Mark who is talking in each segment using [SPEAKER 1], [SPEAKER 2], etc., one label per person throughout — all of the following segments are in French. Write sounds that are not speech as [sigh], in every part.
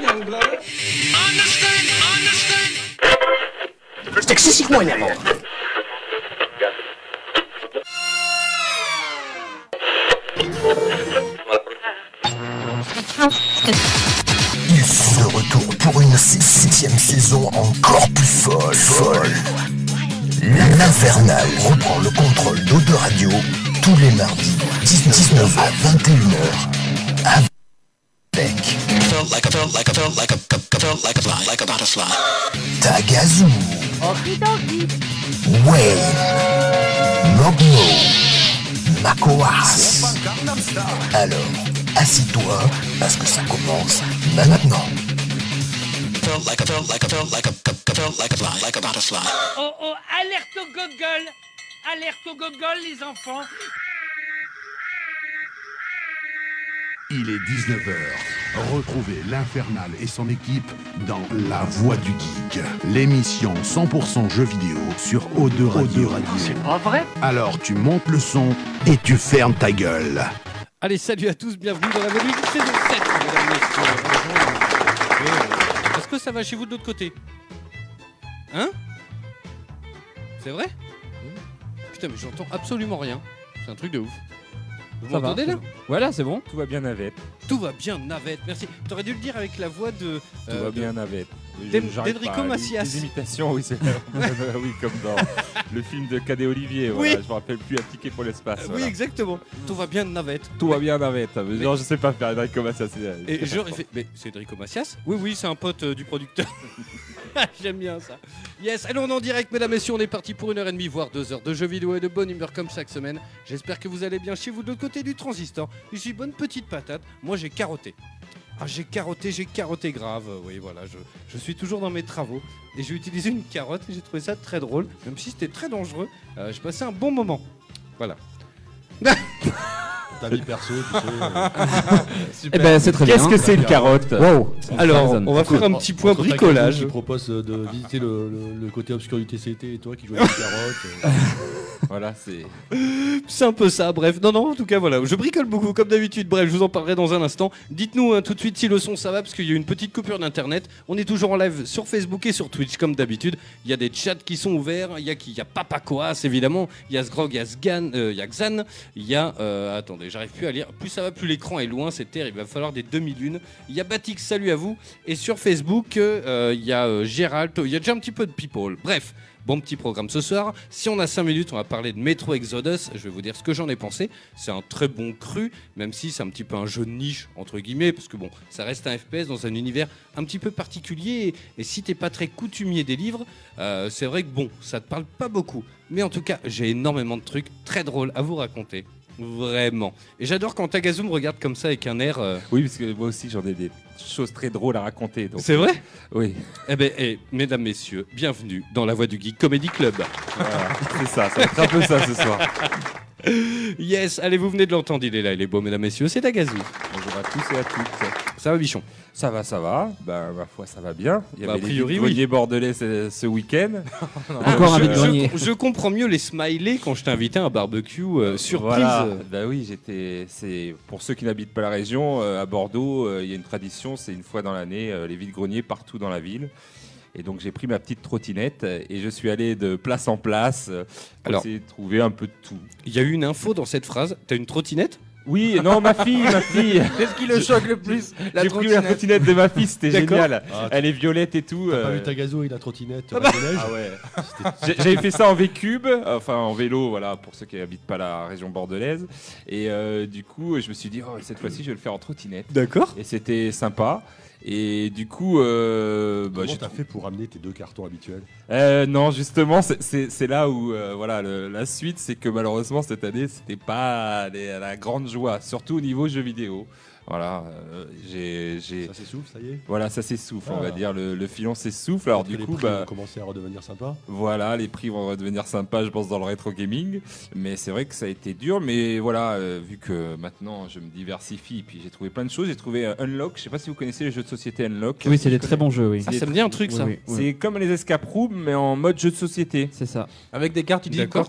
[SPEAKER 1] anglais.
[SPEAKER 2] C'est excessivement énervant.
[SPEAKER 3] Ils sont de retour pour une si- septième saison encore plus folle. folle. L'Infernal reprend le contrôle d'Ode Radio tous les mardis, 19 à 21h. Avec Tagazu, Wayne, Mogno, Makoas. Alors, assis-toi parce que ça commence maintenant.
[SPEAKER 4] Oh oh, alerte au gogol Alerte au gogol, les enfants
[SPEAKER 5] Il est 19h. Retrouvez l'Infernal et son équipe dans La Voix du Geek, l'émission 100% jeux vidéo sur O2 Radio. C'est pas vrai Alors tu montes le son et tu fermes ta gueule.
[SPEAKER 6] Allez, salut à tous, bienvenue dans la volée de saison 7, mesdames, messieurs. Et, euh, Est-ce que ça va chez vous de l'autre côté Hein C'est vrai Putain, mais j'entends absolument rien. C'est un truc de ouf. Vous
[SPEAKER 7] Ça va,
[SPEAKER 6] m'entendez
[SPEAKER 7] c'est
[SPEAKER 6] là
[SPEAKER 7] bon. Voilà, c'est bon, tout va bien avec.
[SPEAKER 6] Tout va bien, navette, merci. T'aurais dû le dire avec la voix de.
[SPEAKER 7] Tout
[SPEAKER 6] euh, de-
[SPEAKER 7] va bien avec. Je-
[SPEAKER 6] Dem-
[SPEAKER 7] j'arrive
[SPEAKER 6] d'Enrico
[SPEAKER 7] pas. Les-
[SPEAKER 6] Macias.
[SPEAKER 7] Les imitations, oui, [laughs] c'est oui, comme dans le film de Cadet Olivier.
[SPEAKER 6] Oui.
[SPEAKER 7] Voilà, Je me rappelle plus, un ticket pour l'espace.
[SPEAKER 6] Euh, Oui,
[SPEAKER 7] voilà.
[SPEAKER 6] exactement. Tout va bien, navette.
[SPEAKER 7] Tout va bien avec. Genre, je sais pas faire Enrico Macias. c'est-
[SPEAKER 6] Et
[SPEAKER 7] c'est
[SPEAKER 6] genre,
[SPEAKER 7] pas
[SPEAKER 6] il fait, mais c'est Enrico Macias Oui, oui, c'est un pote euh, du producteur. [laughs] Ah, J'aime bien ça. Yes, allons en direct, mesdames, messieurs, on est parti pour une heure et demie, voire deux heures de jeux vidéo et de bonne humeur comme chaque semaine. J'espère que vous allez bien chez vous de l'autre côté du transistor. Je suis bonne petite patate. Moi, j'ai carotté. Ah, j'ai carotté, j'ai carotté grave. Euh, Oui, voilà, je, je suis toujours dans mes travaux. Et j'ai utilisé une carotte et j'ai trouvé ça très drôle, même si c'était très dangereux. Euh, j'ai passé un bon moment. Voilà.
[SPEAKER 8] Ta vie perso, tu sais. euh, [laughs]
[SPEAKER 7] Eh ben, c'est très Qu'est-ce que c'est une carotte Wow.
[SPEAKER 6] Alors, on va faire un petit point bricolage.
[SPEAKER 8] Je propose euh, de visiter le, le- le côté obscurité CT et toi qui joues avec des
[SPEAKER 7] [laughs]
[SPEAKER 8] carottes. euh.
[SPEAKER 7] Voilà, c'est.
[SPEAKER 6] C'est un peu ça, bref. Non, non, en tout cas, voilà. Je bricole beaucoup, comme d'habitude. Bref, je vous en parlerai dans un instant. Dites-nous hein, tout de suite si le son ça va, parce qu'il y a eu une petite coupure d'internet. On est toujours en live sur Facebook et sur Twitch, comme d'habitude. Il y a des chats qui sont ouverts. Il y a, qui- il y a Papa Coas, évidemment. Il y a Sgrog, il y a Sgan, euh, il y a Xan. Il y a. euh, attendez, j'arrive plus à lire. Plus ça va, plus l'écran est loin, c'est terrible. Il va falloir des demi-lunes. Il y a Batix, salut à vous. Et sur Facebook, euh, euh, il y a euh, Gérald. Il y a déjà un petit peu de people. Bref. Bon petit programme ce soir. Si on a 5 minutes, on va parler de Metro Exodus. Je vais vous dire ce que j'en ai pensé. C'est un très bon cru, même si c'est un petit peu un jeu de niche, entre guillemets, parce que bon, ça reste un FPS dans un univers un petit peu particulier. Et, et si t'es pas très coutumier des livres, euh, c'est vrai que bon, ça te parle pas beaucoup. Mais en tout cas, j'ai énormément de trucs très drôles à vous raconter. Vraiment. Et j'adore quand Tagazu me regarde comme ça avec un air. euh,
[SPEAKER 7] Oui, parce que moi aussi, j'en ai des choses très drôles à raconter. Donc...
[SPEAKER 6] C'est vrai
[SPEAKER 7] Oui,
[SPEAKER 6] Eh ben, eh, mesdames, messieurs, bienvenue dans la voix du geek Comedy Club.
[SPEAKER 7] voilà, c'est ça. Ça va être un peu ça ce soir.
[SPEAKER 6] Yes, allez, vous venez de l'entendre, il est là, il est beau, mesdames, messieurs, c'est Tagazu.
[SPEAKER 7] Bonjour à tous et à toutes.
[SPEAKER 6] Ça va, bichon
[SPEAKER 7] Ça va, ça va. Bah, ma foi, ça va bien. Il y
[SPEAKER 6] Bah,
[SPEAKER 7] avait
[SPEAKER 6] a priori,
[SPEAKER 7] les Vides greniers bordelais ce, ce week-end.
[SPEAKER 6] je,
[SPEAKER 9] Encore un
[SPEAKER 6] Ah, je-
[SPEAKER 9] vide-grenier.
[SPEAKER 6] je comprends mieux les smileys quand je t'ai invité à un barbecue euh, surprise.
[SPEAKER 7] Voilà. Bah oui, j'étais. C'est pour ceux qui n'habitent pas la région, euh, à Bordeaux, euh, il y a une tradition. C'est une fois dans l'année, euh, les vides greniers partout dans la ville. Et donc j'ai pris ma petite trottinette euh, et je suis allé de place en place euh, pour
[SPEAKER 6] Alors.
[SPEAKER 7] essayer de trouver un peu de tout.
[SPEAKER 6] Il y a eu une info dans cette phrase. T'as une trottinette
[SPEAKER 7] Oui, non, ma fille, ma fille.
[SPEAKER 9] Qu'est-ce qui le choque le plus
[SPEAKER 7] J'ai pris la trottinette de ma fille, c'était
[SPEAKER 6] D'accord.
[SPEAKER 7] génial.
[SPEAKER 8] Ah,
[SPEAKER 7] Elle est violette et tout.
[SPEAKER 8] T'as pas
[SPEAKER 7] euh,
[SPEAKER 8] vu ta gazo Ah, et la trottinette euh, au collège
[SPEAKER 7] Ah ouais. J'ai- J'avais fait ça en V-Cube, enfin en vélo, voilà, pour ceux qui habitent pas la région bordelaise. Et euh, du coup, je me suis dit, oh, cette fois-ci, je vais le faire en trottinette.
[SPEAKER 6] D'accord.
[SPEAKER 7] Et c'était sympa. Et du coup, euh, bah,
[SPEAKER 8] Comment
[SPEAKER 7] j'ai
[SPEAKER 8] t'as
[SPEAKER 7] trou-
[SPEAKER 8] fait pour amener tes deux cartons habituels
[SPEAKER 7] Euh, non, justement, c'est- c'est c'est là où euh, voilà le- la suite, c'est que malheureusement cette année, c'était pas des- la grande joie, surtout au niveau jeux vidéo. Voilà, euh, j'ai j'ai-
[SPEAKER 8] Ça s'essouffle, ça y est
[SPEAKER 7] voilà, ça s'essouffle, on
[SPEAKER 8] Ah.
[SPEAKER 7] va dire le, le filon s'essouffle. Alors
[SPEAKER 8] Peut-être
[SPEAKER 7] du
[SPEAKER 8] que les
[SPEAKER 7] coup,
[SPEAKER 8] prix
[SPEAKER 7] bah,
[SPEAKER 8] vont commencer à redevenir sympa.
[SPEAKER 7] voilà, les prix vont redevenir sympas, je pense, dans le rétro gaming. Mais c'est vrai que ça a été dur. Mais voilà, euh, vu que maintenant je me diversifie, puis j'ai trouvé plein de choses. J'ai trouvé euh, Unlock. Je sais pas si vous connaissez le jeu de société Unlock.
[SPEAKER 9] Oui, c'est des très bons jeux, oui.
[SPEAKER 6] Ah, ça me dit un truc,
[SPEAKER 9] Oui,
[SPEAKER 6] ça.
[SPEAKER 9] oui, oui.
[SPEAKER 7] C'est comme les escape rooms, mais en mode jeu de société.
[SPEAKER 9] C'est ça.
[SPEAKER 7] Avec des cartes,
[SPEAKER 6] D'accord.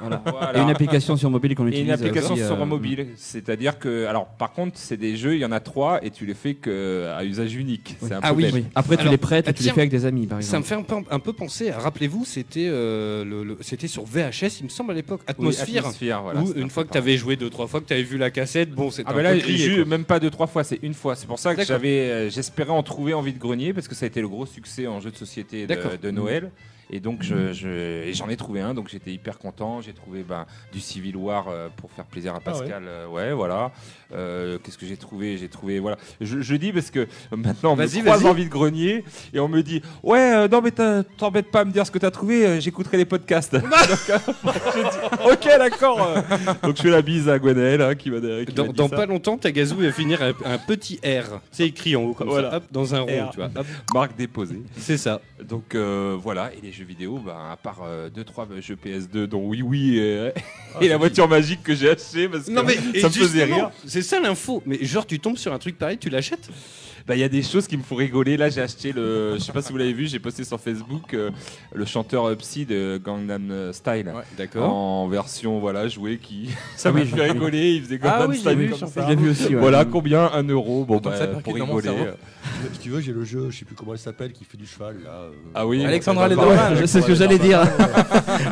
[SPEAKER 9] Voilà.
[SPEAKER 7] Voilà.
[SPEAKER 9] Et une application sur mobile qu'on
[SPEAKER 7] Et
[SPEAKER 9] utilise.
[SPEAKER 7] une application
[SPEAKER 9] aussi,
[SPEAKER 7] sur
[SPEAKER 9] euh,
[SPEAKER 7] mobile. C'est-à-dire que. Alors, par contre, c'est des des jeux, il y en a trois et tu les fais que à usage unique. C'est un
[SPEAKER 6] Ah
[SPEAKER 7] peu
[SPEAKER 6] oui.
[SPEAKER 7] bête.
[SPEAKER 9] Après, tu
[SPEAKER 6] Alors,
[SPEAKER 9] les prêtes
[SPEAKER 6] ah,
[SPEAKER 9] et tu les
[SPEAKER 6] tiens,
[SPEAKER 9] fais avec des amis, par
[SPEAKER 6] Ça me
[SPEAKER 9] exemple.
[SPEAKER 6] fait un peu, un peu penser, à- rappelez-vous, c'était euh, le- le- c'était sur VHS, il me semble à l'époque,
[SPEAKER 7] Oui,
[SPEAKER 6] Atmosphère,
[SPEAKER 7] Atmosphère, voilà,
[SPEAKER 6] où
[SPEAKER 7] c'est un
[SPEAKER 6] une fois
[SPEAKER 7] peu
[SPEAKER 6] que tu avais joué deux, trois fois, que tu avais vu la cassette, bon, c'était
[SPEAKER 7] Ah
[SPEAKER 6] un
[SPEAKER 7] bah là,
[SPEAKER 6] peu
[SPEAKER 7] j'ai
[SPEAKER 6] grillé,
[SPEAKER 7] eu
[SPEAKER 6] quoi.
[SPEAKER 7] même pas deux trois fois, c'est une fois. C'est pour ça que
[SPEAKER 6] D'accord.
[SPEAKER 7] j'avais, euh, j'espérais en trouver envie de grenier parce que ça a été le gros succès en jeu de société de,
[SPEAKER 6] D'accord. Mmh.
[SPEAKER 7] de Noël. Et donc je, je- et j'en ai trouvé un, donc j'étais hyper content. J'ai trouvé ben, du Civil War euh, pour faire plaisir
[SPEAKER 6] Ah
[SPEAKER 7] à Pascal. euh, ouais. voilà. Euh, qu'est-ce que j'ai trouvé J'ai trouvé voilà. Je, je dis parce que euh, maintenant on me
[SPEAKER 6] Vas-y,
[SPEAKER 7] croise
[SPEAKER 6] vas-y.
[SPEAKER 7] envie de grenier et on me dit ouais euh, non mais t'as- t'embête pas à me dire ce que t'as trouvé, euh, j'écouterai les
[SPEAKER 6] [laughs]
[SPEAKER 7] podcasts. donc, euh, [laughs] je dis, ok d'accord. euh. donc je fais la bise à Gwenaël hein, qui m'a qui m'a
[SPEAKER 6] Dans,
[SPEAKER 7] dit
[SPEAKER 6] dans
[SPEAKER 7] ça.
[SPEAKER 6] pas longtemps, ta gazouille va finir à un petit R. C'est écrit en haut comme
[SPEAKER 7] Voilà.
[SPEAKER 6] ça, hop, dans un rond,
[SPEAKER 7] R.
[SPEAKER 6] tu vois. hop,
[SPEAKER 7] marque déposée.
[SPEAKER 6] C'est ça.
[SPEAKER 7] Donc euh, voilà, et les jeux vidéo, bah, à part 2-3 jeux PS2, dont Oui Oui euh,
[SPEAKER 9] Ah,
[SPEAKER 7] [laughs] et la voiture magique que j'ai achetée, parce que
[SPEAKER 6] Non mais et
[SPEAKER 7] ça me faisait
[SPEAKER 6] justement,
[SPEAKER 7] rire.
[SPEAKER 6] C'est ça l'info. Mais genre tu tombes sur un truc pareil, tu l'achètes
[SPEAKER 7] Bah, Il y a des choses qui me font rigoler. Là, j'ai acheté le. Je sais pas si vous l'avez vu, j'ai posté sur Facebook euh, le chanteur euh, Psy de Gangnam Style.
[SPEAKER 6] D'accord.
[SPEAKER 7] En version voilà jouée qui [laughs] ça
[SPEAKER 9] Ah oui,
[SPEAKER 7] m'a fait
[SPEAKER 9] j'ai vu.
[SPEAKER 7] rigoler il faisait
[SPEAKER 9] Ah
[SPEAKER 7] Gangnam
[SPEAKER 9] oui, j'ai
[SPEAKER 7] Style
[SPEAKER 9] vu
[SPEAKER 7] comme
[SPEAKER 9] sur
[SPEAKER 7] ça.
[SPEAKER 9] Facebook. Je l'ai vu aussi, ouais.
[SPEAKER 7] voilà combien un euro bon
[SPEAKER 8] Comme
[SPEAKER 7] bah,
[SPEAKER 8] ça, par
[SPEAKER 7] pour
[SPEAKER 8] qui dans mon
[SPEAKER 7] rigoler
[SPEAKER 8] cerveau. Si tu veux, j'ai le jeu, je sais plus comment elle s'appelle, qui fait du cheval là. euh,
[SPEAKER 7] Ah oui.
[SPEAKER 8] dans-
[SPEAKER 7] Alexandra
[SPEAKER 8] dans-
[SPEAKER 7] Ledoux.
[SPEAKER 8] dans-
[SPEAKER 9] Ouais, c'est ce que j'allais dire. [laughs]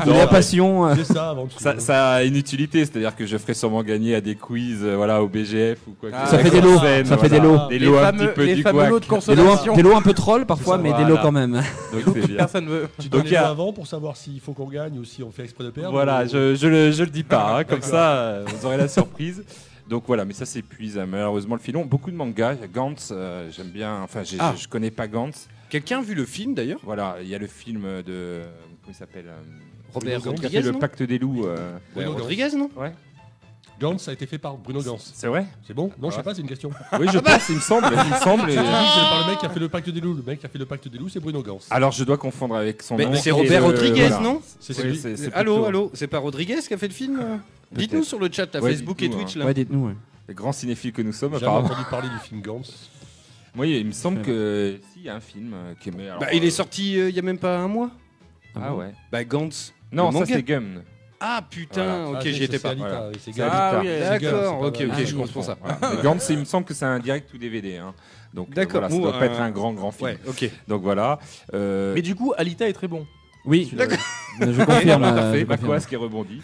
[SPEAKER 7] Non,
[SPEAKER 9] la
[SPEAKER 7] bah,
[SPEAKER 9] passion. euh,
[SPEAKER 8] C'est ça avant tout.
[SPEAKER 7] Ça, ça a une utilité, c'est-à-dire que je ferai sûrement gagner à des quiz, euh, voilà, au BGF ou quoi. que
[SPEAKER 1] Ah,
[SPEAKER 7] ce
[SPEAKER 9] Ça
[SPEAKER 7] soit.
[SPEAKER 9] fait des lots. Ça fait des lots.
[SPEAKER 7] Des lots un petit peu
[SPEAKER 1] les
[SPEAKER 7] du
[SPEAKER 1] fameux
[SPEAKER 7] couac.
[SPEAKER 1] lots de
[SPEAKER 9] Des lots,
[SPEAKER 1] consolation
[SPEAKER 9] des lots un peu troll parfois, mais des
[SPEAKER 7] Voilà.
[SPEAKER 9] lots quand même.
[SPEAKER 7] Donc c'est bien.
[SPEAKER 1] personne veut.
[SPEAKER 8] Tu
[SPEAKER 7] Donc,
[SPEAKER 8] donnes
[SPEAKER 7] il y
[SPEAKER 8] les
[SPEAKER 7] a-
[SPEAKER 8] avant pour savoir s'il faut qu'on gagne ou si on fait exprès de perdre.
[SPEAKER 7] Voilà,
[SPEAKER 8] ou-
[SPEAKER 7] je, je le, je le dis pas, hein, comme ça, euh, vous aurez la surprise. Donc voilà, mais ça s'épuise hein, malheureusement le filon. Beaucoup de mangas, Gantz, euh, j'aime bien, enfin j'ai-
[SPEAKER 6] Ah.
[SPEAKER 7] je, je connais pas Gantz.
[SPEAKER 6] Quelqu'un a vu le film d'ailleurs
[SPEAKER 7] Voilà, il y a le film de. Comment il s'appelle euh,
[SPEAKER 6] Robert
[SPEAKER 7] qui a fait
[SPEAKER 6] Rodriguez,
[SPEAKER 7] Le
[SPEAKER 6] non
[SPEAKER 7] pacte des loups. euh,
[SPEAKER 6] Ouais,
[SPEAKER 8] Bruno Gans.
[SPEAKER 6] Rodriguez non
[SPEAKER 8] Gantz, ça a été fait par Bruno Gantz.
[SPEAKER 7] C'est vrai
[SPEAKER 8] C'est bon Non,
[SPEAKER 7] Ouais.
[SPEAKER 8] je sais pas, c'est une question.
[SPEAKER 7] Oui, je pense, il me semble. Il me semble et- euh,
[SPEAKER 8] C'est par le mec qui a fait le pacte des loups. Le mec qui a fait le pacte des loups, c'est Bruno Gans.
[SPEAKER 6] Ah,
[SPEAKER 7] Alors je dois confondre avec son
[SPEAKER 6] Mais
[SPEAKER 7] nom.
[SPEAKER 6] c'est
[SPEAKER 7] et
[SPEAKER 6] Robert
[SPEAKER 7] le-
[SPEAKER 6] Rodriguez
[SPEAKER 7] voilà.
[SPEAKER 6] non
[SPEAKER 8] C'est
[SPEAKER 7] Oui,
[SPEAKER 8] celui.
[SPEAKER 7] c'est- c'est
[SPEAKER 6] Allô
[SPEAKER 7] plutôt-
[SPEAKER 6] allô, c'est pas Rodriguez qui a fait le film euh Dites-nous sur le chat, là,
[SPEAKER 7] Ouais,
[SPEAKER 6] Facebook et
[SPEAKER 7] dites-nous,
[SPEAKER 6] Twitch là.
[SPEAKER 9] Ouais, dites-nous. ouais.
[SPEAKER 7] Les grands cinéphiles que nous sommes,
[SPEAKER 8] J'ai jamais
[SPEAKER 7] apparemment.
[SPEAKER 8] entendu parler du film Gans.
[SPEAKER 7] Moi, il me semble que s'il y a un film euh, qui est. mais alors,
[SPEAKER 6] Bah, il
[SPEAKER 7] euh,
[SPEAKER 6] est sorti euh, il y a même pas un mois.
[SPEAKER 7] Ah ouais.
[SPEAKER 6] Bah Gantz.
[SPEAKER 7] Non,
[SPEAKER 6] Le
[SPEAKER 7] ça
[SPEAKER 6] manga.
[SPEAKER 7] c'est Gum.
[SPEAKER 6] Ah putain,
[SPEAKER 7] Voilà.
[SPEAKER 6] ok,
[SPEAKER 8] Ah,
[SPEAKER 6] j'y étais
[SPEAKER 8] c'est
[SPEAKER 6] pas.
[SPEAKER 8] Alita,
[SPEAKER 7] voilà.
[SPEAKER 8] oui, c'est
[SPEAKER 7] C'est
[SPEAKER 8] Gans.
[SPEAKER 7] Alita.
[SPEAKER 1] Ah oui,
[SPEAKER 8] C'est
[SPEAKER 1] euh,
[SPEAKER 8] Gans,
[SPEAKER 6] D'accord,
[SPEAKER 8] c'est
[SPEAKER 6] ok,
[SPEAKER 8] pas mal.
[SPEAKER 6] ok,
[SPEAKER 1] Ah,
[SPEAKER 6] je
[SPEAKER 1] oui,
[SPEAKER 6] comprends ça.
[SPEAKER 7] Voilà. Mais Gantz, il me semble que c'est un direct ou DVD. hein. Donc, euh,
[SPEAKER 6] D'accord.
[SPEAKER 7] voilà, ça
[SPEAKER 6] Ou
[SPEAKER 7] doit pas
[SPEAKER 6] un-
[SPEAKER 7] être un grand, grand film.
[SPEAKER 6] Ouais, ok.
[SPEAKER 7] Donc voilà. Euh,
[SPEAKER 1] Mais du coup, Alita est très bon.
[SPEAKER 9] Oui,
[SPEAKER 6] D'accord.
[SPEAKER 9] je confirme.
[SPEAKER 7] voilà, [laughs]
[SPEAKER 9] euh,
[SPEAKER 7] parfait,
[SPEAKER 9] je
[SPEAKER 7] bah,
[SPEAKER 9] confirme.
[SPEAKER 7] quoi, ce qui rebondit.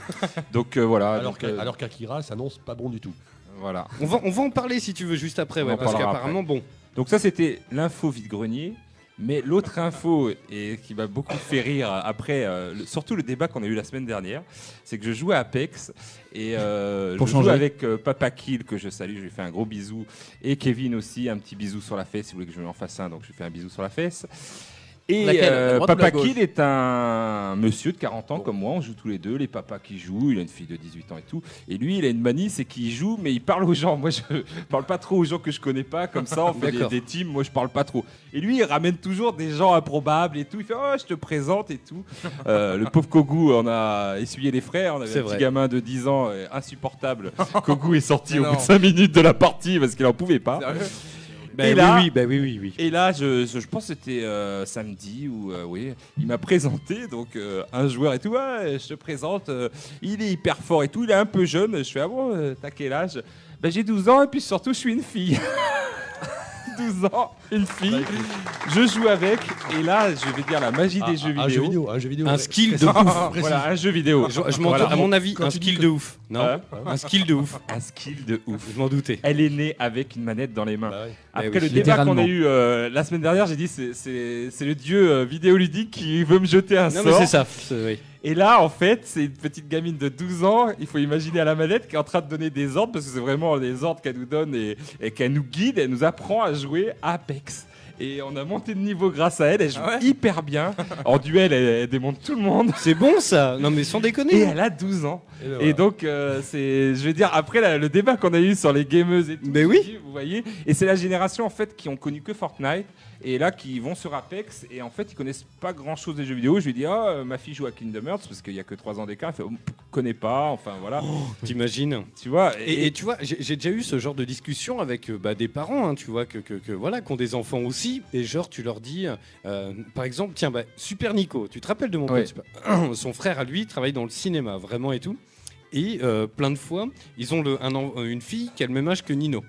[SPEAKER 7] donc euh, voilà.
[SPEAKER 8] Alors
[SPEAKER 7] donc,
[SPEAKER 8] que-
[SPEAKER 7] euh,
[SPEAKER 8] alors qu'Akira s'annonce pas bon du tout.
[SPEAKER 7] voilà.
[SPEAKER 6] On va, on va en parler si tu veux juste après,
[SPEAKER 7] On
[SPEAKER 6] ouais,
[SPEAKER 7] en
[SPEAKER 6] parce
[SPEAKER 7] parlera
[SPEAKER 6] qu'apparemment, bon.
[SPEAKER 7] Donc ça, c'était l'info vide-grenier. Mais l'autre info, et qui m'a beaucoup fait rire après, euh, le- surtout le débat qu'on a eu la semaine dernière, c'est que je jouais à Apex et euh,
[SPEAKER 9] Pour
[SPEAKER 7] je
[SPEAKER 9] changer.
[SPEAKER 7] joue avec euh, Papa Kill, que je salue, je lui fais un gros bisou, et Kevin aussi, un petit bisou sur la fesse, si vous voulez que je lui en fasse un, donc je lui fais un bisou sur la fesse. Et
[SPEAKER 1] Laquelle, la
[SPEAKER 7] euh,
[SPEAKER 1] droite ou la
[SPEAKER 7] Papa
[SPEAKER 1] gauche
[SPEAKER 7] Kill est un monsieur de 40 ans comme moi, on joue tous les deux, les papas qui jouent, il a une fille de 18 ans et tout, et lui il a une manie, c'est qu'il joue, mais il parle aux gens, moi je [laughs] parle pas trop aux gens que je connais pas, comme
[SPEAKER 1] [laughs]
[SPEAKER 7] ça on fait des,
[SPEAKER 6] D'accord.
[SPEAKER 7] des teams, moi je parle pas trop. Et lui, il ramène toujours des gens improbables et tout. Il fait Oh, je te présente
[SPEAKER 1] [laughs]
[SPEAKER 7] et tout. Euh, le pauvre Kogu, on a essuyé les frères. On avait
[SPEAKER 6] C'est
[SPEAKER 7] un
[SPEAKER 6] vrai.
[SPEAKER 7] petit gamin de 10 ans, euh, insupportable. Kogu est sorti
[SPEAKER 1] Mais
[SPEAKER 7] au
[SPEAKER 1] non.
[SPEAKER 7] bout de 5 minutes de la partie parce qu'il en pouvait pas.
[SPEAKER 1] Sérieux
[SPEAKER 6] Bah
[SPEAKER 7] Et là-
[SPEAKER 6] bah oui, oui, oui.
[SPEAKER 7] Et là, je, je- je pense que c'était euh, samedi ou euh, oui, il m'a présenté donc euh, un joueur et tout. Ouais, je te présente, euh, il est hyper fort et tout. Il est un peu jeune. Je fais ah bon, euh, t'as quel âge Ben j'ai 12 ans et puis surtout je suis une fille. [laughs] 12 ans, une fille. Je joue avec et là, je vais dire la magie
[SPEAKER 8] Ah,
[SPEAKER 7] des jeux
[SPEAKER 8] ah, Un jeu
[SPEAKER 7] vidéo. Ah,
[SPEAKER 8] vidéo, un jeu vidéo.
[SPEAKER 6] Un
[SPEAKER 8] ouais.
[SPEAKER 6] skill de ouf.
[SPEAKER 7] Voilà, un jeu vidéo.
[SPEAKER 6] Je, je m'en
[SPEAKER 7] Voilà.
[SPEAKER 6] doute, à mon avis,
[SPEAKER 8] Quand
[SPEAKER 6] un
[SPEAKER 8] tu
[SPEAKER 6] skill
[SPEAKER 8] dis
[SPEAKER 6] de ouf. Non,
[SPEAKER 7] Hein
[SPEAKER 6] un skill de ouf.
[SPEAKER 7] un skill de ouf.
[SPEAKER 6] Je m'en doutais.
[SPEAKER 7] Elle est née avec une manette dans les mains.
[SPEAKER 8] Bah ouais.
[SPEAKER 7] Après
[SPEAKER 6] Eh oui,
[SPEAKER 7] le débat qu'on a
[SPEAKER 9] littéralement.
[SPEAKER 7] eu euh, la semaine dernière, j'ai dit c'est- c'est c'est le dieu euh, vidéoludique qui veut me jeter un
[SPEAKER 6] Non, mais
[SPEAKER 7] sort.
[SPEAKER 6] c'est ça. c'est- oui.
[SPEAKER 7] Et là, en fait, c'est une petite gamine de 12 ans, il faut imaginer à la manette, qui est en train de donner des ordres, parce que c'est vraiment des ordres qu'elle nous donne et, et qu'elle nous guide, elle nous apprend à jouer à Apex. Et on a monté de niveau grâce à elle, elle joue
[SPEAKER 1] Ah ouais
[SPEAKER 7] hyper bien. En duel, elle, elle démonte tout le monde.
[SPEAKER 6] C'est bon ça Non, mais sans
[SPEAKER 7] Et
[SPEAKER 6] déconner.
[SPEAKER 7] elle a 12 ans.
[SPEAKER 8] Et ben
[SPEAKER 7] Et
[SPEAKER 8] voilà.
[SPEAKER 7] donc, euh, c'est, je veux dire, après la- le débat qu'on a eu sur les gameuses et tout,
[SPEAKER 6] Mais oui.
[SPEAKER 7] vous voyez, et c'est la génération en fait qui ont connu que Fortnite et là qui vont sur Apex et en fait ils connaissent pas grand chose des jeux vidéo. Je lui dis, ah, euh, ma fille joue à Kingdom Hearts parce qu'il y a que 3 ans d'écart, elle fait, oh, pff, connais pas, enfin voilà,
[SPEAKER 6] T'imagines
[SPEAKER 7] tu vois.
[SPEAKER 6] Oh. et, et tu vois, j'ai j'ai déjà eu ce genre de discussion avec euh, bah, des parents, hein, tu vois, que, que, que- voilà, qui ont des enfants aussi. Et genre, tu leur dis, euh, par exemple, tiens, bah, Super Nico, tu te rappelles de mon
[SPEAKER 7] Ouais.
[SPEAKER 6] pote Super- [clears throat] Son frère à lui travaille dans le cinéma, euh, vraiment et tout. Et euh, plein de fois, ils ont le, un en- une fille qui a le même âge que Nino.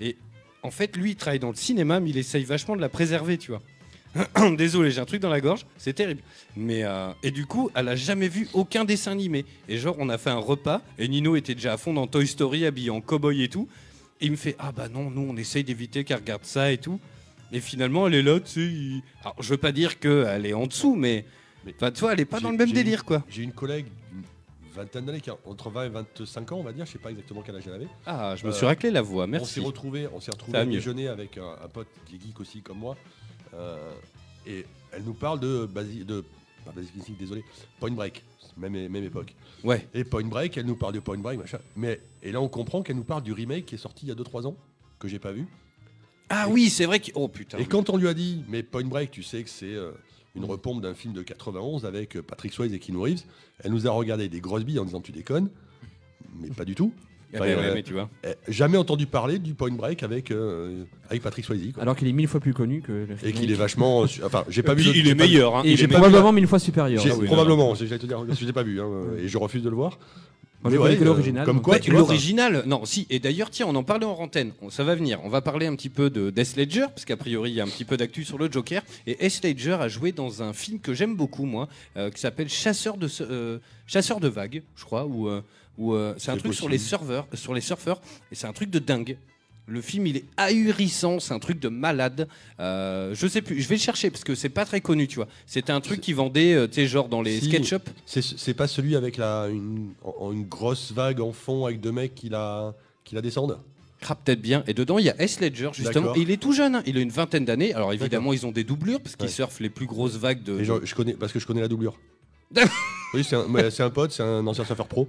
[SPEAKER 6] Et en fait, lui, il travaille dans le cinéma, mais il essaye vachement de la préserver, tu vois. Désolé, j'ai un truc dans la gorge, c'est terrible. Mais euh, et du coup, elle a jamais vu aucun dessin animé. Et genre, on a fait un repas et Nino était déjà à fond dans Toy Story, habillé en cowboy et tout. Et il me fait ah bah non, nous on essaye d'éviter qu'elle regarde ça et tout. Et finalement, elle est là, tu sais. il- Alors, je veux pas dire qu'elle est en dessous, mais
[SPEAKER 8] Mais-
[SPEAKER 6] enfin, tu vois, elle est pas
[SPEAKER 8] J'ai-
[SPEAKER 6] dans le même
[SPEAKER 8] j'ai-
[SPEAKER 6] délire, quoi.
[SPEAKER 8] J'ai une collègue d'une vingtaine d'années, qui a entre 20 et 25 ans, on va dire, je sais pas exactement quel âge elle avait.
[SPEAKER 6] Ah, je me
[SPEAKER 8] Euh,
[SPEAKER 6] suis raclé la voix,
[SPEAKER 8] On s'est
[SPEAKER 6] merci.
[SPEAKER 8] retrouvés, on s'est
[SPEAKER 6] Ça va
[SPEAKER 8] retrouvés
[SPEAKER 6] mieux.
[SPEAKER 8] déjeuner avec un, un pote qui est geek aussi comme moi. euh, et elle nous parle de, Basi- de pas Basic Instinct, désolé, Point Break, même, même époque.
[SPEAKER 6] Ouais.
[SPEAKER 8] Et Point Break, elle nous parle de Point Break, machin. Mais, et là, on comprend qu'elle nous parle du remake qui est sorti il y a 2-3 ans, que j'ai pas vu.
[SPEAKER 6] Ah oui, c'est vrai que oh putain.
[SPEAKER 8] Et quand on lui a dit, mais Point Break, tu sais que c'est euh, une repompe d'un film de 91 avec euh, Patrick Swayze et Keanu Reeves, elle nous a regardé des grosses billes en disant, tu déconnes, mais pas du tout.
[SPEAKER 6] Ah bah
[SPEAKER 8] Enfin,
[SPEAKER 6] ouais,
[SPEAKER 8] euh,
[SPEAKER 6] mais tu vois.
[SPEAKER 8] eh, Jamais entendu parler du Point Break avec, euh, avec Patrick Swayze. quoi.
[SPEAKER 9] Alors qu'il est mille fois plus connu que le
[SPEAKER 8] Et
[SPEAKER 9] remake.
[SPEAKER 8] qu'il est vachement. euh, su- Enfin, j'ai pas vu. le-
[SPEAKER 6] il
[SPEAKER 8] j'ai
[SPEAKER 6] est
[SPEAKER 8] pas vu-
[SPEAKER 6] meilleur. Hein,
[SPEAKER 9] Et
[SPEAKER 6] il est
[SPEAKER 9] j'ai
[SPEAKER 6] meilleur.
[SPEAKER 9] probablement mille fois supérieur.
[SPEAKER 8] j'ai-
[SPEAKER 6] Ah oui,
[SPEAKER 8] probablement, j'ai- j'allais te dire, je l'ai pas vu, hein, et je refuse de le voir.
[SPEAKER 9] Moi,
[SPEAKER 8] Mais
[SPEAKER 9] j'ai pas
[SPEAKER 8] ouais,
[SPEAKER 9] vu que
[SPEAKER 8] euh,
[SPEAKER 9] l'original.
[SPEAKER 8] Comme
[SPEAKER 9] donc.
[SPEAKER 8] quoi,
[SPEAKER 6] Ouais,
[SPEAKER 8] tu vois,
[SPEAKER 6] L'original, non, si. Et d'ailleurs, tiens, on en parlait en rantaine. On- Ça va venir. On va parler un petit peu de Death Ledger, parce qu'a priori, il y a un petit peu d'actu sur le Joker. Et S. Ledger a joué dans un film que j'aime beaucoup, moi, euh, qui s'appelle Chasseur de se- euh, Chasseur de vagues, je crois, ou euh, ou euh, c'est un
[SPEAKER 8] C'est
[SPEAKER 6] truc sur les serveurs, euh, sur les surfeurs, et c'est un truc de dingue. Le film, il est ahurissant, c'est un truc de malade. Euh, je sais plus, je vais le chercher parce que c'est pas très connu, tu vois. C'était un truc qui vendait, euh, tu sais, genre dans les
[SPEAKER 8] Si.
[SPEAKER 6] SketchUp.
[SPEAKER 8] C'est c'est pas celui avec la, une, en- une grosse vague en fond avec deux mecs qui la, qui la descendent
[SPEAKER 6] Ah, peut-être bien. Et dedans, il y a S. Ledger, justement.
[SPEAKER 8] D'accord.
[SPEAKER 6] Et il est tout jeune, hein. il a une vingtaine d'années. Alors évidemment, ils ont des doublures parce qu'ils
[SPEAKER 8] Ouais.
[SPEAKER 6] surfent les plus grosses vagues de.
[SPEAKER 8] Et je, je connais, Parce que je connais la doublure.
[SPEAKER 6] Euh, D'accord.
[SPEAKER 8] oui, c'est un, mais c'est un pote, c'est un ancien surfeur pro.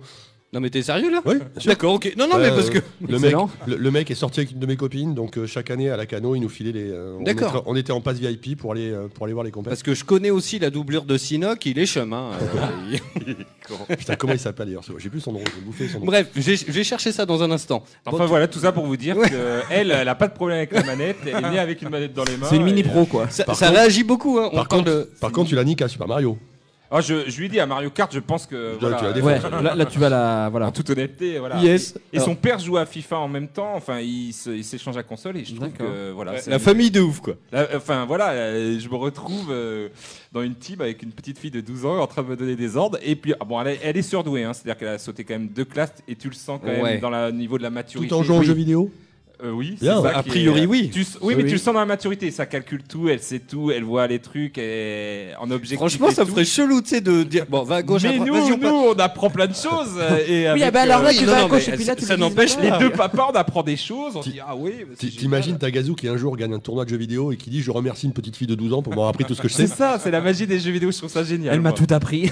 [SPEAKER 6] Non, mais t'es sérieux là
[SPEAKER 8] Oui, bien sûr.
[SPEAKER 6] D'accord, ok. Non, non, mais
[SPEAKER 8] Euh,
[SPEAKER 6] parce que.
[SPEAKER 8] le mec,
[SPEAKER 9] Excellent.
[SPEAKER 8] le, le mec est sorti avec une de mes copines, donc euh, chaque année à la cano, il nous filait les. euh, on,
[SPEAKER 6] D'accord.
[SPEAKER 8] était, on était en passe VIP pour aller, euh, pour aller voir les compètes.
[SPEAKER 6] Parce que je connais aussi la doublure de Sinoc, il est chemin. hein.
[SPEAKER 8] [laughs]
[SPEAKER 7] [laughs]
[SPEAKER 8] Putain, comment il s'appelle d'ailleurs ce- J'ai plus son nom, j'ai bouffé son nom.
[SPEAKER 6] Bref, j'ai- je vais chercher ça dans un instant.
[SPEAKER 7] Enfin voilà, tout ça pour vous dire qu'elle, elle a pas de problème avec la manette, elle est née avec une manette dans les mains.
[SPEAKER 9] C'est une mini
[SPEAKER 7] et-
[SPEAKER 9] pro quoi.
[SPEAKER 6] Ça,
[SPEAKER 8] par
[SPEAKER 6] ça
[SPEAKER 8] contre-
[SPEAKER 6] réagit beaucoup, hein. On
[SPEAKER 8] par
[SPEAKER 6] parle
[SPEAKER 8] contre,
[SPEAKER 6] de-
[SPEAKER 8] Par contre, tu la niques à Super Mario.
[SPEAKER 7] Ah, je, je lui dis à Mario Kart, je pense que.
[SPEAKER 8] Tu l'as- tu l'as défendu.
[SPEAKER 9] Ouais, là, là, tu vas la.
[SPEAKER 7] En
[SPEAKER 9] Voilà.
[SPEAKER 7] toute honnêteté, voilà.
[SPEAKER 6] Yes.
[SPEAKER 7] Et son père joue à FIFA en même temps. Enfin, il se- il s'échange à console et je trouve
[SPEAKER 9] D'accord.
[SPEAKER 7] que voilà. c'est-
[SPEAKER 6] La famille de ouf, quoi.
[SPEAKER 7] la- enfin voilà, euh, je me retrouve euh, dans une team avec une petite fille de 12 ans en train de me donner des ordres. Et puis, ah bon, elle, est- elle est surdouée, hein, c'est-à-dire qu'elle a sauté quand même deux classes et tu le sens quand
[SPEAKER 6] Ouais.
[SPEAKER 7] même dans le niveau de la maturité.
[SPEAKER 8] Tout en jouant aux
[SPEAKER 7] Oui.
[SPEAKER 8] jeux vidéo
[SPEAKER 7] Euh, oui, c'est ça
[SPEAKER 8] Bien. Bah,
[SPEAKER 6] a
[SPEAKER 7] qui est-
[SPEAKER 6] priori, oui.
[SPEAKER 7] Tu s- oui, mais
[SPEAKER 9] Oui.
[SPEAKER 7] tu le sens dans la maturité. Ça calcule tout, elle sait tout, elle voit les trucs et... en objectif.
[SPEAKER 6] Franchement,
[SPEAKER 7] et
[SPEAKER 6] ça me
[SPEAKER 7] tout.
[SPEAKER 6] ferait chelou, tu sais, de dire. Bon, va à gauche, à
[SPEAKER 7] Mais
[SPEAKER 6] droite.
[SPEAKER 7] nous,
[SPEAKER 6] Vas-y, on
[SPEAKER 7] nous, on apprend plein de choses. euh, et
[SPEAKER 9] Oui,
[SPEAKER 7] avec,
[SPEAKER 9] ah bah alors
[SPEAKER 7] euh,
[SPEAKER 9] là,
[SPEAKER 6] oui,
[SPEAKER 9] tu
[SPEAKER 6] non,
[SPEAKER 9] vas
[SPEAKER 6] non,
[SPEAKER 9] à
[SPEAKER 6] mais
[SPEAKER 9] gauche et puis
[SPEAKER 6] ça-
[SPEAKER 9] là, tu
[SPEAKER 6] ça
[SPEAKER 9] le vises
[SPEAKER 6] n'empêche
[SPEAKER 9] pas.
[SPEAKER 7] les
[SPEAKER 6] Ah,
[SPEAKER 7] deux
[SPEAKER 6] ouais.
[SPEAKER 7] papas, on apprend des choses. On
[SPEAKER 8] Ti-
[SPEAKER 7] dit, ah oui, mais c'est
[SPEAKER 8] Ti-
[SPEAKER 7] génial.
[SPEAKER 8] T'imagines Tagazu qui un jour gagne un tournoi de jeux vidéo et qui dit Je remercie une petite fille de 12 ans pour m'avoir appris tout ce que je sais.
[SPEAKER 7] C'est ça, c'est la magie des jeux vidéo, je trouve ça génial.
[SPEAKER 9] Elle m'a
[SPEAKER 7] moi.
[SPEAKER 9] tout appris.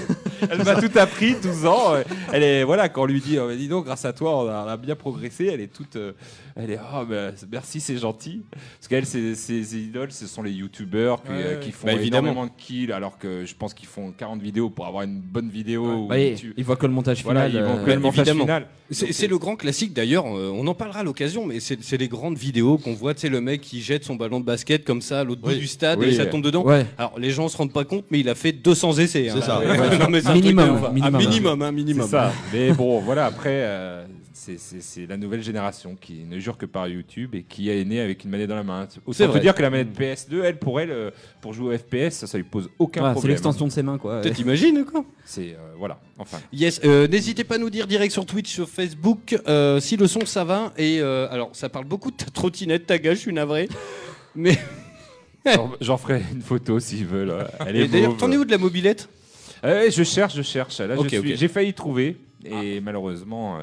[SPEAKER 7] elle m'a tout appris, 12 ans. euh, Elle est, voilà, quand on lui dit, euh, dis donc, grâce à toi, on a, on a bien progressé, elle est toute. euh, elle est, oh, bah, merci, c'est gentil. Parce qu'elle, ses, ses idoles, ce sont les youtubeurs qui, euh, qui font
[SPEAKER 6] Bah, évidemment.
[SPEAKER 7] énormément de kills, alors que je pense qu'ils font 40 vidéos pour avoir une bonne vidéo. où
[SPEAKER 9] Oui,
[SPEAKER 7] Oh, tu-
[SPEAKER 9] il voit que le montage
[SPEAKER 7] Voilà,
[SPEAKER 9] final.
[SPEAKER 7] ils vont
[SPEAKER 9] euh,
[SPEAKER 7] que le montage
[SPEAKER 6] évidemment.
[SPEAKER 7] final.
[SPEAKER 6] C'est
[SPEAKER 7] Donc, euh,
[SPEAKER 6] c'est le grand classique d'ailleurs, euh, on en parlera à l'occasion, mais c'est c'est les grandes vidéos qu'on voit, tu sais, le mec qui jette son ballon de basket comme ça à l'autre
[SPEAKER 8] Oui.
[SPEAKER 6] bout du stade
[SPEAKER 7] Oui.
[SPEAKER 6] et ça tombe dedans.
[SPEAKER 9] Ouais.
[SPEAKER 6] Alors les gens se rendent pas compte, mais il a fait 200 essais. hein.
[SPEAKER 8] C'est ça,
[SPEAKER 6] Ouais. [laughs] Non, mais c'est un
[SPEAKER 9] Minimum,
[SPEAKER 6] truc de ouf. Ah,
[SPEAKER 9] minimum.
[SPEAKER 6] minimum, hein,
[SPEAKER 7] C'est
[SPEAKER 6] minimum. [laughs]
[SPEAKER 7] ça. Mais bon, voilà, après, euh, c'est- c'est c'est la nouvelle génération qui ne jure que par YouTube et qui est née avec une manette dans la main.
[SPEAKER 6] C'est
[SPEAKER 7] Autant
[SPEAKER 6] vrai.
[SPEAKER 7] te dire que la manette PS2, elle, pour elle, euh, pour jouer au FPS, ça, ça lui pose aucun
[SPEAKER 9] Ouais, Ah, c'est
[SPEAKER 7] problème.
[SPEAKER 9] l'extension de ses mains quoi.
[SPEAKER 6] Toi, T'imagines quoi
[SPEAKER 7] C'est, euh, voilà, enfin.
[SPEAKER 6] Yes, euh, n'hésitez pas à nous dire direct sur Twitch, sur Facebook, euh, si le son ça va. Et euh, alors, ça parle beaucoup de ta trottinette, ta gage, je suis navré. Mais
[SPEAKER 7] J'en- J'en ferai une photo s'ils veulent. euh, Elle
[SPEAKER 6] et
[SPEAKER 7] est
[SPEAKER 6] d'ailleurs,
[SPEAKER 7] mauve.
[SPEAKER 6] t'en es où de la mobilette
[SPEAKER 7] Euh, Je cherche, je cherche. Là, je
[SPEAKER 6] Ok,
[SPEAKER 7] suis-
[SPEAKER 6] ok.
[SPEAKER 7] j'ai failli trouver. Et malheureusement, euh,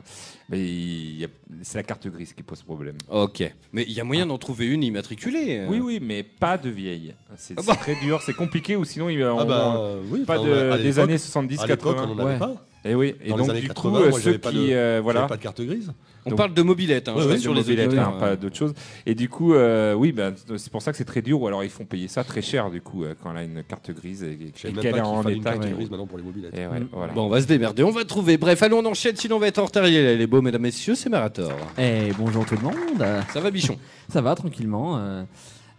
[SPEAKER 7] mais il y a- c'est la carte grise qui pose problème.
[SPEAKER 6] Ok. Mais il y a moyen d'en trouver une immatriculée. euh.
[SPEAKER 7] Oui, oui, mais pas de vieille. C'est
[SPEAKER 6] Ah
[SPEAKER 7] c'est
[SPEAKER 6] bah.
[SPEAKER 7] très dur, c'est compliqué, ou sinon, il va
[SPEAKER 8] Ah bah oui,
[SPEAKER 7] pas
[SPEAKER 8] enfin,
[SPEAKER 7] de-
[SPEAKER 8] à
[SPEAKER 7] des
[SPEAKER 8] l'époque-
[SPEAKER 7] années 70,
[SPEAKER 8] À l'époque, on
[SPEAKER 7] 80.
[SPEAKER 8] n'en avait
[SPEAKER 9] Ouais.
[SPEAKER 8] pas.
[SPEAKER 7] Et Eh oui, et
[SPEAKER 8] Dans les
[SPEAKER 7] donc
[SPEAKER 8] années
[SPEAKER 7] du
[SPEAKER 8] 80,
[SPEAKER 7] coup, euh,
[SPEAKER 8] moi,
[SPEAKER 7] ceux
[SPEAKER 8] j'avais pas de-
[SPEAKER 7] qui euh,
[SPEAKER 8] J'avais
[SPEAKER 7] voilà,
[SPEAKER 8] pas de carte grise.
[SPEAKER 6] On
[SPEAKER 7] Donc-
[SPEAKER 6] parle de mobilette, hein,
[SPEAKER 8] Ouais,
[SPEAKER 6] je
[SPEAKER 8] ouais,
[SPEAKER 6] rassure
[SPEAKER 7] de
[SPEAKER 6] les
[SPEAKER 7] mobilettes,
[SPEAKER 6] auditeurs,
[SPEAKER 7] hein,
[SPEAKER 6] hein.
[SPEAKER 7] pas d'autres choses. Et du coup, euh, oui, ben, c'est pour ça que c'est très dur, ou alors ils font payer ça très cher du coup euh, quand elle a une carte grise et, et
[SPEAKER 8] Je savais même
[SPEAKER 7] qu'elle
[SPEAKER 8] pas
[SPEAKER 7] est
[SPEAKER 8] qu'il
[SPEAKER 7] en
[SPEAKER 8] fallait une
[SPEAKER 7] état.
[SPEAKER 8] carte
[SPEAKER 7] ouais.
[SPEAKER 8] grise maintenant pour les mobiles.
[SPEAKER 7] Et ouais,
[SPEAKER 9] Mm.
[SPEAKER 7] voilà. [laughs]
[SPEAKER 6] Bon, on va se démerder, on va trouver. Bref, allons, on enchaîne, sinon on va être en retard. Il est beau, mesdames, messieurs, c'est Marator.
[SPEAKER 9] Eh bonjour tout le monde.
[SPEAKER 6] Ça va, bichon
[SPEAKER 9] Ça va tranquillement. euh.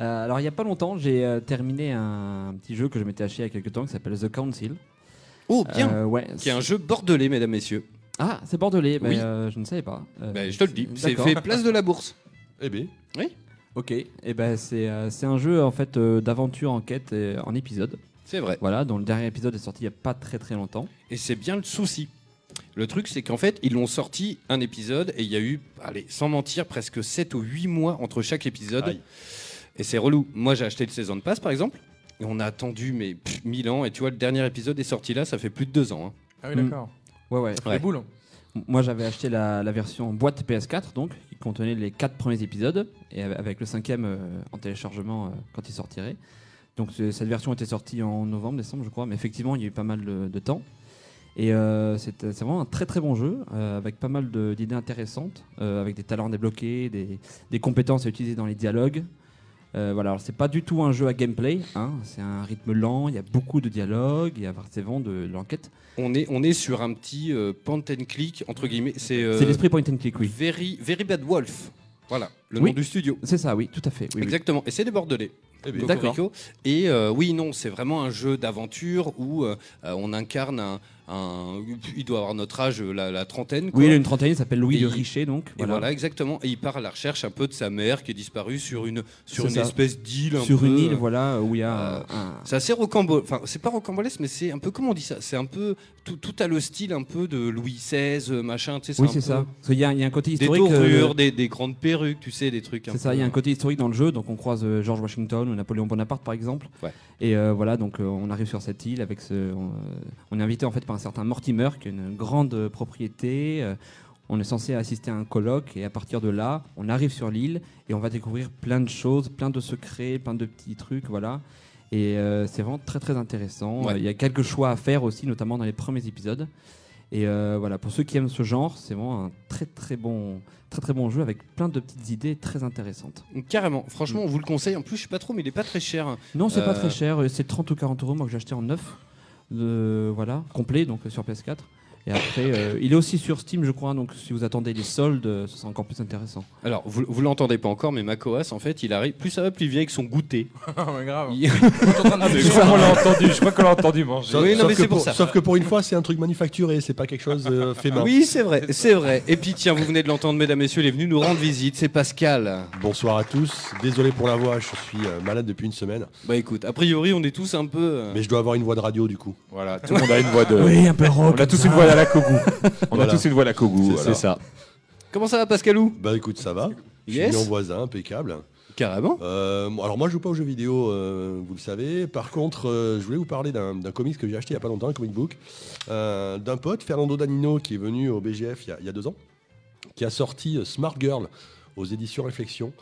[SPEAKER 9] Euh, alors il y a pas longtemps, j'ai euh, terminé un petit jeu que je m'étais acheté il y a quelques temps qui s'appelle The Council.
[SPEAKER 6] [laughs] Oh, bien
[SPEAKER 9] Euh, ouais.
[SPEAKER 6] Qui est un jeu bordelais, mesdames, messieurs.
[SPEAKER 9] Ah, c'est bordelais. Ben,
[SPEAKER 6] Oui.
[SPEAKER 9] euh, je ne savais pas. Euh,
[SPEAKER 6] Ben, je te le dis, c'est
[SPEAKER 9] d'accord.
[SPEAKER 6] fait place de la bourse.
[SPEAKER 8] Eh bien,
[SPEAKER 9] [laughs] Ok, et ben c'est euh, c'est un jeu en fait euh, d'aventure, enquête et en épisode.
[SPEAKER 6] C'est vrai.
[SPEAKER 9] Voilà, dont le dernier épisode est sorti il y a pas très très longtemps.
[SPEAKER 6] Et c'est bien le souci. Le truc, c'est qu'en fait, ils l'ont sorti un épisode et il y a eu, allez, sans mentir, presque 7 ou 8 mois entre chaque épisode.
[SPEAKER 8] Aïe.
[SPEAKER 6] Et c'est relou. Moi, j'ai acheté le saison de passe, par exemple, et on a attendu, mais pff, 1000 ans. Et tu vois, le dernier épisode est sorti là, ça fait plus de 2 ans. hein.
[SPEAKER 1] Ah oui,
[SPEAKER 9] Mm.
[SPEAKER 1] d'accord.
[SPEAKER 9] Ouais ouais.
[SPEAKER 6] Ouais.
[SPEAKER 1] Les boules.
[SPEAKER 9] M- Moi j'avais acheté la, la version boîte PS4 donc qui contenait les quatre premiers épisodes et av- avec le cinquième euh, en téléchargement euh, quand il sortirait. Donc ce- cette version était sortie en novembre, décembre je crois, mais effectivement il y a eu pas mal de, de temps. Et euh, c'est c'est vraiment un très très bon jeu euh, avec pas mal de- d'idées intéressantes, euh, avec des talents débloqués, des, des compétences à utiliser dans les dialogues. Euh, voilà, alors c'est pas du tout un jeu à gameplay, hein, c'est un rythme lent, il y a beaucoup de dialogues, il y a forcément de l'enquête.
[SPEAKER 6] On, est, on est sur un petit euh, point and click, entre guillemets. C'est euh,
[SPEAKER 9] C'est l'esprit point and click, oui.
[SPEAKER 6] very, very Bad Wolf. Voilà, le
[SPEAKER 9] Oui.
[SPEAKER 6] nom du studio.
[SPEAKER 9] C'est ça, oui, tout à fait. oui, oui.
[SPEAKER 6] Exactement. Et c'est des Bordelais.
[SPEAKER 8] eh bien.
[SPEAKER 9] D'accord.
[SPEAKER 6] Cocorico. Et euh, oui, non, c'est vraiment un jeu d'aventure où euh, euh, on incarne un, un- Il doit avoir notre âge, euh, la, la trentaine. quoi.
[SPEAKER 9] Oui, il a une trentaine, il s'appelle Louis
[SPEAKER 6] Et
[SPEAKER 9] de
[SPEAKER 6] il-
[SPEAKER 9] Richet, donc.
[SPEAKER 6] Et voilà. exactement. Et il part à la recherche un peu de sa mère qui est disparue sur une, sur
[SPEAKER 9] C'est
[SPEAKER 6] une
[SPEAKER 9] ça.
[SPEAKER 6] espèce d'île. un
[SPEAKER 9] Sur une
[SPEAKER 6] peu.
[SPEAKER 9] île, voilà, où il y a
[SPEAKER 6] euh,
[SPEAKER 9] un.
[SPEAKER 6] C'est assez rocambole. Enfin, c'est pas rocambolesque, mais c'est un peu. Comment on dit ça C'est un peu. Tout, tout a le style un peu de Louis XVI, euh, machin. Tu sais,
[SPEAKER 9] Oui,
[SPEAKER 6] un
[SPEAKER 9] c'est
[SPEAKER 6] peu
[SPEAKER 9] ça. Parce qu'il y, a il y a un côté
[SPEAKER 6] Des
[SPEAKER 9] historique. euh,
[SPEAKER 6] tournures, des, des grandes perruques, tu sais, des trucs. un
[SPEAKER 9] C'est ça,
[SPEAKER 6] peu- euh.
[SPEAKER 9] il y a un côté historique dans le jeu, donc on croise euh, George Washington ou Napoléon Bonaparte par exemple.
[SPEAKER 6] Ouais.
[SPEAKER 9] Et euh, voilà, donc euh, on arrive sur cette île avec ce. On, euh, on est invité en fait par un certain Mortimer qui a une grande euh, propriété. euh, on est censé assister à un colloque et à partir de là, on arrive sur l'île et on va découvrir plein de choses, plein de secrets, plein de petits trucs, voilà. Et euh, c'est vraiment très très intéressant.
[SPEAKER 6] Ouais.
[SPEAKER 9] Euh, Il y a quelques choix à faire aussi, notamment dans les premiers épisodes. Et euh, voilà, pour ceux qui aiment ce genre, c'est vraiment un très très bon, très très bon jeu avec plein de petites idées très intéressantes.
[SPEAKER 6] Carrément. Franchement, on vous le conseille. En plus, je sais pas trop, mais il est pas très cher.
[SPEAKER 9] Non, c'est
[SPEAKER 6] Euh,
[SPEAKER 9] pas très cher, euh, c'est 30 ou 40 euros, moi que j'ai acheté en neuf, de, voilà, complet, donc euh, sur PS4. Et après, euh, il est aussi sur Steam, je crois, hein, donc si vous attendez les soldes, euh, ce sera encore plus intéressant.
[SPEAKER 6] Alors, vous, vous l'entendez pas encore, mais Macoas, en fait, il arrive. Plus ça va, plus il vient avec son goûter.
[SPEAKER 1] [laughs] Ah, mais grave.
[SPEAKER 6] Il- [laughs]
[SPEAKER 7] Je crois qu'on l'a entendu, je crois qu'on l'a entendu manger.
[SPEAKER 8] Sauf,
[SPEAKER 6] Oui, non,
[SPEAKER 8] sauf
[SPEAKER 6] mais
[SPEAKER 8] que
[SPEAKER 6] c'est pour ça.
[SPEAKER 8] sauf que pour une fois, c'est un truc manufacturé, c'est pas quelque chose euh, fait main.
[SPEAKER 6] oui, c'est vrai, c'est vrai. Et puis, tiens, vous venez de l'entendre, mesdames, messieurs, il est venu nous rendre visite. C'est Pascal.
[SPEAKER 8] Bonsoir à tous. Désolé pour la voix, je suis euh, malade depuis une semaine,
[SPEAKER 6] Bah écoute, a priori, on est tous un peu. euh,
[SPEAKER 8] mais je dois avoir une voix de radio du coup.
[SPEAKER 7] Voilà, tout le monde a une voix de.
[SPEAKER 9] un peu
[SPEAKER 7] on a tous une voix à la Kogou. On a
[SPEAKER 8] Voilà.
[SPEAKER 7] tous une voix à la Kogou.
[SPEAKER 8] C'est
[SPEAKER 7] alors.
[SPEAKER 8] ça.
[SPEAKER 6] Comment ça va, Pascalou
[SPEAKER 8] Bah écoute, ça va. Je
[SPEAKER 6] Yes.
[SPEAKER 8] suis en voisin, impeccable.
[SPEAKER 6] Carrément.
[SPEAKER 8] Euh, bon, alors moi, je joue pas aux jeux vidéo, euh, vous le savez. Par contre, euh, je voulais vous parler d'un d'un comics que j'ai acheté il y a pas longtemps, un comic book, euh, d'un pote, Fernando Danino, qui est venu au BGF il y a, il y a deux ans, qui a sorti euh, Smart Girl aux éditions Réflexion.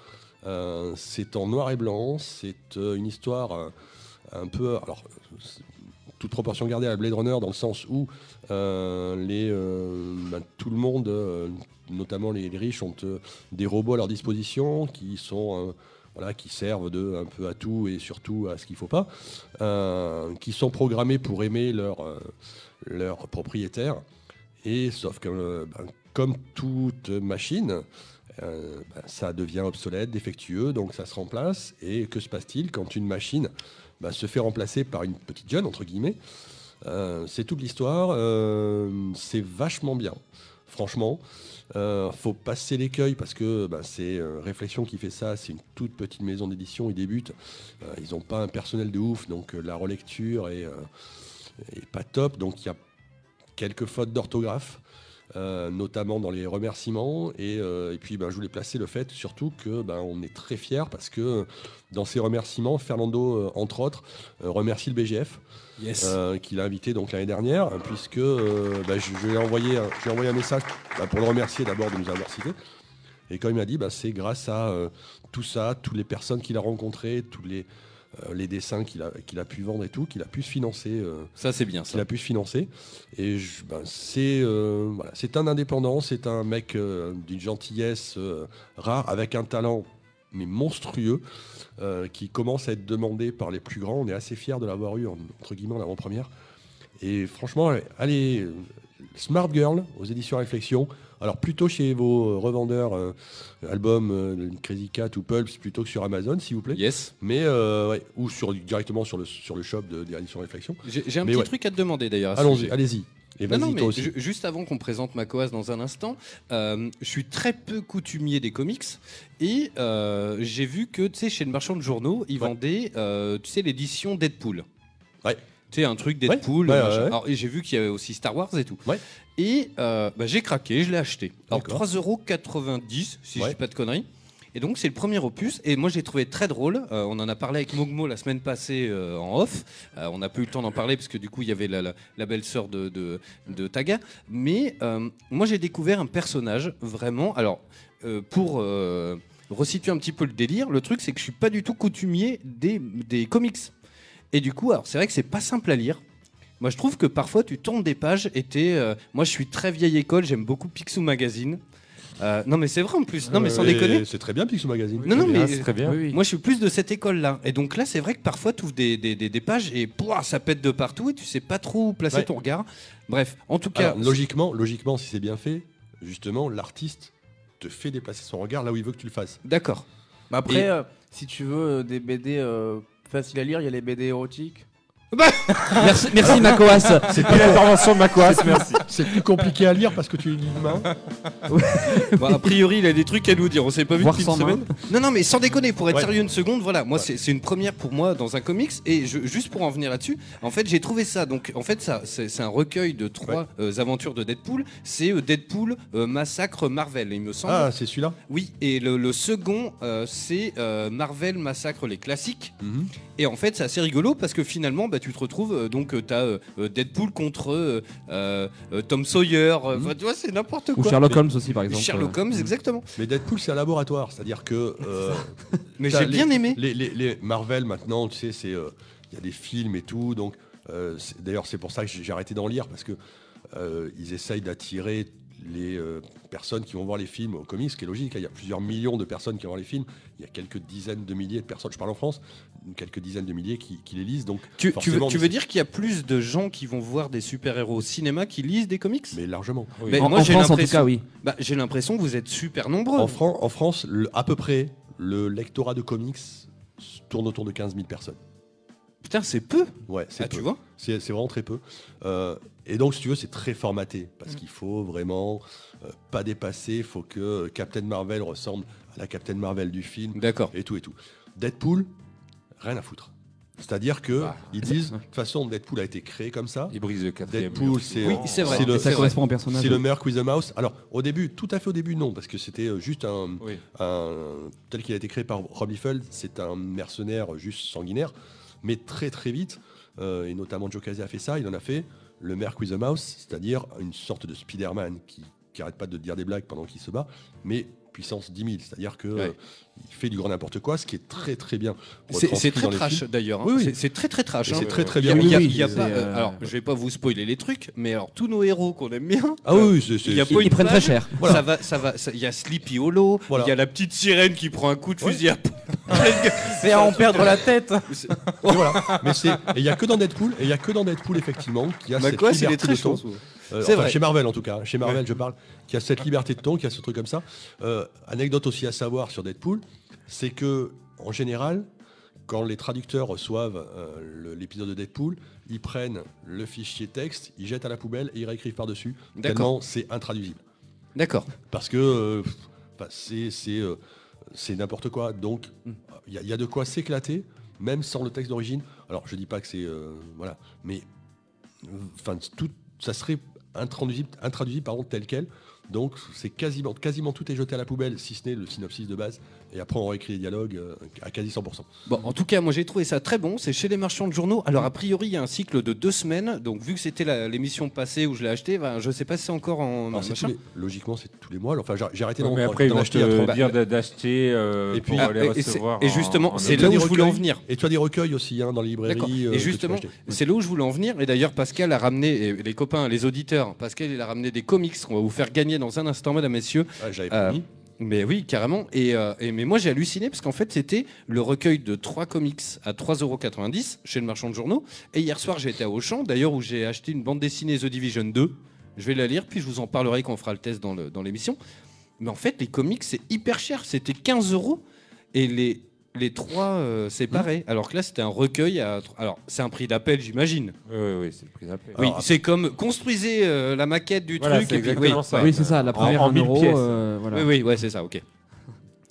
[SPEAKER 8] Euh, c'est en noir et blanc, c'est euh, une histoire euh, un peu... Alors, c'est- toute proportion gardée à Blade Runner, dans le sens où euh, les, euh, bah, tout le monde, euh, notamment les, les riches, ont euh, des robots à leur disposition qui sont... euh, voilà, qui servent de un peu à tout et surtout à ce qu'il ne faut pas, euh, qui sont programmés pour aimer leur, euh, leur propriétaire. Et sauf que, euh, ben, comme toute machine, euh, ben, ça devient obsolète, défectueux, donc ça se remplace. Et que se passe-t-il quand une machine ben, se fait remplacer par une petite jeune, entre guillemets Euh, C'est toute l'histoire, euh, c'est vachement bien, franchement. Euh, faut passer l'écueil parce que ben, c'est euh, Réflexion qui fait ça, c'est une toute petite maison d'édition, ils débutent, Euh, ils n'ont pas un personnel de ouf, donc euh, la relecture est, euh, est pas top, donc il y a quelques fautes d'orthographe, euh, notamment dans les remerciements, et, euh, et puis ben, je voulais placer le fait surtout que ben, on est très fiers parce que dans ces remerciements, Fernando, euh, entre autres, euh, remercie le BGF
[SPEAKER 6] Yes.
[SPEAKER 8] euh, qu'il a invité donc l'année dernière, hein, puisque euh, bah, je, je lui ai envoyé un, je lui ai envoyé un message bah, pour le remercier d'abord de nous avoir cités. Et quand il m'a dit, bah, c'est grâce à euh, tout ça, toutes les personnes qu'il a rencontrées, tous les, euh, les dessins qu'il a, qu'il a pu vendre et tout, qu'il a pu se financer. euh,
[SPEAKER 6] Ça, c'est bien,
[SPEAKER 8] qu'il
[SPEAKER 6] ça.
[SPEAKER 8] a pu se financer. Et je- ben, c'est euh, voilà, c'est un indépendant, c'est un mec euh, d'une gentillesse euh, rare, avec un talent mais monstrueux, euh, qui commence à être demandé par les plus grands. On est assez fier de l'avoir eu en- entre guillemets en avant-première. Et franchement, allez, euh, Smart Girl aux éditions Réflexion. Alors plutôt chez vos euh, revendeurs euh, albums euh, Crazy Cat ou Pulps plutôt que sur Amazon, s'il vous plaît.
[SPEAKER 6] Yes.
[SPEAKER 8] Mais euh, ouais, ou sur, directement sur le sur le shop de, des éditions Réflexion.
[SPEAKER 6] J'ai j'ai un
[SPEAKER 8] Mais
[SPEAKER 6] petit
[SPEAKER 8] ouais.
[SPEAKER 6] truc à te demander d'ailleurs. à ce
[SPEAKER 8] Allons-y,
[SPEAKER 6] sujet.
[SPEAKER 8] allez-y. Et
[SPEAKER 6] Non,
[SPEAKER 8] vas-y,
[SPEAKER 6] non,
[SPEAKER 8] toi
[SPEAKER 6] mais
[SPEAKER 8] aussi.
[SPEAKER 6] ju- juste avant qu'on présente Makoas dans un instant, euh, je suis très peu coutumier des comics et euh, j'ai vu que tu sais chez le marchand de journaux, ils
[SPEAKER 8] Ouais.
[SPEAKER 6] vendaient euh, tu sais l'édition Deadpool.
[SPEAKER 8] Ouais.
[SPEAKER 6] Tu sais un truc
[SPEAKER 8] Ouais,
[SPEAKER 6] Deadpool.
[SPEAKER 8] ouais, ouais,
[SPEAKER 6] machin.
[SPEAKER 8] ouais.
[SPEAKER 6] Alors, et j'ai vu qu'il y avait aussi Star Wars et tout.
[SPEAKER 8] Ouais.
[SPEAKER 6] Et euh, bah, j'ai craqué, je l'ai acheté. Alors
[SPEAKER 8] D'accord.
[SPEAKER 6] 3,90€ si je
[SPEAKER 8] Ouais.
[SPEAKER 6] dis pas de conneries. Et donc c'est le premier opus et moi j'ai trouvé très drôle. euh, on en a parlé avec Mogmo la semaine passée euh, en off. Euh, on n'a pas eu le temps d'en parler parce que du coup il y avait la, la- la belle-sœur de, de, de Taga. Mais euh, moi j'ai découvert un personnage vraiment. Alors euh, pour euh, resituer un petit peu le délire, le truc c'est que je suis pas du tout coutumier des, des comics. Et du coup, alors c'est vrai que c'est pas simple à lire. Moi, je trouve que parfois tu tournes des pages et t'es. euh, moi, je suis très vieille école. J'aime beaucoup Picsou Magazine. Euh, non, mais c'est vrai en plus. Non, mais sans
[SPEAKER 8] Et
[SPEAKER 6] déconner.
[SPEAKER 8] Euh, C'est très bien, Picsou Magazine.
[SPEAKER 6] Non, non, mais
[SPEAKER 7] Ah, Euh, c'est très bien.
[SPEAKER 9] Oui, oui.
[SPEAKER 6] moi, je suis plus de cette école-là. Et donc là, c'est vrai que parfois, tu ouvres des, des- des- des pages et pouah, ça pète de partout et tu sais pas trop où placer
[SPEAKER 8] Ouais.
[SPEAKER 6] ton regard. Bref, en tout cas,
[SPEAKER 8] Alors, logiquement, logiquement, si c'est bien fait, justement, l'artiste te fait déplacer son regard là où il veut que tu le fasses.
[SPEAKER 6] d'accord.
[SPEAKER 1] Mais après,
[SPEAKER 6] Et-
[SPEAKER 1] euh, si tu veux euh, des BD euh, faciles à lire, il y a les BD érotiques.
[SPEAKER 9] Merci, merci Makoas.
[SPEAKER 7] Et l'intervention de Macoas, merci.
[SPEAKER 8] C'est plus compliqué à lire parce que tu lis une main.
[SPEAKER 6] Bon, Bah, a priori, il a des trucs à nous dire. On s'est pas vu
[SPEAKER 9] Voir
[SPEAKER 6] depuis une
[SPEAKER 9] sans main.
[SPEAKER 6] semaine. Non, non, mais sans déconner, pour être
[SPEAKER 8] Ouais.
[SPEAKER 6] sérieux une seconde, voilà, moi,
[SPEAKER 8] Ouais.
[SPEAKER 6] c'est- c'est une première pour moi dans un comics. Et je- juste pour en venir là-dessus, en fait, j'ai trouvé ça. Donc, en fait, ça, c'est c'est un recueil de trois euh, aventures de Deadpool. C'est euh, Deadpool euh, Massacre Marvel, il me semble.
[SPEAKER 8] Ah, c'est celui-là
[SPEAKER 6] Oui, et le, le second, euh, c'est euh, Marvel Massacre les classiques.
[SPEAKER 8] Mhm.
[SPEAKER 6] Et en fait, c'est assez rigolo parce que finalement, bah, tu te retrouves, euh, donc, euh, t'as euh, euh, Deadpool contre euh, euh, euh, Tom Sawyer. euh, enfin, tu vois, c'est n'importe
[SPEAKER 9] Mmh. Ou
[SPEAKER 6] quoi.
[SPEAKER 9] Sherlock Holmes aussi, par exemple. euh. Mmh.
[SPEAKER 6] Sherlock Holmes, exactement.
[SPEAKER 8] Mais Deadpool, c'est un laboratoire. C'est-à-dire que. euh,
[SPEAKER 6] Mais
[SPEAKER 8] t'as
[SPEAKER 6] j'ai
[SPEAKER 8] les-
[SPEAKER 6] bien aimé.
[SPEAKER 8] Les, les- les Marvel, maintenant, tu sais, c'est. euh, Il y a des films et tout. Donc, euh, c'est- d'ailleurs, c'est pour ça que j'ai j'ai arrêté d'en lire parce que euh, ils essayent d'attirer les euh, personnes qui vont voir les films aux comics, ce qui est logique. hein. Il y a plusieurs millions de personnes qui vont voir les films. Il y a quelques dizaines de milliers de personnes, je parle en France, quelques dizaines de milliers qui, qui les lisent. Donc,
[SPEAKER 6] Tu, tu veux,
[SPEAKER 8] forcément,
[SPEAKER 6] tu
[SPEAKER 8] mais
[SPEAKER 6] veux dire qu'il y a plus de gens qui vont voir des super-héros au cinéma qui lisent des comics
[SPEAKER 8] c'est- Mais largement.
[SPEAKER 6] Mais
[SPEAKER 9] en,
[SPEAKER 6] moi,
[SPEAKER 9] en
[SPEAKER 6] j'ai
[SPEAKER 9] France, en tout
[SPEAKER 6] l'impression-
[SPEAKER 9] cas, oui.
[SPEAKER 6] bah, J'ai l'impression que vous êtes super nombreux.
[SPEAKER 8] En, Fran- en France, le- à peu près, le lectorat de comics s- tourne autour de 15 000 personnes.
[SPEAKER 6] Putain, c'est peu.
[SPEAKER 8] Ouais, c'est
[SPEAKER 6] Ah,
[SPEAKER 8] peu.
[SPEAKER 6] tu vois
[SPEAKER 8] C'est c'est vraiment très peu. Euh, et donc, si tu veux, c'est très formaté. Parce qu'il faut vraiment euh, pas dépasser. Il faut que euh, Captain Marvel ressemble à la Captain Marvel du film.
[SPEAKER 6] D'accord.
[SPEAKER 8] Et tout, et tout. Deadpool, rien à foutre. C'est-à-dire que
[SPEAKER 6] Bah,
[SPEAKER 7] Ah.
[SPEAKER 8] ils disent, de toute façon, Deadpool a été créé comme ça.
[SPEAKER 7] Il brise le quatrième.
[SPEAKER 8] Deadpool,
[SPEAKER 7] mur.
[SPEAKER 8] c'est
[SPEAKER 6] Oui, c'est vrai.
[SPEAKER 8] c'est le-
[SPEAKER 9] Ça
[SPEAKER 6] vrai.
[SPEAKER 9] correspond au personnage.
[SPEAKER 8] c'est le meurtre with the mouse. Alors, au début, tout à fait au début, non, parce que c'était euh, juste un,
[SPEAKER 7] Oui.
[SPEAKER 8] un- tel qu'il a été créé par Rob Liefeld, c'est un mercenaire juste sanguinaire, mais très très vite, euh, et notamment Joe Casey a fait ça, il en a fait le Merc with a Mouse, c'est-à-dire une sorte de Spider-Man qui qui arrête pas de dire des blagues pendant qu'il se bat, mais puissance 10 000, c'est-à-dire que euh, il fait du grand n'importe quoi, ce qui est très très bien.
[SPEAKER 6] C'est
[SPEAKER 8] retranscrit
[SPEAKER 6] c'est
[SPEAKER 8] dans
[SPEAKER 6] très
[SPEAKER 8] les
[SPEAKER 6] trash
[SPEAKER 8] films.
[SPEAKER 6] d'ailleurs. hein.
[SPEAKER 8] Oui, oui.
[SPEAKER 6] C'est- C'est très très trash.
[SPEAKER 8] Et
[SPEAKER 6] hein.
[SPEAKER 8] C'est très très
[SPEAKER 6] Il y a-
[SPEAKER 8] bien.
[SPEAKER 6] il y a-
[SPEAKER 9] Oui, oui,
[SPEAKER 6] il y a
[SPEAKER 9] c'est,
[SPEAKER 6] pas,
[SPEAKER 9] euh,
[SPEAKER 6] euh, alors, je vais pas vous spoiler les trucs, mais alors tous nos héros qu'on aime bien,
[SPEAKER 8] Ah oui, oui, c'est- c'est-
[SPEAKER 6] il y a
[SPEAKER 8] c'est-
[SPEAKER 6] pas
[SPEAKER 9] Ils
[SPEAKER 6] une
[SPEAKER 9] prennent
[SPEAKER 6] page.
[SPEAKER 9] très cher.
[SPEAKER 6] ça va, ça va. ça- Il y a Sleepy Hollow, il
[SPEAKER 8] Voilà.
[SPEAKER 6] y a la petite sirène qui prend un coup de fusil. à pompe. Bah,
[SPEAKER 1] C'est à en perdre la tête.
[SPEAKER 8] Mais voilà. Mais c'est, et il y a que dans Deadpool, et il y a que dans Deadpool effectivement, qui a
[SPEAKER 6] Bah
[SPEAKER 8] cette
[SPEAKER 6] quoi, c'est
[SPEAKER 8] liberté
[SPEAKER 6] les trash,
[SPEAKER 8] de
[SPEAKER 6] je
[SPEAKER 8] ton.
[SPEAKER 6] pense, ouais.
[SPEAKER 8] Euh,
[SPEAKER 6] C'est
[SPEAKER 8] enfin,
[SPEAKER 6] vrai.
[SPEAKER 8] Chez Marvel en tout cas, hein. chez Marvel je parle, qui a cette liberté de ton, qui a ce truc comme ça. Euh, anecdote aussi à savoir sur Deadpool, c'est que en général, quand les traducteurs reçoivent euh, le- l'épisode de Deadpool, ils prennent le fichier texte, ils jettent à la poubelle et ils réécrivent par dessus.
[SPEAKER 6] D'accord.
[SPEAKER 8] Tellement c'est intraduisible.
[SPEAKER 6] D'accord.
[SPEAKER 8] Parce que euh, pff, bah, c'est c'est euh, c'est n'importe quoi. Donc
[SPEAKER 6] Mm.
[SPEAKER 8] il y, a- il y a de quoi s'éclater, même sans le texte d'origine. Alors je dis pas que c'est euh, voilà, mais euh, enfin tout ça serait intraduisible, intraduisible pardon tel quel. Donc c'est quasiment quasiment tout est jeté à la poubelle, si ce n'est le synopsis de base. Et après on réécrit les dialogues euh, à quasi 100%.
[SPEAKER 6] Bon, en tout cas, moi j'ai trouvé ça très bon. C'est chez les marchands de journaux. Alors, a priori, il y a un cycle de deux semaines. Donc, vu que c'était la- l'émission passée où je l'ai acheté, ben, je sais pas si c'est encore en.
[SPEAKER 8] Alors, c'est
[SPEAKER 6] machin.
[SPEAKER 8] tous les- logiquement c'est tous les mois. Enfin j'ai j'ai arrêté
[SPEAKER 7] Ouais,
[SPEAKER 8] d'en
[SPEAKER 7] mais après, ils
[SPEAKER 8] d'en
[SPEAKER 7] vont
[SPEAKER 8] acheter il y a trois-
[SPEAKER 7] te
[SPEAKER 6] trois-
[SPEAKER 7] dire d'a- d'acheter euh,
[SPEAKER 8] Et puis-
[SPEAKER 7] pour
[SPEAKER 6] Ah,
[SPEAKER 7] les
[SPEAKER 6] et c'est-
[SPEAKER 7] recevoir.
[SPEAKER 6] et
[SPEAKER 7] en-
[SPEAKER 6] justement,
[SPEAKER 7] en-
[SPEAKER 6] c'est
[SPEAKER 8] Tu
[SPEAKER 6] là
[SPEAKER 8] as
[SPEAKER 6] où
[SPEAKER 8] des
[SPEAKER 6] je voulais en
[SPEAKER 8] recueils-
[SPEAKER 6] venir.
[SPEAKER 8] Et tu as des recueils aussi hein, dans les
[SPEAKER 6] D'accord.
[SPEAKER 8] librairies. euh, que
[SPEAKER 6] Et
[SPEAKER 8] tu peux
[SPEAKER 6] justement,
[SPEAKER 8] acheter.
[SPEAKER 6] c'est là où je voulais en venir. Et d'ailleurs, Pascal a ramené, et les copains, les auditeurs, Pascal, il a ramené des comics qu'on va vous faire gagner dans un instant, mesdames, messieurs.
[SPEAKER 8] Ah, j'avais
[SPEAKER 6] Euh,
[SPEAKER 8] pas mis.
[SPEAKER 6] mais oui, carrément. Et, euh, et- mais moi, j'ai halluciné parce qu'en fait, c'était le recueil de trois comics à 3,90€ chez le marchand de journaux. Et hier soir, j'étais à Auchan, d'ailleurs, où j'ai acheté une bande dessinée The Division 2. Je vais la lire, puis je vous en parlerai quand on fera le test dans le- dans l'émission. mais en fait, les comics, c'est hyper cher. C'était 15 euros. Et les, les trois euh, séparés.
[SPEAKER 7] Mmh.
[SPEAKER 6] Alors que là, c'était un recueil. À... tro- Alors, c'est un prix d'appel, j'imagine.
[SPEAKER 7] Oui, oui, c'est le prix d'appel.
[SPEAKER 6] oui, c'est comme construisez euh, la maquette du
[SPEAKER 7] Voilà,
[SPEAKER 6] truc.
[SPEAKER 7] c'est
[SPEAKER 6] et puis-
[SPEAKER 7] exactement
[SPEAKER 6] oui.
[SPEAKER 7] ça.
[SPEAKER 9] oui, c'est ça, la
[SPEAKER 7] En-
[SPEAKER 9] première
[SPEAKER 7] en
[SPEAKER 9] en,
[SPEAKER 7] mille
[SPEAKER 9] euros.
[SPEAKER 7] pièces.
[SPEAKER 9] euh, voilà.
[SPEAKER 6] Oui, oui, ouais, c'est ça, ok.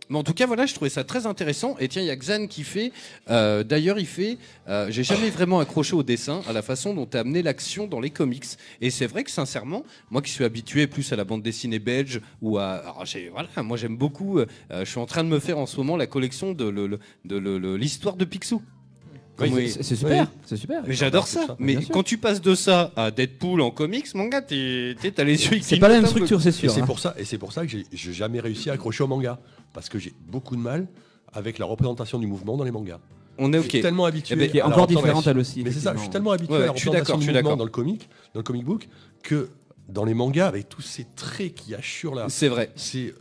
[SPEAKER 6] Mais en tout cas, voilà, je trouvais ça très intéressant. Et tiens, il y a Xan qui fait. euh, D'ailleurs, il fait. euh, J'ai jamais vraiment accroché au dessin, à la façon dont tu as amené l'action dans les comics. Et c'est vrai que, sincèrement, moi qui suis habitué plus à la bande dessinée belge, ou à. alors, j'ai- voilà, moi j'aime beaucoup. euh, euh, je suis en train de me faire en ce moment la collection de le- le- de le- le- l'histoire de Picsou.
[SPEAKER 9] Oui,
[SPEAKER 6] Comme-
[SPEAKER 9] c'est- C'est super, c'est super.
[SPEAKER 6] Mais j'adore ça. Mais
[SPEAKER 9] Bien sûr.
[SPEAKER 6] quand tu passes de ça à Deadpool en comics, mon gars, t'es- t'es- t'as les yeux qui
[SPEAKER 9] C'est pas la
[SPEAKER 6] clignotent un
[SPEAKER 9] même
[SPEAKER 6] peu.
[SPEAKER 9] structure, c'est
[SPEAKER 8] Et
[SPEAKER 9] sûr.
[SPEAKER 8] c'est
[SPEAKER 9] hein.
[SPEAKER 8] pour ça, et c'est pour ça que j'ai- j'ai jamais réussi à accrocher au manga, parce que j'ai beaucoup de mal avec la représentation du mouvement dans les mangas.
[SPEAKER 6] On est
[SPEAKER 8] Je suis
[SPEAKER 6] ok.
[SPEAKER 8] tellement habitué.
[SPEAKER 6] Eh ben,
[SPEAKER 9] Qui est
[SPEAKER 8] à la
[SPEAKER 9] encore
[SPEAKER 8] représentation-
[SPEAKER 9] différente, elle aussi.
[SPEAKER 8] Mais c'est ça, je suis
[SPEAKER 9] effectivement.
[SPEAKER 8] tellement habitué
[SPEAKER 6] Ouais,
[SPEAKER 8] à la
[SPEAKER 6] je suis d'accord,
[SPEAKER 8] représentation
[SPEAKER 6] je
[SPEAKER 8] du
[SPEAKER 6] suis
[SPEAKER 8] mouvement
[SPEAKER 6] d'accord.
[SPEAKER 8] dans le comic, dans le comic book, que dans les mangas avec tous ces traits qui assurent là,
[SPEAKER 6] C'est vrai.
[SPEAKER 8] c'est euh,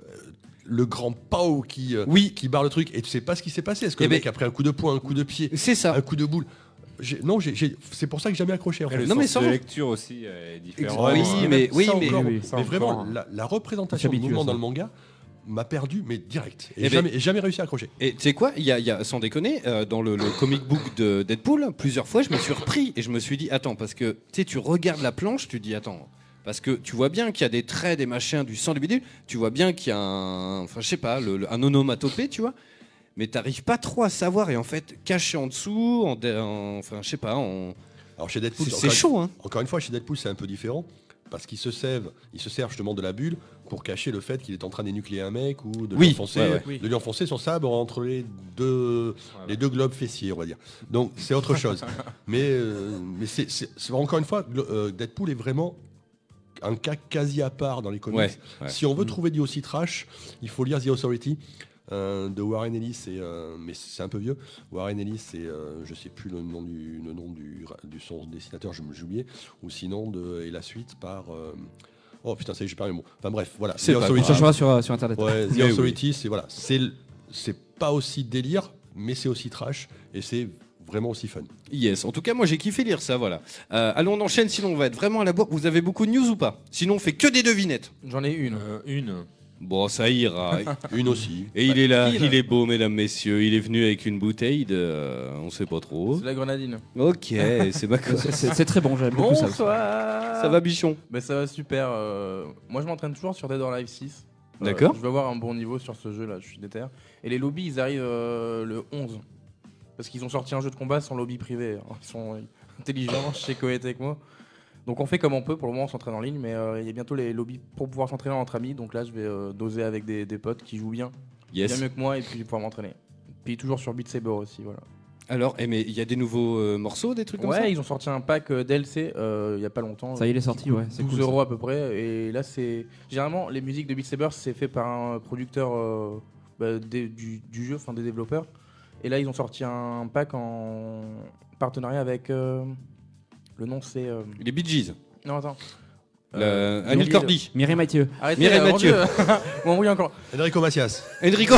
[SPEAKER 8] le grand pao qui euh,
[SPEAKER 6] Oui.
[SPEAKER 8] qui barre le truc et tu sais pas ce qui s'est passé. Est-ce que
[SPEAKER 6] Eh
[SPEAKER 8] le
[SPEAKER 6] ben-
[SPEAKER 8] mec a pris un coup de poing, un coup de pied,
[SPEAKER 6] C'est ça. Eh ben,
[SPEAKER 8] un coup de boule J'ai- Non, j'ai- j'ai- c'est pour ça que j'ai jamais accroché. En
[SPEAKER 7] Après,
[SPEAKER 8] fait.
[SPEAKER 7] le
[SPEAKER 6] Non, mais
[SPEAKER 7] sens de
[SPEAKER 6] sans-
[SPEAKER 7] lecture aussi euh, est différent.
[SPEAKER 8] Exactement.
[SPEAKER 6] Oui,
[SPEAKER 8] Parce que
[SPEAKER 6] mais-
[SPEAKER 8] même
[SPEAKER 6] oui,
[SPEAKER 8] ça
[SPEAKER 6] mais-
[SPEAKER 8] encore,
[SPEAKER 9] oui, oui,
[SPEAKER 7] ça
[SPEAKER 8] mais vraiment,
[SPEAKER 7] encore.
[SPEAKER 8] la, la représentation du
[SPEAKER 9] s'habitue à
[SPEAKER 8] mouvement
[SPEAKER 9] ça.
[SPEAKER 8] dans le manga m'a perdu, mais direct.
[SPEAKER 6] Eh
[SPEAKER 8] Et,
[SPEAKER 6] ben-
[SPEAKER 8] jamais, et jamais réussi à accrocher.
[SPEAKER 6] Et tu sais quoi, il y a, il y a- sans déconner, euh, dans le, le comic book de Deadpool, plusieurs fois, je me suis repris et je me suis dit, attends, parce que tu sais, tu regardes la planche, tu dis, attends, parce que tu vois bien qu'il y a des traits, des machins, du sang, du bidule, tu vois bien qu'il y a un, enfin, je sais pas, le- le- un onomatopée, tu vois, mais t'arrives pas trop à savoir et en fait, caché en dessous, en, dé- en- enfin, je sais pas, en-
[SPEAKER 8] Alors chez Deadpool,
[SPEAKER 6] c'est
[SPEAKER 8] encore
[SPEAKER 6] c'est
[SPEAKER 8] une-
[SPEAKER 6] chaud, hein.
[SPEAKER 8] Encore une fois, chez Deadpool, c'est un peu différent. Parce qu'il se sève, il se sert justement de la bulle pour cacher le fait qu'il est en train d'énucléer un mec ou de lui,
[SPEAKER 6] Oui,
[SPEAKER 8] enfoncer,
[SPEAKER 6] ouais, ouais.
[SPEAKER 1] Oui.
[SPEAKER 8] de lui enfoncer son sabre entre les deux, les deux globes fessiers, on va dire. Donc c'est autre
[SPEAKER 6] [laughs]
[SPEAKER 8] chose. mais euh, mais c'est, c'est- c'est- encore une fois, glo- euh, Deadpool est vraiment un cas quasi à part dans les comics.
[SPEAKER 6] Ouais, ouais. Mm.
[SPEAKER 8] Si on veut trouver du aussi trash, il faut lire The Authority euh, de Warren Ellis, et, euh, mais c'est un peu vieux. Warren Ellis et euh, je sais plus le nom du, le nom du, ra- du son dessinateur, je me- j'ai oublié, ou sinon de, et la suite par. euh, oh putain, ça y est, j'ai perdu le mot. Enfin bref, voilà.
[SPEAKER 6] C'est
[SPEAKER 8] The
[SPEAKER 6] pas
[SPEAKER 9] On
[SPEAKER 8] Authority,
[SPEAKER 9] cherchera sur, euh, sur
[SPEAKER 8] [laughs]
[SPEAKER 9] internet.
[SPEAKER 8] ouais, The
[SPEAKER 6] Mais oui.
[SPEAKER 8] Authority, c'est voilà, c'est l- c'est pas aussi délire, mais c'est aussi trash et c'est vraiment aussi fun.
[SPEAKER 6] Yes, en tout cas, moi j'ai kiffé lire ça, voilà. Euh, allons, on enchaîne, sinon on va être vraiment à la bourre. Vous avez beaucoup de news ou pas Sinon, on fait que des devinettes.
[SPEAKER 1] J'en ai une.
[SPEAKER 7] Euh, une.
[SPEAKER 6] Bon,
[SPEAKER 1] [laughs]
[SPEAKER 6] ça ira.
[SPEAKER 8] Une aussi.
[SPEAKER 6] Et
[SPEAKER 1] Bah,
[SPEAKER 6] il est là, il est beau, mesdames, messieurs. Il est venu avec une bouteille de. euh, on sait pas trop.
[SPEAKER 1] C'est la grenadine.
[SPEAKER 6] Ok, c'est
[SPEAKER 1] [laughs]
[SPEAKER 6] ma co-
[SPEAKER 9] [laughs] C'est- C'est c'est très bon, j'aime beaucoup ça. aussi.
[SPEAKER 1] Bonsoir.
[SPEAKER 6] Ça va, bichon
[SPEAKER 1] Ben, ça va super. euh, moi, je m'entraîne toujours sur Dead or Alive 6. Euh,
[SPEAKER 6] D'accord.
[SPEAKER 1] je veux avoir un bon niveau sur ce jeu là, je suis déter. Et les lobbies, ils arrivent euh, le 11. Parce qu'ils ont sorti un jeu de combat sans lobby privé. Alors, Ils sont euh, intelligents, je sais quoi avec moi. Donc on fait comme on peut, pour le moment on s'entraîne en ligne, mais euh, il y a bientôt les lobbies pour pouvoir s'entraîner entre amis. Donc là je vais euh, doser avec des, des potes qui jouent bien,
[SPEAKER 6] Yes.
[SPEAKER 1] bien mieux que moi, et puis je vais pouvoir m'entraîner. Puis toujours sur Beat Saber aussi, voilà.
[SPEAKER 6] Alors, eh, mais il y a des nouveaux euh, morceaux, des trucs comme
[SPEAKER 1] ouais,
[SPEAKER 6] ça
[SPEAKER 1] ils ont sorti un pack euh, DLC euh, il y a pas longtemps.
[SPEAKER 9] Ça y est, il est sorti, ouais. C'est
[SPEAKER 1] 12
[SPEAKER 9] cool. ça.
[SPEAKER 1] euros à peu près. Et là, c'est. Généralement, les musiques de Beat Saber, c'est fait par un producteur euh, bah, des- du, du jeu, enfin des développeurs. Et là, ils ont sorti un pack en partenariat avec. euh, Le nom, c'est. euh,
[SPEAKER 6] Les Bee Gees.
[SPEAKER 1] Non, attends.
[SPEAKER 6] Le-
[SPEAKER 1] j'ai
[SPEAKER 6] Anil
[SPEAKER 1] oublié le-
[SPEAKER 6] Cordy.
[SPEAKER 9] Mireille Mathieu.
[SPEAKER 1] Arrêtez,
[SPEAKER 6] Mireille
[SPEAKER 1] euh, [laughs] mon
[SPEAKER 6] Mathieu.
[SPEAKER 1] Dieu. Bon, oui, encore.
[SPEAKER 8] Enrico Macias.
[SPEAKER 1] [laughs]
[SPEAKER 6] Enrico.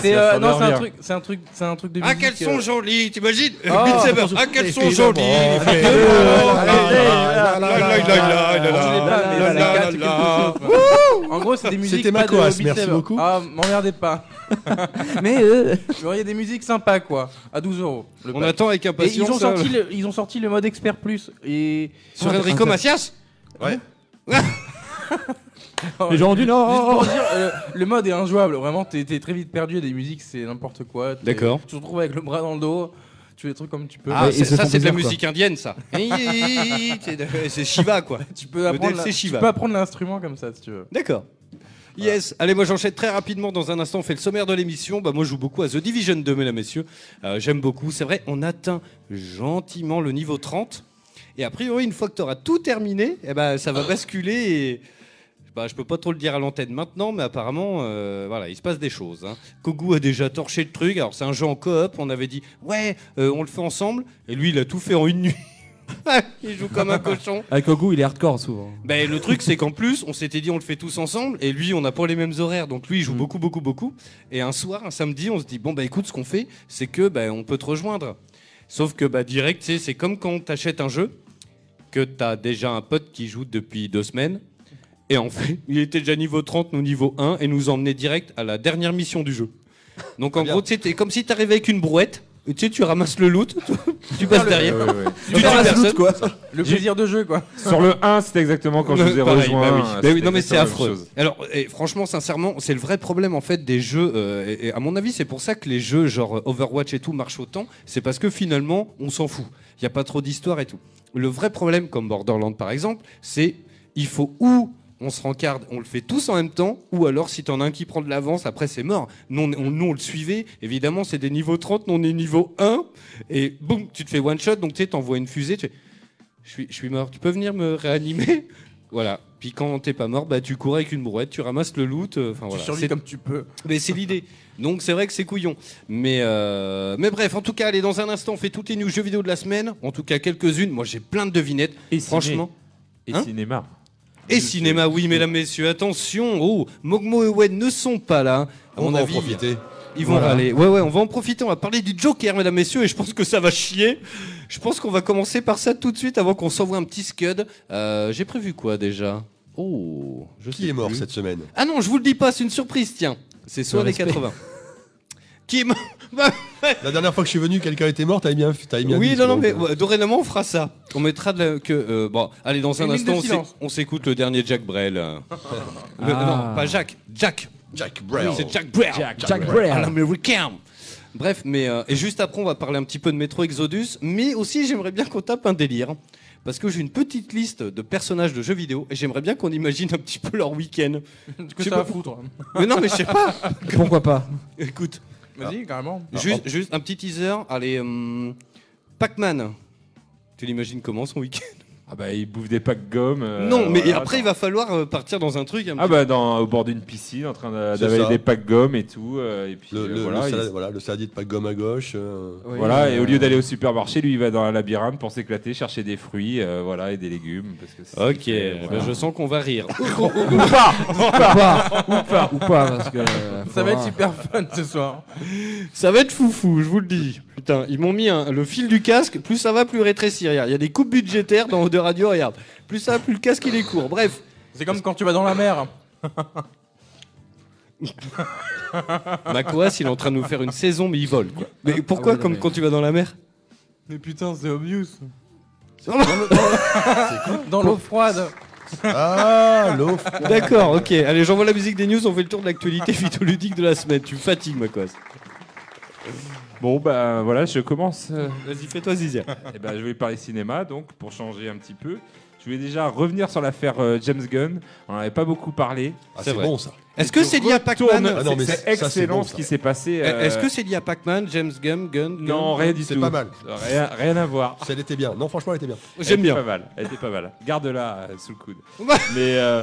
[SPEAKER 1] C'est, euh, non, c'est un
[SPEAKER 7] dormir.
[SPEAKER 1] truc, c'est un truc, c'est un truc de
[SPEAKER 6] Ah,
[SPEAKER 1] musique.
[SPEAKER 6] qu'elles sont
[SPEAKER 1] euh,
[SPEAKER 6] jolies, t'imagines Euh,
[SPEAKER 1] Ah,
[SPEAKER 6] Beat Saber, ah, qu'elles sont jolies
[SPEAKER 8] allez,
[SPEAKER 1] En gros, c'est des musiques.
[SPEAKER 8] C'était
[SPEAKER 1] pas de
[SPEAKER 8] Macoas,
[SPEAKER 1] Beat
[SPEAKER 8] merci
[SPEAKER 1] Saber.
[SPEAKER 8] beaucoup.
[SPEAKER 1] Ah, m'emmerdez [laughs] pas.
[SPEAKER 9] Mais euh,
[SPEAKER 1] Il y a des musiques sympas, quoi. À 12 euros. le
[SPEAKER 6] On
[SPEAKER 1] pack.
[SPEAKER 6] attend avec
[SPEAKER 1] Et ils
[SPEAKER 6] impatience.
[SPEAKER 1] ont,
[SPEAKER 6] ça,
[SPEAKER 1] sorti le, ils ont sorti le mode expert plus et Oh,
[SPEAKER 6] Sur Enrico Macias
[SPEAKER 8] Ouais.
[SPEAKER 9] les gens du
[SPEAKER 1] juste
[SPEAKER 9] Nord
[SPEAKER 1] pour dire euh, [laughs] le mode est injouable vraiment t'es t'es très vite perdu il y a des musiques c'est n'importe quoi T'es-
[SPEAKER 6] D'accord.
[SPEAKER 1] tu te retrouves avec le bras dans le dos tu fais des trucs comme tu peux
[SPEAKER 6] Ah,
[SPEAKER 9] Ouais,
[SPEAKER 6] c'est-
[SPEAKER 9] ils se
[SPEAKER 6] ça,
[SPEAKER 9] font
[SPEAKER 6] c'est de la
[SPEAKER 9] plaisir, quoi.
[SPEAKER 6] musique indienne, [laughs] ça. C'est de- c'est Shiva, quoi.
[SPEAKER 1] tu peux
[SPEAKER 6] le
[SPEAKER 1] apprendre
[SPEAKER 6] DLC
[SPEAKER 1] la- tu
[SPEAKER 6] Shiva.
[SPEAKER 1] peux apprendre l'instrument comme ça si tu
[SPEAKER 9] euh,
[SPEAKER 1] veux
[SPEAKER 6] D'accord. Yes, allez, moi j'enchaîne très rapidement. Dans un instant, on fait le sommaire de l'émission. Bah, moi, je joue beaucoup à The Division 2, mesdames, messieurs. Euh, J'aime beaucoup. C'est vrai, on atteint gentiment le niveau 30. Et a priori, une fois que tu auras tout terminé, eh ben, ça va basculer. Et... Bah, je peux pas trop le dire à l'antenne maintenant, mais apparemment, euh, voilà, il se passe des choses. hein. Kogu a déjà torché le truc. Alors, c'est un jeu en coop. On avait dit, ouais, euh, on le fait ensemble. Et lui, il a tout fait en une nuit. [laughs] il joue comme un cochon.
[SPEAKER 9] Avec Ogou, il est hardcore souvent.
[SPEAKER 6] Ben, le truc, c'est qu'en plus, on s'était dit on le fait tous ensemble, et lui, on n'a pas les mêmes horaires, donc lui, il joue beaucoup, beaucoup, beaucoup. Et un soir, un samedi, on se dit bon, bah écoute, ce qu'on fait, c'est que ben, on peut te rejoindre. Sauf que bah, direct, tu sais, c'est comme quand t'achètes un jeu, que t'as déjà un pote qui joue depuis deux semaines, et en fait, il était déjà niveau 30, nous niveau 1, et nous emmenait direct à la dernière mission du jeu. Donc en
[SPEAKER 8] bien.
[SPEAKER 6] gros, tu sais, t'es comme si t'arrivais avec une brouette. et Tu sais, tu ramasses le loot, [laughs] tu passes
[SPEAKER 7] euh,
[SPEAKER 6] derrière, tu tues personne.
[SPEAKER 8] quoi.
[SPEAKER 1] Le plaisir de jeu, quoi.
[SPEAKER 7] Sur le 1, c'était exactement quand je vous ai
[SPEAKER 6] Pareil,
[SPEAKER 7] rejoint.
[SPEAKER 6] bah oui.
[SPEAKER 7] hein,
[SPEAKER 6] Bah oui,
[SPEAKER 7] c'était
[SPEAKER 6] non mais c'est
[SPEAKER 7] exactement la même
[SPEAKER 6] affreux.
[SPEAKER 7] chose.
[SPEAKER 6] Alors et franchement, sincèrement, c'est le vrai problème en fait des jeux. euh, et, et à mon avis, c'est pour ça que les jeux genre euh, Overwatch et tout marchent autant. C'est parce que finalement, on s'en fout. Il y a pas trop d'histoire et tout. Le vrai problème, comme Borderlands par exemple, c'est il faut ou on se rencarde, on le fait tous en même temps, ou alors si t'en as un qui prend de l'avance, après c'est mort. Nous on, on- nous, on le suivait, évidemment c'est des niveaux 30, nous on est niveau 1, et boum, tu te fais one shot, donc tu sais, t'envoies une fusée, tu fais, je suis, je suis mort, tu peux venir me réanimer [laughs] Voilà. Puis quand t'es pas mort, bah tu cours avec une brouette, tu ramasses le loot, euh, enfin voilà.
[SPEAKER 1] Tu survis
[SPEAKER 6] C'est-
[SPEAKER 1] comme tu
[SPEAKER 9] [laughs]
[SPEAKER 1] peux.
[SPEAKER 6] [laughs] mais c'est l'idée. Donc c'est vrai que c'est couillon. Mais, euh, mais bref, en tout cas, allez, dans un instant, on fait toutes les news jeux vidéo de la semaine. En tout cas, quelques-unes. Moi, j'ai plein de devinettes.
[SPEAKER 7] Et
[SPEAKER 6] Franchement.
[SPEAKER 7] Et
[SPEAKER 6] Hein
[SPEAKER 7] cinéma.
[SPEAKER 6] Et cinéma, oui, mesdames, messieurs, attention. Oh, Mogmo et Wed ne sont pas là. À
[SPEAKER 8] On
[SPEAKER 6] mon
[SPEAKER 8] va en
[SPEAKER 6] avis,
[SPEAKER 8] profiter.
[SPEAKER 6] Ils vont râler. Ouais, ouais, on va en profiter. On va parler du Joker, mesdames, messieurs, et je pense que ça va chier. Je pense qu'on va commencer par ça tout de suite avant qu'on s'envoie un petit scud. Euh, j'ai prévu quoi déjà Oh, je
[SPEAKER 8] Qui
[SPEAKER 6] sais
[SPEAKER 8] est mort
[SPEAKER 6] plus.
[SPEAKER 8] cette semaine
[SPEAKER 6] Ah non, je vous le dis pas, c'est une surprise, tiens. C'est soit les
[SPEAKER 9] respect.
[SPEAKER 6] 80. Qui est mort
[SPEAKER 8] La dernière fois que je suis venu, quelqu'un était mort, t'avais bien, t'avais bien
[SPEAKER 6] Oui,
[SPEAKER 8] dit,
[SPEAKER 6] non, non,
[SPEAKER 8] donc,
[SPEAKER 6] mais
[SPEAKER 8] euh,
[SPEAKER 6] ouais, dorénavant, on fera ça. On mettra de la- que. euh, bon, allez, dans un
[SPEAKER 1] Une minute
[SPEAKER 6] instant,
[SPEAKER 1] de
[SPEAKER 6] on s'é-
[SPEAKER 1] silence.
[SPEAKER 6] on s'écoute le dernier Jack
[SPEAKER 8] [laughs]
[SPEAKER 6] Brel. euh. Le-
[SPEAKER 9] Ah.
[SPEAKER 6] Non, pas Jack. Jack.
[SPEAKER 8] Jack Brel.
[SPEAKER 6] C'est Jack Brel.
[SPEAKER 9] Jack Brel.
[SPEAKER 6] Un Américain. Bref, mais euh, et juste après, on va parler un petit peu de Metro Exodus, mais aussi j'aimerais bien qu'on tape un délire. Parce que j'ai une petite liste de personnages de jeux vidéo et j'aimerais bien qu'on imagine un petit peu leur week-end.
[SPEAKER 1] Du
[SPEAKER 6] Je
[SPEAKER 1] coup,
[SPEAKER 6] sais
[SPEAKER 1] ça va
[SPEAKER 6] pas
[SPEAKER 1] foutre.
[SPEAKER 6] Mais non, mais je sais [laughs] pas.
[SPEAKER 9] Pourquoi pas
[SPEAKER 6] Écoute,
[SPEAKER 1] Vas-y, carrément.
[SPEAKER 6] juste, juste un petit teaser. Allez, hum, Pac-Man. Tu l'imagines comment son week-end
[SPEAKER 7] Ah bah, il bouffe des packs gomme. euh,
[SPEAKER 6] Non, mais
[SPEAKER 7] voilà,
[SPEAKER 6] après, il va falloir euh, partir dans un truc. un
[SPEAKER 7] Ah
[SPEAKER 6] petit-
[SPEAKER 7] bah dans, au bord d'une piscine en train d'a-
[SPEAKER 8] C'est
[SPEAKER 7] d'avaler
[SPEAKER 8] ça.
[SPEAKER 7] des packs gomme et tout euh, et puis
[SPEAKER 8] Le,
[SPEAKER 7] euh,
[SPEAKER 8] le-
[SPEAKER 7] voilà
[SPEAKER 8] le
[SPEAKER 7] il-
[SPEAKER 8] salade- voilà, le saladier de pas de gomme à gauche. euh,
[SPEAKER 7] voilà et au lieu d'aller au supermarché lui il va dans la labyrinthe pour s'éclater chercher des fruits euh, voilà et des légumes parce que c'est ce qu'il
[SPEAKER 6] Ok,
[SPEAKER 7] fait,
[SPEAKER 6] bah,
[SPEAKER 7] voilà.
[SPEAKER 6] je sens qu'on va rire.
[SPEAKER 9] Ou pas Ou pas Ou pas parce que, euh,
[SPEAKER 1] Ça va être
[SPEAKER 9] faudra-
[SPEAKER 1] super fun ce soir.
[SPEAKER 6] ça va être foufou, je vous le dis. Putain, ils m'ont mis un- le fil du casque, plus ça va, plus rétrécir. Il y a des coupes budgétaires dans Haut de Radio, regarde. Plus ça va, plus le casque il est court. Bref,
[SPEAKER 1] C'est comme quand tu vas dans la mer.
[SPEAKER 6] Macoas, il est en train de nous faire une saison, mais il vole. Quoi. Ah, Mais pourquoi,
[SPEAKER 9] ouais, non,
[SPEAKER 6] comme
[SPEAKER 9] mais-
[SPEAKER 6] quand tu vas dans la mer
[SPEAKER 1] Mais putain, c'est obvious.
[SPEAKER 6] Non, non.
[SPEAKER 1] Dans l'eau froide.
[SPEAKER 8] Ah, l'eau.
[SPEAKER 6] D'accord, ok. Allez, j'envoie la musique des news, on fait le tour de l'actualité [laughs] vidéoludique de la semaine. Tu me fatigues, Macoas.
[SPEAKER 7] bon bah voilà je commence euh,
[SPEAKER 6] Vas-y, fais-toi zizir.
[SPEAKER 7] Eh ben, je vais parler cinéma, donc pour changer un petit peu. Je vais déjà revenir sur l'affaire euh, James Gunn. On n'en avait pas beaucoup parlé.
[SPEAKER 8] Ah,
[SPEAKER 6] C'est
[SPEAKER 8] c'est
[SPEAKER 6] vrai.
[SPEAKER 8] bon ça.
[SPEAKER 6] Est-ce que c'est lié à
[SPEAKER 7] Tourne-
[SPEAKER 6] Pac-Man
[SPEAKER 8] Ah non, mais
[SPEAKER 7] c'est
[SPEAKER 8] ça, c'est
[SPEAKER 7] excellent
[SPEAKER 8] bon,
[SPEAKER 7] ce
[SPEAKER 8] ça.
[SPEAKER 7] qui s'est passé. euh,
[SPEAKER 6] Eh, Est-ce que c'est lié à Pac-Man, James Gunn, Gunn Gunn
[SPEAKER 7] non, rien du tout.
[SPEAKER 8] C'est pas mal.
[SPEAKER 7] euh, Rien, rien à voir.
[SPEAKER 8] Si elle était bien. Non, franchement, elle était bien.
[SPEAKER 6] J'aime
[SPEAKER 7] Elle était
[SPEAKER 6] bien.
[SPEAKER 7] Pas mal. Elle était pas mal. Garde-la euh, sous le coude. mais euh,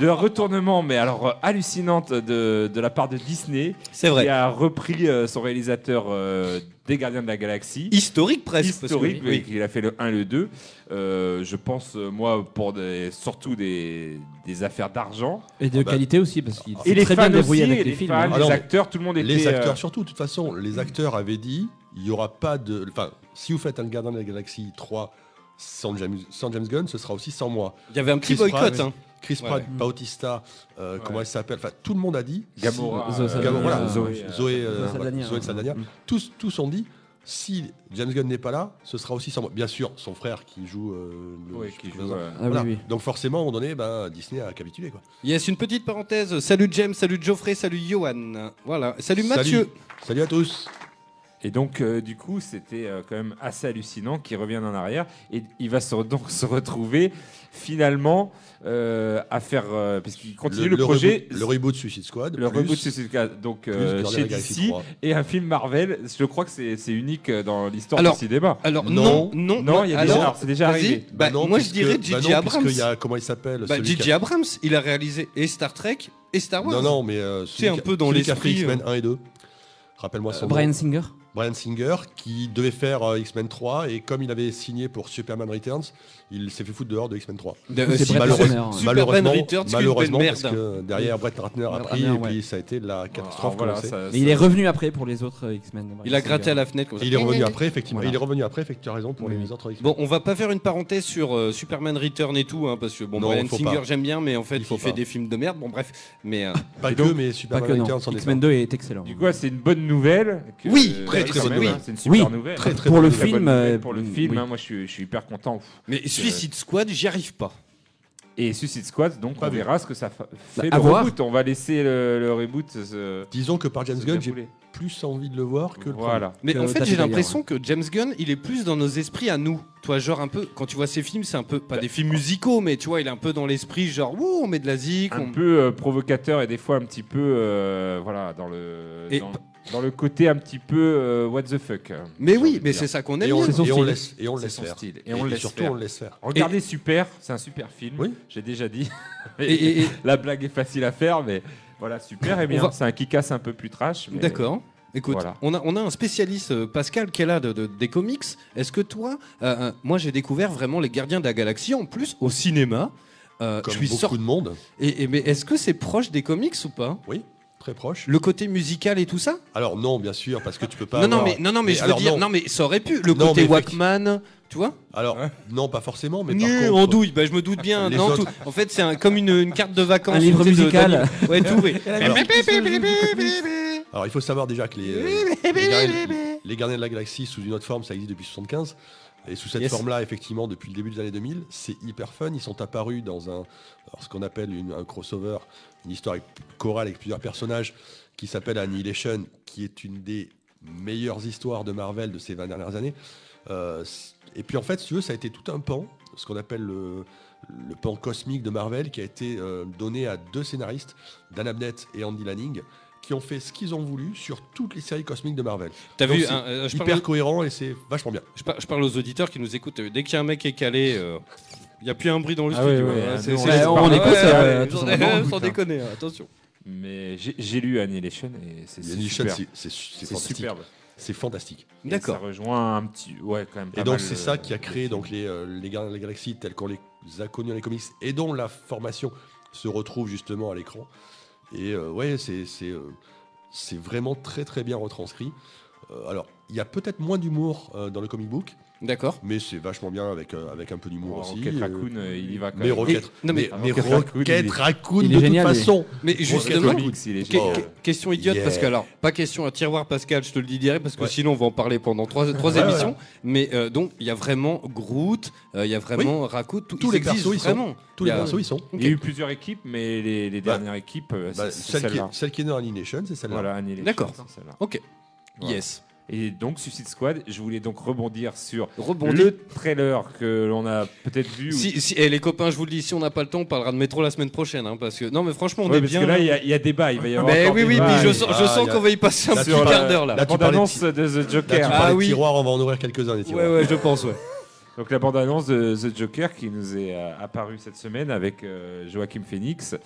[SPEAKER 7] de retournement, mais alors euh, hallucinante de, de la part de Disney,
[SPEAKER 6] C'est
[SPEAKER 7] qui
[SPEAKER 6] vrai.
[SPEAKER 7] a repris euh, son réalisateur euh, des Gardiens de la Galaxie.
[SPEAKER 6] Historique presque. parce que-
[SPEAKER 7] historique,
[SPEAKER 6] oui.
[SPEAKER 7] il a fait le 1 le 2. Euh, je pense, euh, moi, pour des, surtout des, des affaires d'argent.
[SPEAKER 9] Et de
[SPEAKER 8] bah.
[SPEAKER 9] qualité aussi parce qu'il
[SPEAKER 7] Et
[SPEAKER 9] s'est
[SPEAKER 7] les
[SPEAKER 9] très
[SPEAKER 7] fans
[SPEAKER 9] bien
[SPEAKER 7] aussi,
[SPEAKER 9] débrouillé
[SPEAKER 7] et
[SPEAKER 9] avec
[SPEAKER 7] les,
[SPEAKER 9] les films.
[SPEAKER 7] fans,
[SPEAKER 9] hein.
[SPEAKER 8] Ah non,
[SPEAKER 7] les acteurs, tout le monde était...
[SPEAKER 8] Les
[SPEAKER 7] euh,
[SPEAKER 8] acteurs surtout, de toute façon, les acteurs avaient dit, il n'y aura pas de... Enfin, si vous faites un Gardien de la Galaxie 3 sans James, sans James Gunn, ce sera aussi sans moi.
[SPEAKER 6] Il y avait un petit
[SPEAKER 8] Chris
[SPEAKER 6] boycott.
[SPEAKER 8] Pratt,
[SPEAKER 6] hein.
[SPEAKER 8] Chris
[SPEAKER 6] Ouais,
[SPEAKER 8] Pratt, Bautista, euh, comment elle s'appelle, enfin tout le monde a dit,
[SPEAKER 7] Gamora,
[SPEAKER 9] Zoé
[SPEAKER 7] euh,
[SPEAKER 9] Saldana,
[SPEAKER 8] voilà,
[SPEAKER 7] Zoé, euh,
[SPEAKER 8] Zoé, euh,
[SPEAKER 9] Zoé Saldana,
[SPEAKER 8] voilà, Zoé
[SPEAKER 9] hein.
[SPEAKER 8] Saldana, tous, tous ont dit, si James Gunn n'est pas là, ce sera aussi sans moi. Bien sûr, son frère qui joue... euh, le-
[SPEAKER 7] ouais,
[SPEAKER 8] je sais
[SPEAKER 7] qui
[SPEAKER 8] plus
[SPEAKER 7] joue,
[SPEAKER 8] comment ça
[SPEAKER 7] euh,
[SPEAKER 9] Ah
[SPEAKER 8] Voilà.
[SPEAKER 9] oui, oui.
[SPEAKER 8] Donc forcément, à un moment donné, ben, Disney a capitulé. Quoi.
[SPEAKER 6] Yes, une petite parenthèse. Salut James, salut Geoffrey, salut Johan. Voilà. Salut Mathieu.
[SPEAKER 8] Salut, Salut à tous.
[SPEAKER 7] Et donc, euh, du coup, c'était euh, quand même assez hallucinant qu'il revienne en arrière. Et il va se, donc se retrouver finalement euh, à faire. euh, parce qu'il continue le, projet.
[SPEAKER 8] reboot- le reboot de Suicide Squad.
[SPEAKER 7] le
[SPEAKER 8] plus-
[SPEAKER 7] reboot de Suicide Squad, donc
[SPEAKER 8] plus
[SPEAKER 7] euh,
[SPEAKER 8] Guardians
[SPEAKER 7] chez
[SPEAKER 8] of the Galaxy
[SPEAKER 7] DC
[SPEAKER 8] 3.
[SPEAKER 7] et un film Marvel. Je crois que c'est c'est unique euh, dans l'histoire du
[SPEAKER 6] Alors,
[SPEAKER 7] cinéma.
[SPEAKER 6] Alors non, non,
[SPEAKER 8] Non.
[SPEAKER 7] Non, il y a déjà-
[SPEAKER 6] alors,
[SPEAKER 7] alors, c'est déjà
[SPEAKER 6] vas-y.
[SPEAKER 7] arrivé.
[SPEAKER 6] Bah,
[SPEAKER 8] non,
[SPEAKER 6] moi je
[SPEAKER 8] puisque-
[SPEAKER 6] dirais
[SPEAKER 8] bah
[SPEAKER 6] J.J.
[SPEAKER 8] non,
[SPEAKER 6] Abrams.
[SPEAKER 8] puisque il y a- comment il s'appelle
[SPEAKER 6] Bah,
[SPEAKER 8] celui qui a-
[SPEAKER 6] J.J. Abrams, il a réalisé et Star Trek et Star Wars.
[SPEAKER 8] Non, non, mais euh,
[SPEAKER 6] C'est un
[SPEAKER 8] qui a-
[SPEAKER 6] peu dans
[SPEAKER 8] celui qui a fait
[SPEAKER 6] l'esprit,
[SPEAKER 8] X-Men 1 et 2. Rappelle-moi son nom.
[SPEAKER 9] Brian Singer.
[SPEAKER 8] Brian Singer, qui devait faire euh, X-Men 3, et comme il avait signé pour Superman Returns, il s'est fait foutre dehors de X-Men 3.
[SPEAKER 9] C'est
[SPEAKER 6] Super-
[SPEAKER 9] Brett
[SPEAKER 8] Malheureusement-
[SPEAKER 9] Ratner, ouais.
[SPEAKER 6] euh, Superman
[SPEAKER 8] malheureusement,
[SPEAKER 6] Returns, qu'une
[SPEAKER 8] malheureusement,
[SPEAKER 6] belle
[SPEAKER 8] parce
[SPEAKER 6] merde.
[SPEAKER 8] que derrière Brett Ratner a
[SPEAKER 9] Brett
[SPEAKER 8] pris,
[SPEAKER 9] Ratner,
[SPEAKER 8] et puis
[SPEAKER 9] ouais.
[SPEAKER 8] ça a été la catastrophe.
[SPEAKER 7] Alors, voilà,
[SPEAKER 8] qu'on sait.
[SPEAKER 7] ça-
[SPEAKER 9] Mais il est
[SPEAKER 7] ça-
[SPEAKER 9] revenu après pour les autres euh, X-Men.
[SPEAKER 6] Il a gratté à la fenêtre comme ça.
[SPEAKER 8] Il est revenu après, effectivement.
[SPEAKER 9] Voilà.
[SPEAKER 8] Il est revenu après, effectivement, tu as raison pour
[SPEAKER 9] Oui.
[SPEAKER 8] les autres X-Men.
[SPEAKER 6] Bon, on va pas faire une parenthèse sur euh, Superman Return et tout, hein, parce que bon,
[SPEAKER 8] Non,
[SPEAKER 6] Bryan
[SPEAKER 8] faut
[SPEAKER 6] Singer
[SPEAKER 8] pas.
[SPEAKER 6] j'aime bien, mais en fait, il,
[SPEAKER 8] Il faut
[SPEAKER 6] fait
[SPEAKER 8] pas.
[SPEAKER 6] des films de merde. Bon, bref, mais
[SPEAKER 8] [laughs]
[SPEAKER 6] euh,
[SPEAKER 8] Pas
[SPEAKER 7] Et
[SPEAKER 8] que,
[SPEAKER 7] donc-
[SPEAKER 8] mais
[SPEAKER 9] Pas que
[SPEAKER 8] Superman
[SPEAKER 9] non.
[SPEAKER 8] Returns s'en est
[SPEAKER 9] X-Men 2 est excellent.
[SPEAKER 7] Du coup, là, c'est une bonne nouvelle. que-
[SPEAKER 8] Oui, très,
[SPEAKER 7] euh,
[SPEAKER 8] très
[SPEAKER 7] quand
[SPEAKER 8] bonne
[SPEAKER 7] même,
[SPEAKER 8] nouvelle.
[SPEAKER 7] hein, C'est une super
[SPEAKER 9] Oui,
[SPEAKER 7] nouvelle.
[SPEAKER 8] très, très
[SPEAKER 9] Pour le
[SPEAKER 7] Très bonne
[SPEAKER 9] film.
[SPEAKER 7] nouvelle
[SPEAKER 9] euh,
[SPEAKER 7] pour le
[SPEAKER 9] oui.
[SPEAKER 7] film, hein, moi je suis, je suis hyper content.
[SPEAKER 6] mais
[SPEAKER 8] euh,
[SPEAKER 6] Suicide Squad, j'y arrive pas.
[SPEAKER 7] Et Suicide Squad, donc on
[SPEAKER 8] vu.
[SPEAKER 7] verra ce que ça fa- fait
[SPEAKER 9] à
[SPEAKER 7] le
[SPEAKER 9] voir.
[SPEAKER 7] reboot. On va laisser le, le reboot. euh, se-
[SPEAKER 8] Disons que par James
[SPEAKER 7] se
[SPEAKER 8] Gunn, j'ai
[SPEAKER 7] dérouler.
[SPEAKER 8] plus envie de le voir que le
[SPEAKER 7] Voilà.
[SPEAKER 6] Mais
[SPEAKER 9] Que
[SPEAKER 6] en fait,
[SPEAKER 9] David
[SPEAKER 6] j'ai
[SPEAKER 9] Ayer,
[SPEAKER 6] l'impression que James Gunn, il est plus dans nos esprits à nous. Toi, genre un peu, quand tu vois ses films, c'est un peu pas des films musicaux, mais tu vois, il est un peu dans l'esprit, genre, Wouh, on met de la zik.
[SPEAKER 7] un
[SPEAKER 6] on-
[SPEAKER 7] peu euh, provocateur et des fois un petit peu euh, voilà dans le
[SPEAKER 6] Et-
[SPEAKER 7] dans, dans le côté un petit peu euh, what the fuck. euh,
[SPEAKER 6] Mais
[SPEAKER 7] j'ai
[SPEAKER 6] oui,
[SPEAKER 7] envie de
[SPEAKER 6] mais
[SPEAKER 7] dire.
[SPEAKER 6] c'est ça qu'on
[SPEAKER 8] premier.
[SPEAKER 6] aime.
[SPEAKER 8] Et
[SPEAKER 6] bien.
[SPEAKER 8] on laisse, et on laisse, et on
[SPEAKER 7] C'est
[SPEAKER 8] laisse
[SPEAKER 7] son
[SPEAKER 8] faire.
[SPEAKER 7] style et on laisse
[SPEAKER 8] surtout,
[SPEAKER 7] faire.
[SPEAKER 8] on laisse faire.
[SPEAKER 7] Regardez super, c'est un super film.
[SPEAKER 8] Oui.
[SPEAKER 7] J'ai déjà dit. [laughs]
[SPEAKER 6] Et- et-
[SPEAKER 8] [laughs]
[SPEAKER 6] et-
[SPEAKER 7] La blague est facile à faire, mais voilà super et bien.
[SPEAKER 6] va-
[SPEAKER 7] C'est un qui casse un peu plus trash. mais-
[SPEAKER 6] D'accord. Écoute,
[SPEAKER 7] Voilà.
[SPEAKER 6] on, a, on a un spécialiste, euh, Pascal, qui est là de, de- des comics. Est-ce que toi, euh, euh, moi j'ai découvert vraiment les Gardiens de la Galaxie en plus au cinéma. Euh,
[SPEAKER 8] Comme
[SPEAKER 6] je suis
[SPEAKER 8] beaucoup
[SPEAKER 6] sorti.
[SPEAKER 8] de monde,
[SPEAKER 6] Et, et- mais est-ce que c'est proche des comics ou pas
[SPEAKER 8] très proche.
[SPEAKER 6] Le côté musical et tout ça
[SPEAKER 8] Alors non, bien sûr, parce que tu peux pas.
[SPEAKER 6] Non, non,
[SPEAKER 8] avoir-
[SPEAKER 6] mais non, non, mais je veux
[SPEAKER 8] alors,
[SPEAKER 6] dire,
[SPEAKER 8] non.
[SPEAKER 6] non. mais ça aurait pu. Le
[SPEAKER 8] Non,
[SPEAKER 6] côté
[SPEAKER 8] mais
[SPEAKER 6] Walkman, tu vois
[SPEAKER 8] Alors non, pas forcément, mais par
[SPEAKER 6] Nul,
[SPEAKER 8] contre,
[SPEAKER 6] en douille, bah, je me doute bien.
[SPEAKER 8] Les
[SPEAKER 6] Non,
[SPEAKER 8] autres-
[SPEAKER 6] tout- en fait, c'est un- comme une, une carte de vacances.
[SPEAKER 9] Un livre
[SPEAKER 6] tu sais, de-
[SPEAKER 9] musical.
[SPEAKER 6] d'anime. Ouais, tout. oui.
[SPEAKER 8] Alors-
[SPEAKER 6] [laughs]
[SPEAKER 8] Alors il faut savoir déjà que les, euh, les, gardiens, les Gardiens de la Galaxie sous une autre forme, ça existe depuis 75. Et sous cette
[SPEAKER 6] Yes.
[SPEAKER 8] forme-là, effectivement, depuis le début des années 2000, c'est hyper fun. Ils sont apparus dans un, alors, ce qu'on appelle une- un crossover, une histoire avec- chorale avec plusieurs personnages, qui s'appelle Annihilation, qui est une des meilleures histoires de Marvel de ces 20 dernières années. Euh, c- et puis en fait, si tu veux, ça a été tout un pan, ce qu'on appelle le, le pan cosmique de Marvel, qui a été euh, donné à deux scénaristes, Dan Abnett et Andy Lanning, qui ont fait ce qu'ils ont voulu sur toutes les séries cosmiques de Marvel.
[SPEAKER 6] T'as
[SPEAKER 8] Donc,
[SPEAKER 6] vu,
[SPEAKER 8] c'est
[SPEAKER 6] hein, euh, je
[SPEAKER 8] hyper
[SPEAKER 6] parle-
[SPEAKER 8] cohérent et c'est vachement bien.
[SPEAKER 6] Je, par- je parle aux auditeurs qui nous écoutent. euh, Dès qu'il y a un mec qui est calé, euh, il n'y a plus un bruit dans le
[SPEAKER 7] Ah
[SPEAKER 6] studio.
[SPEAKER 7] ouais, ouais,
[SPEAKER 6] hein,
[SPEAKER 7] ouais,
[SPEAKER 6] c'est-
[SPEAKER 7] nous,
[SPEAKER 6] c'est-
[SPEAKER 7] on est-
[SPEAKER 6] c'est-
[SPEAKER 7] on
[SPEAKER 6] ouais,
[SPEAKER 9] écoute,
[SPEAKER 6] ouais,
[SPEAKER 9] euh,
[SPEAKER 6] ouais,
[SPEAKER 9] tout
[SPEAKER 6] sans-
[SPEAKER 9] simplement.
[SPEAKER 6] Sans déconner, hein, attention.
[SPEAKER 7] Mais j'ai- j'ai lu Annihilation et c'est c'est
[SPEAKER 8] Annihilation,
[SPEAKER 7] super.
[SPEAKER 8] c'est- c'est c'est
[SPEAKER 7] C'est
[SPEAKER 8] fantastique.
[SPEAKER 7] superbe.
[SPEAKER 8] C'est fantastique.
[SPEAKER 7] Et Ça
[SPEAKER 6] D'accord.
[SPEAKER 7] rejoint un petit ouais quand même. pas
[SPEAKER 8] Et donc
[SPEAKER 7] mal,
[SPEAKER 8] c'est
[SPEAKER 7] euh,
[SPEAKER 8] ça qui a créé donc les, euh, les Gardiens de la Galaxie tels qu'on les a connus dans les comics et dont la formation se retrouve justement à l'écran. Et euh, ouais, c'est c'est euh, c'est vraiment très très bien retranscrit. Euh, alors, il y a peut-être moins d'humour euh, dans le comic book,
[SPEAKER 6] D'accord.
[SPEAKER 8] mais c'est vachement bien avec, euh, avec un peu d'humour
[SPEAKER 7] Bon,
[SPEAKER 8] aussi.
[SPEAKER 7] Rocket
[SPEAKER 8] euh,
[SPEAKER 7] Raccoon, euh, il y va quand
[SPEAKER 8] mais
[SPEAKER 7] même.
[SPEAKER 8] Rocket,
[SPEAKER 6] Et- non, mais-
[SPEAKER 8] mais, mais
[SPEAKER 7] Rocket Raccoon, il est-
[SPEAKER 8] Rocket Raccoon,
[SPEAKER 9] il est
[SPEAKER 8] de
[SPEAKER 9] génial,
[SPEAKER 8] toute
[SPEAKER 9] mais-
[SPEAKER 8] façon.
[SPEAKER 6] Mais justement,
[SPEAKER 7] Comics, il est
[SPEAKER 6] que-
[SPEAKER 7] génial.
[SPEAKER 6] que- question idiote,
[SPEAKER 8] Yeah.
[SPEAKER 6] parce que alors, pas question à tiroir, Pascal, je te le dis direct, parce que sinon on va en parler pendant trois, trois
[SPEAKER 8] Ouais, ouais.
[SPEAKER 6] émissions. Mais euh, donc, il y a vraiment Groot, euh, il y a vraiment Raccoon, tout-
[SPEAKER 8] Tous
[SPEAKER 6] ils
[SPEAKER 8] les
[SPEAKER 6] existent
[SPEAKER 8] persos, ils sont-
[SPEAKER 6] vraiment.
[SPEAKER 8] Tous les
[SPEAKER 6] Il y a-
[SPEAKER 8] persos, ils sont.
[SPEAKER 7] Il y a eu plusieurs équipes, mais les, les
[SPEAKER 8] Bah,
[SPEAKER 7] dernières équipes, euh,
[SPEAKER 8] Bah,
[SPEAKER 7] c'est c'est
[SPEAKER 8] celle, qui
[SPEAKER 7] celle-là.
[SPEAKER 8] est, celle qui est dans Annihilation, c'est celle-là.
[SPEAKER 7] Voilà, Annihilation,
[SPEAKER 6] D'accord.
[SPEAKER 7] c'est celle-là.
[SPEAKER 6] Ok.
[SPEAKER 7] Voilà.
[SPEAKER 6] Yes.
[SPEAKER 7] Et donc, Suicide Squad, je voulais donc rebondir sur
[SPEAKER 6] Rebondis.
[SPEAKER 7] le trailer que l'on a peut-être vu. ou-
[SPEAKER 6] Si, si- eh, les copains, je vous le dis, si on n'a pas le temps, on parlera de métro la semaine prochaine. hein, parce que, non, mais franchement, on
[SPEAKER 7] Ouais,
[SPEAKER 6] est
[SPEAKER 7] parce
[SPEAKER 6] bien.
[SPEAKER 7] que là, il y a- il y, a débat. Il va y avoir.
[SPEAKER 6] Mais
[SPEAKER 7] encore
[SPEAKER 6] oui, oui,
[SPEAKER 7] débat.
[SPEAKER 6] puis je
[SPEAKER 7] Et-
[SPEAKER 6] sens,
[SPEAKER 8] Ah,
[SPEAKER 6] je sens
[SPEAKER 8] y a-
[SPEAKER 6] qu'on va y passer un
[SPEAKER 8] Là,
[SPEAKER 6] petit
[SPEAKER 8] tu parles-
[SPEAKER 6] quart d'heure là.
[SPEAKER 8] Là,
[SPEAKER 7] La
[SPEAKER 8] tu parlais de-
[SPEAKER 7] bande-annonce de The
[SPEAKER 8] Là, tu
[SPEAKER 7] Joker.
[SPEAKER 6] Ah
[SPEAKER 8] parlais de
[SPEAKER 6] oui.
[SPEAKER 8] tiroirs, on va en ouvrir quelques-uns des tiroirs.
[SPEAKER 6] Ouais, ouais, je pense, ouais.
[SPEAKER 7] Donc la bande-annonce de The Joker qui nous est euh, apparue cette semaine avec euh, Joachim Phoenix.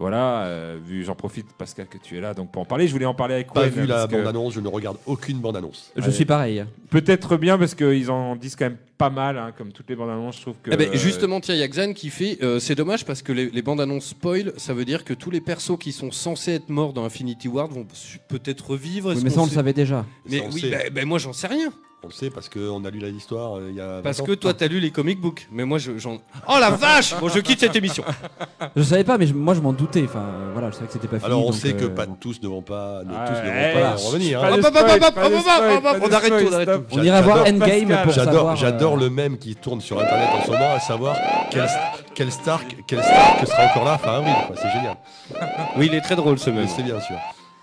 [SPEAKER 7] Voilà, euh, vu j'en profite Pascal que tu es là donc pour en parler, je voulais en parler avec
[SPEAKER 8] Pas
[SPEAKER 7] Wen,
[SPEAKER 8] vu la
[SPEAKER 7] parce que-
[SPEAKER 8] bande-annonce, je ne regarde aucune bande-annonce.
[SPEAKER 9] Je suis pareil.
[SPEAKER 7] Peut-être bien parce qu'ils en disent quand même pas mal, hein, comme toutes les bandes annonces. Je trouve que
[SPEAKER 6] Eh ben,
[SPEAKER 7] euh,
[SPEAKER 6] justement, tiens, il y a Xan qui fait euh, c'est dommage parce que les, les bandes annonces spoil, ça veut dire que tous les persos qui sont censés être morts dans Infinity Ward vont su- peut-être revivre. Est-ce
[SPEAKER 9] Oui, mais
[SPEAKER 6] qu'on
[SPEAKER 9] ça, on le
[SPEAKER 6] sait-
[SPEAKER 9] savait déjà.
[SPEAKER 6] Mais
[SPEAKER 8] Ça, on
[SPEAKER 6] oui,
[SPEAKER 8] sait.
[SPEAKER 6] ben- ben moi j'en sais rien.
[SPEAKER 8] On le sait parce qu'on a lu la- l'histoire euh, il y a.
[SPEAKER 6] Parce
[SPEAKER 8] 20 ans.
[SPEAKER 6] que toi t'as lu les comic books. Mais moi je- j'en. oh la vache Bon, je quitte cette émission.
[SPEAKER 9] Je savais pas, mais je- moi, je m'en doutais. Enfin, euh, voilà, je savais que c'était pas fini.
[SPEAKER 8] Alors on
[SPEAKER 9] donc,
[SPEAKER 8] sait que
[SPEAKER 9] euh,
[SPEAKER 8] pas
[SPEAKER 9] bon.
[SPEAKER 8] tous ne vont pas, ne
[SPEAKER 7] Ah,
[SPEAKER 8] tous ne vont
[SPEAKER 7] eh,
[SPEAKER 8] pas
[SPEAKER 7] je-
[SPEAKER 8] en revenir.
[SPEAKER 7] pas
[SPEAKER 8] hein.
[SPEAKER 7] de
[SPEAKER 6] Hop, hop, hop,
[SPEAKER 7] spoil,
[SPEAKER 6] hop,
[SPEAKER 7] pas
[SPEAKER 6] hop,
[SPEAKER 7] de
[SPEAKER 6] hop,
[SPEAKER 7] spoil,
[SPEAKER 6] hop,
[SPEAKER 7] pas
[SPEAKER 6] hop,
[SPEAKER 7] de
[SPEAKER 6] on arrête
[SPEAKER 7] spoil,
[SPEAKER 6] tout, on arrête
[SPEAKER 7] stop.
[SPEAKER 9] On ira voir
[SPEAKER 8] J'adore-
[SPEAKER 9] Endgame pour
[SPEAKER 8] J'adore,
[SPEAKER 9] savoir.
[SPEAKER 8] j'adore
[SPEAKER 9] euh,
[SPEAKER 8] le même qui tourne sur internet en ce moment, à savoir quel, quel Stark, quel Stark sera encore là fin avril. quoi, C'est génial.
[SPEAKER 6] Oui, il est très drôle ce
[SPEAKER 8] Mais
[SPEAKER 6] même.
[SPEAKER 8] C'est bien sûr.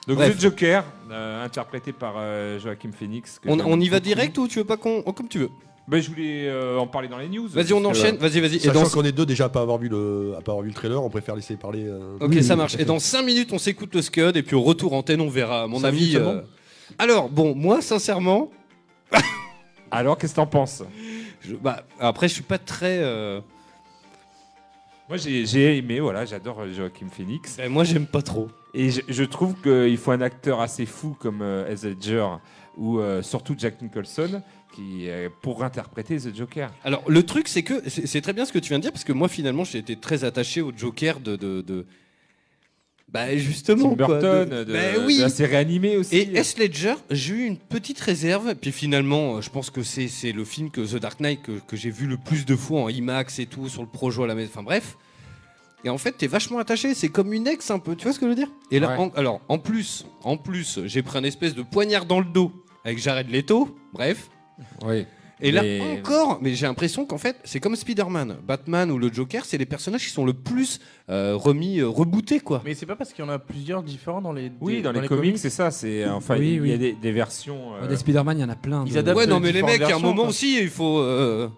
[SPEAKER 7] donc
[SPEAKER 6] Bref.
[SPEAKER 7] The Joker euh, interprété par euh, Joachim Phoenix. que
[SPEAKER 6] On,
[SPEAKER 7] j'aime
[SPEAKER 6] on y va
[SPEAKER 7] beaucoup.
[SPEAKER 6] direct ou tu veux pas qu'on. oh, comme tu veux.
[SPEAKER 7] Ben, je voulais euh, en parler dans les news.
[SPEAKER 6] Vas-y, on
[SPEAKER 7] parce que- euh,
[SPEAKER 6] enchaîne. Vas-y, vas-y. Et
[SPEAKER 8] Sachant
[SPEAKER 6] dans...
[SPEAKER 8] qu'on est deux déjà à pas avoir vu le, à pas avoir vu le trailer, on préfère laisser parler. euh,
[SPEAKER 6] Ok, ça marche. Et dans 5 minutes, on s'écoute le Scud et puis au retour antenne, on verra. À mon
[SPEAKER 8] Cinq
[SPEAKER 6] avis.
[SPEAKER 8] minutes seulement
[SPEAKER 6] euh, Alors, bon, moi sincèrement.
[SPEAKER 7] Alors qu'est-ce que t'en penses
[SPEAKER 6] Je- bah, après, je suis pas très. euh,
[SPEAKER 7] Moi j'ai j'ai aimé, voilà, j'adore euh, Joachim Phoenix.
[SPEAKER 6] eh, Moi, Ben, j'aime pas trop.
[SPEAKER 7] Et je, je trouve qu'il faut un acteur assez fou comme euh, Heath Ledger ou euh, surtout Jack Nicholson qui, euh, pour interpréter The Joker.
[SPEAKER 6] Alors, le truc, c'est que c'est c'est très bien ce que tu viens de dire, parce que moi, finalement, j'ai été très attaché au Joker de. de, de- Bah, justement.
[SPEAKER 7] Tim
[SPEAKER 6] quoi,
[SPEAKER 7] Burton,
[SPEAKER 6] de-
[SPEAKER 7] de,
[SPEAKER 6] Bah
[SPEAKER 7] de
[SPEAKER 6] oui.
[SPEAKER 7] la série animée aussi.
[SPEAKER 6] Et S. Ledger, j'ai eu une petite réserve. Puis finalement, euh, je pense que c'est c'est le film que The Dark Knight que, que j'ai vu le plus de fois en IMAX et tout, sur le projo à la maison. Enfin bref. Et en fait, t'es vachement attaché. C'est comme une ex un peu. Tu vois ce que je veux dire Et là,
[SPEAKER 7] Ouais.
[SPEAKER 6] en- alors, en plus, en plus, j'ai pris un espèce de poignard dans le dos avec Jared Leto. Bref.
[SPEAKER 7] Oui.
[SPEAKER 6] Et là
[SPEAKER 7] Mais-
[SPEAKER 6] encore, mais j'ai l'impression qu'en fait, c'est comme Spider-Man, Batman ou le Joker, c'est les personnages qui sont le plus euh, remis, euh, rebootés, quoi.
[SPEAKER 1] Mais c'est pas parce qu'il y en a plusieurs différents dans les,
[SPEAKER 7] Oui,
[SPEAKER 1] des-
[SPEAKER 7] dans, les, comics, c'est ça. C'est euh, enfin,
[SPEAKER 9] Oui,
[SPEAKER 7] il y
[SPEAKER 9] oui.
[SPEAKER 7] a des, des versions. euh,
[SPEAKER 9] Des Spider-Man, il y en a plein.
[SPEAKER 1] Ils
[SPEAKER 9] de-
[SPEAKER 1] adaptent
[SPEAKER 6] Ouais, non,
[SPEAKER 1] euh,
[SPEAKER 6] mais les
[SPEAKER 1] différentes
[SPEAKER 6] mecs, à un
[SPEAKER 1] versions,
[SPEAKER 6] moment
[SPEAKER 1] quoi.
[SPEAKER 6] aussi, il faut. euh,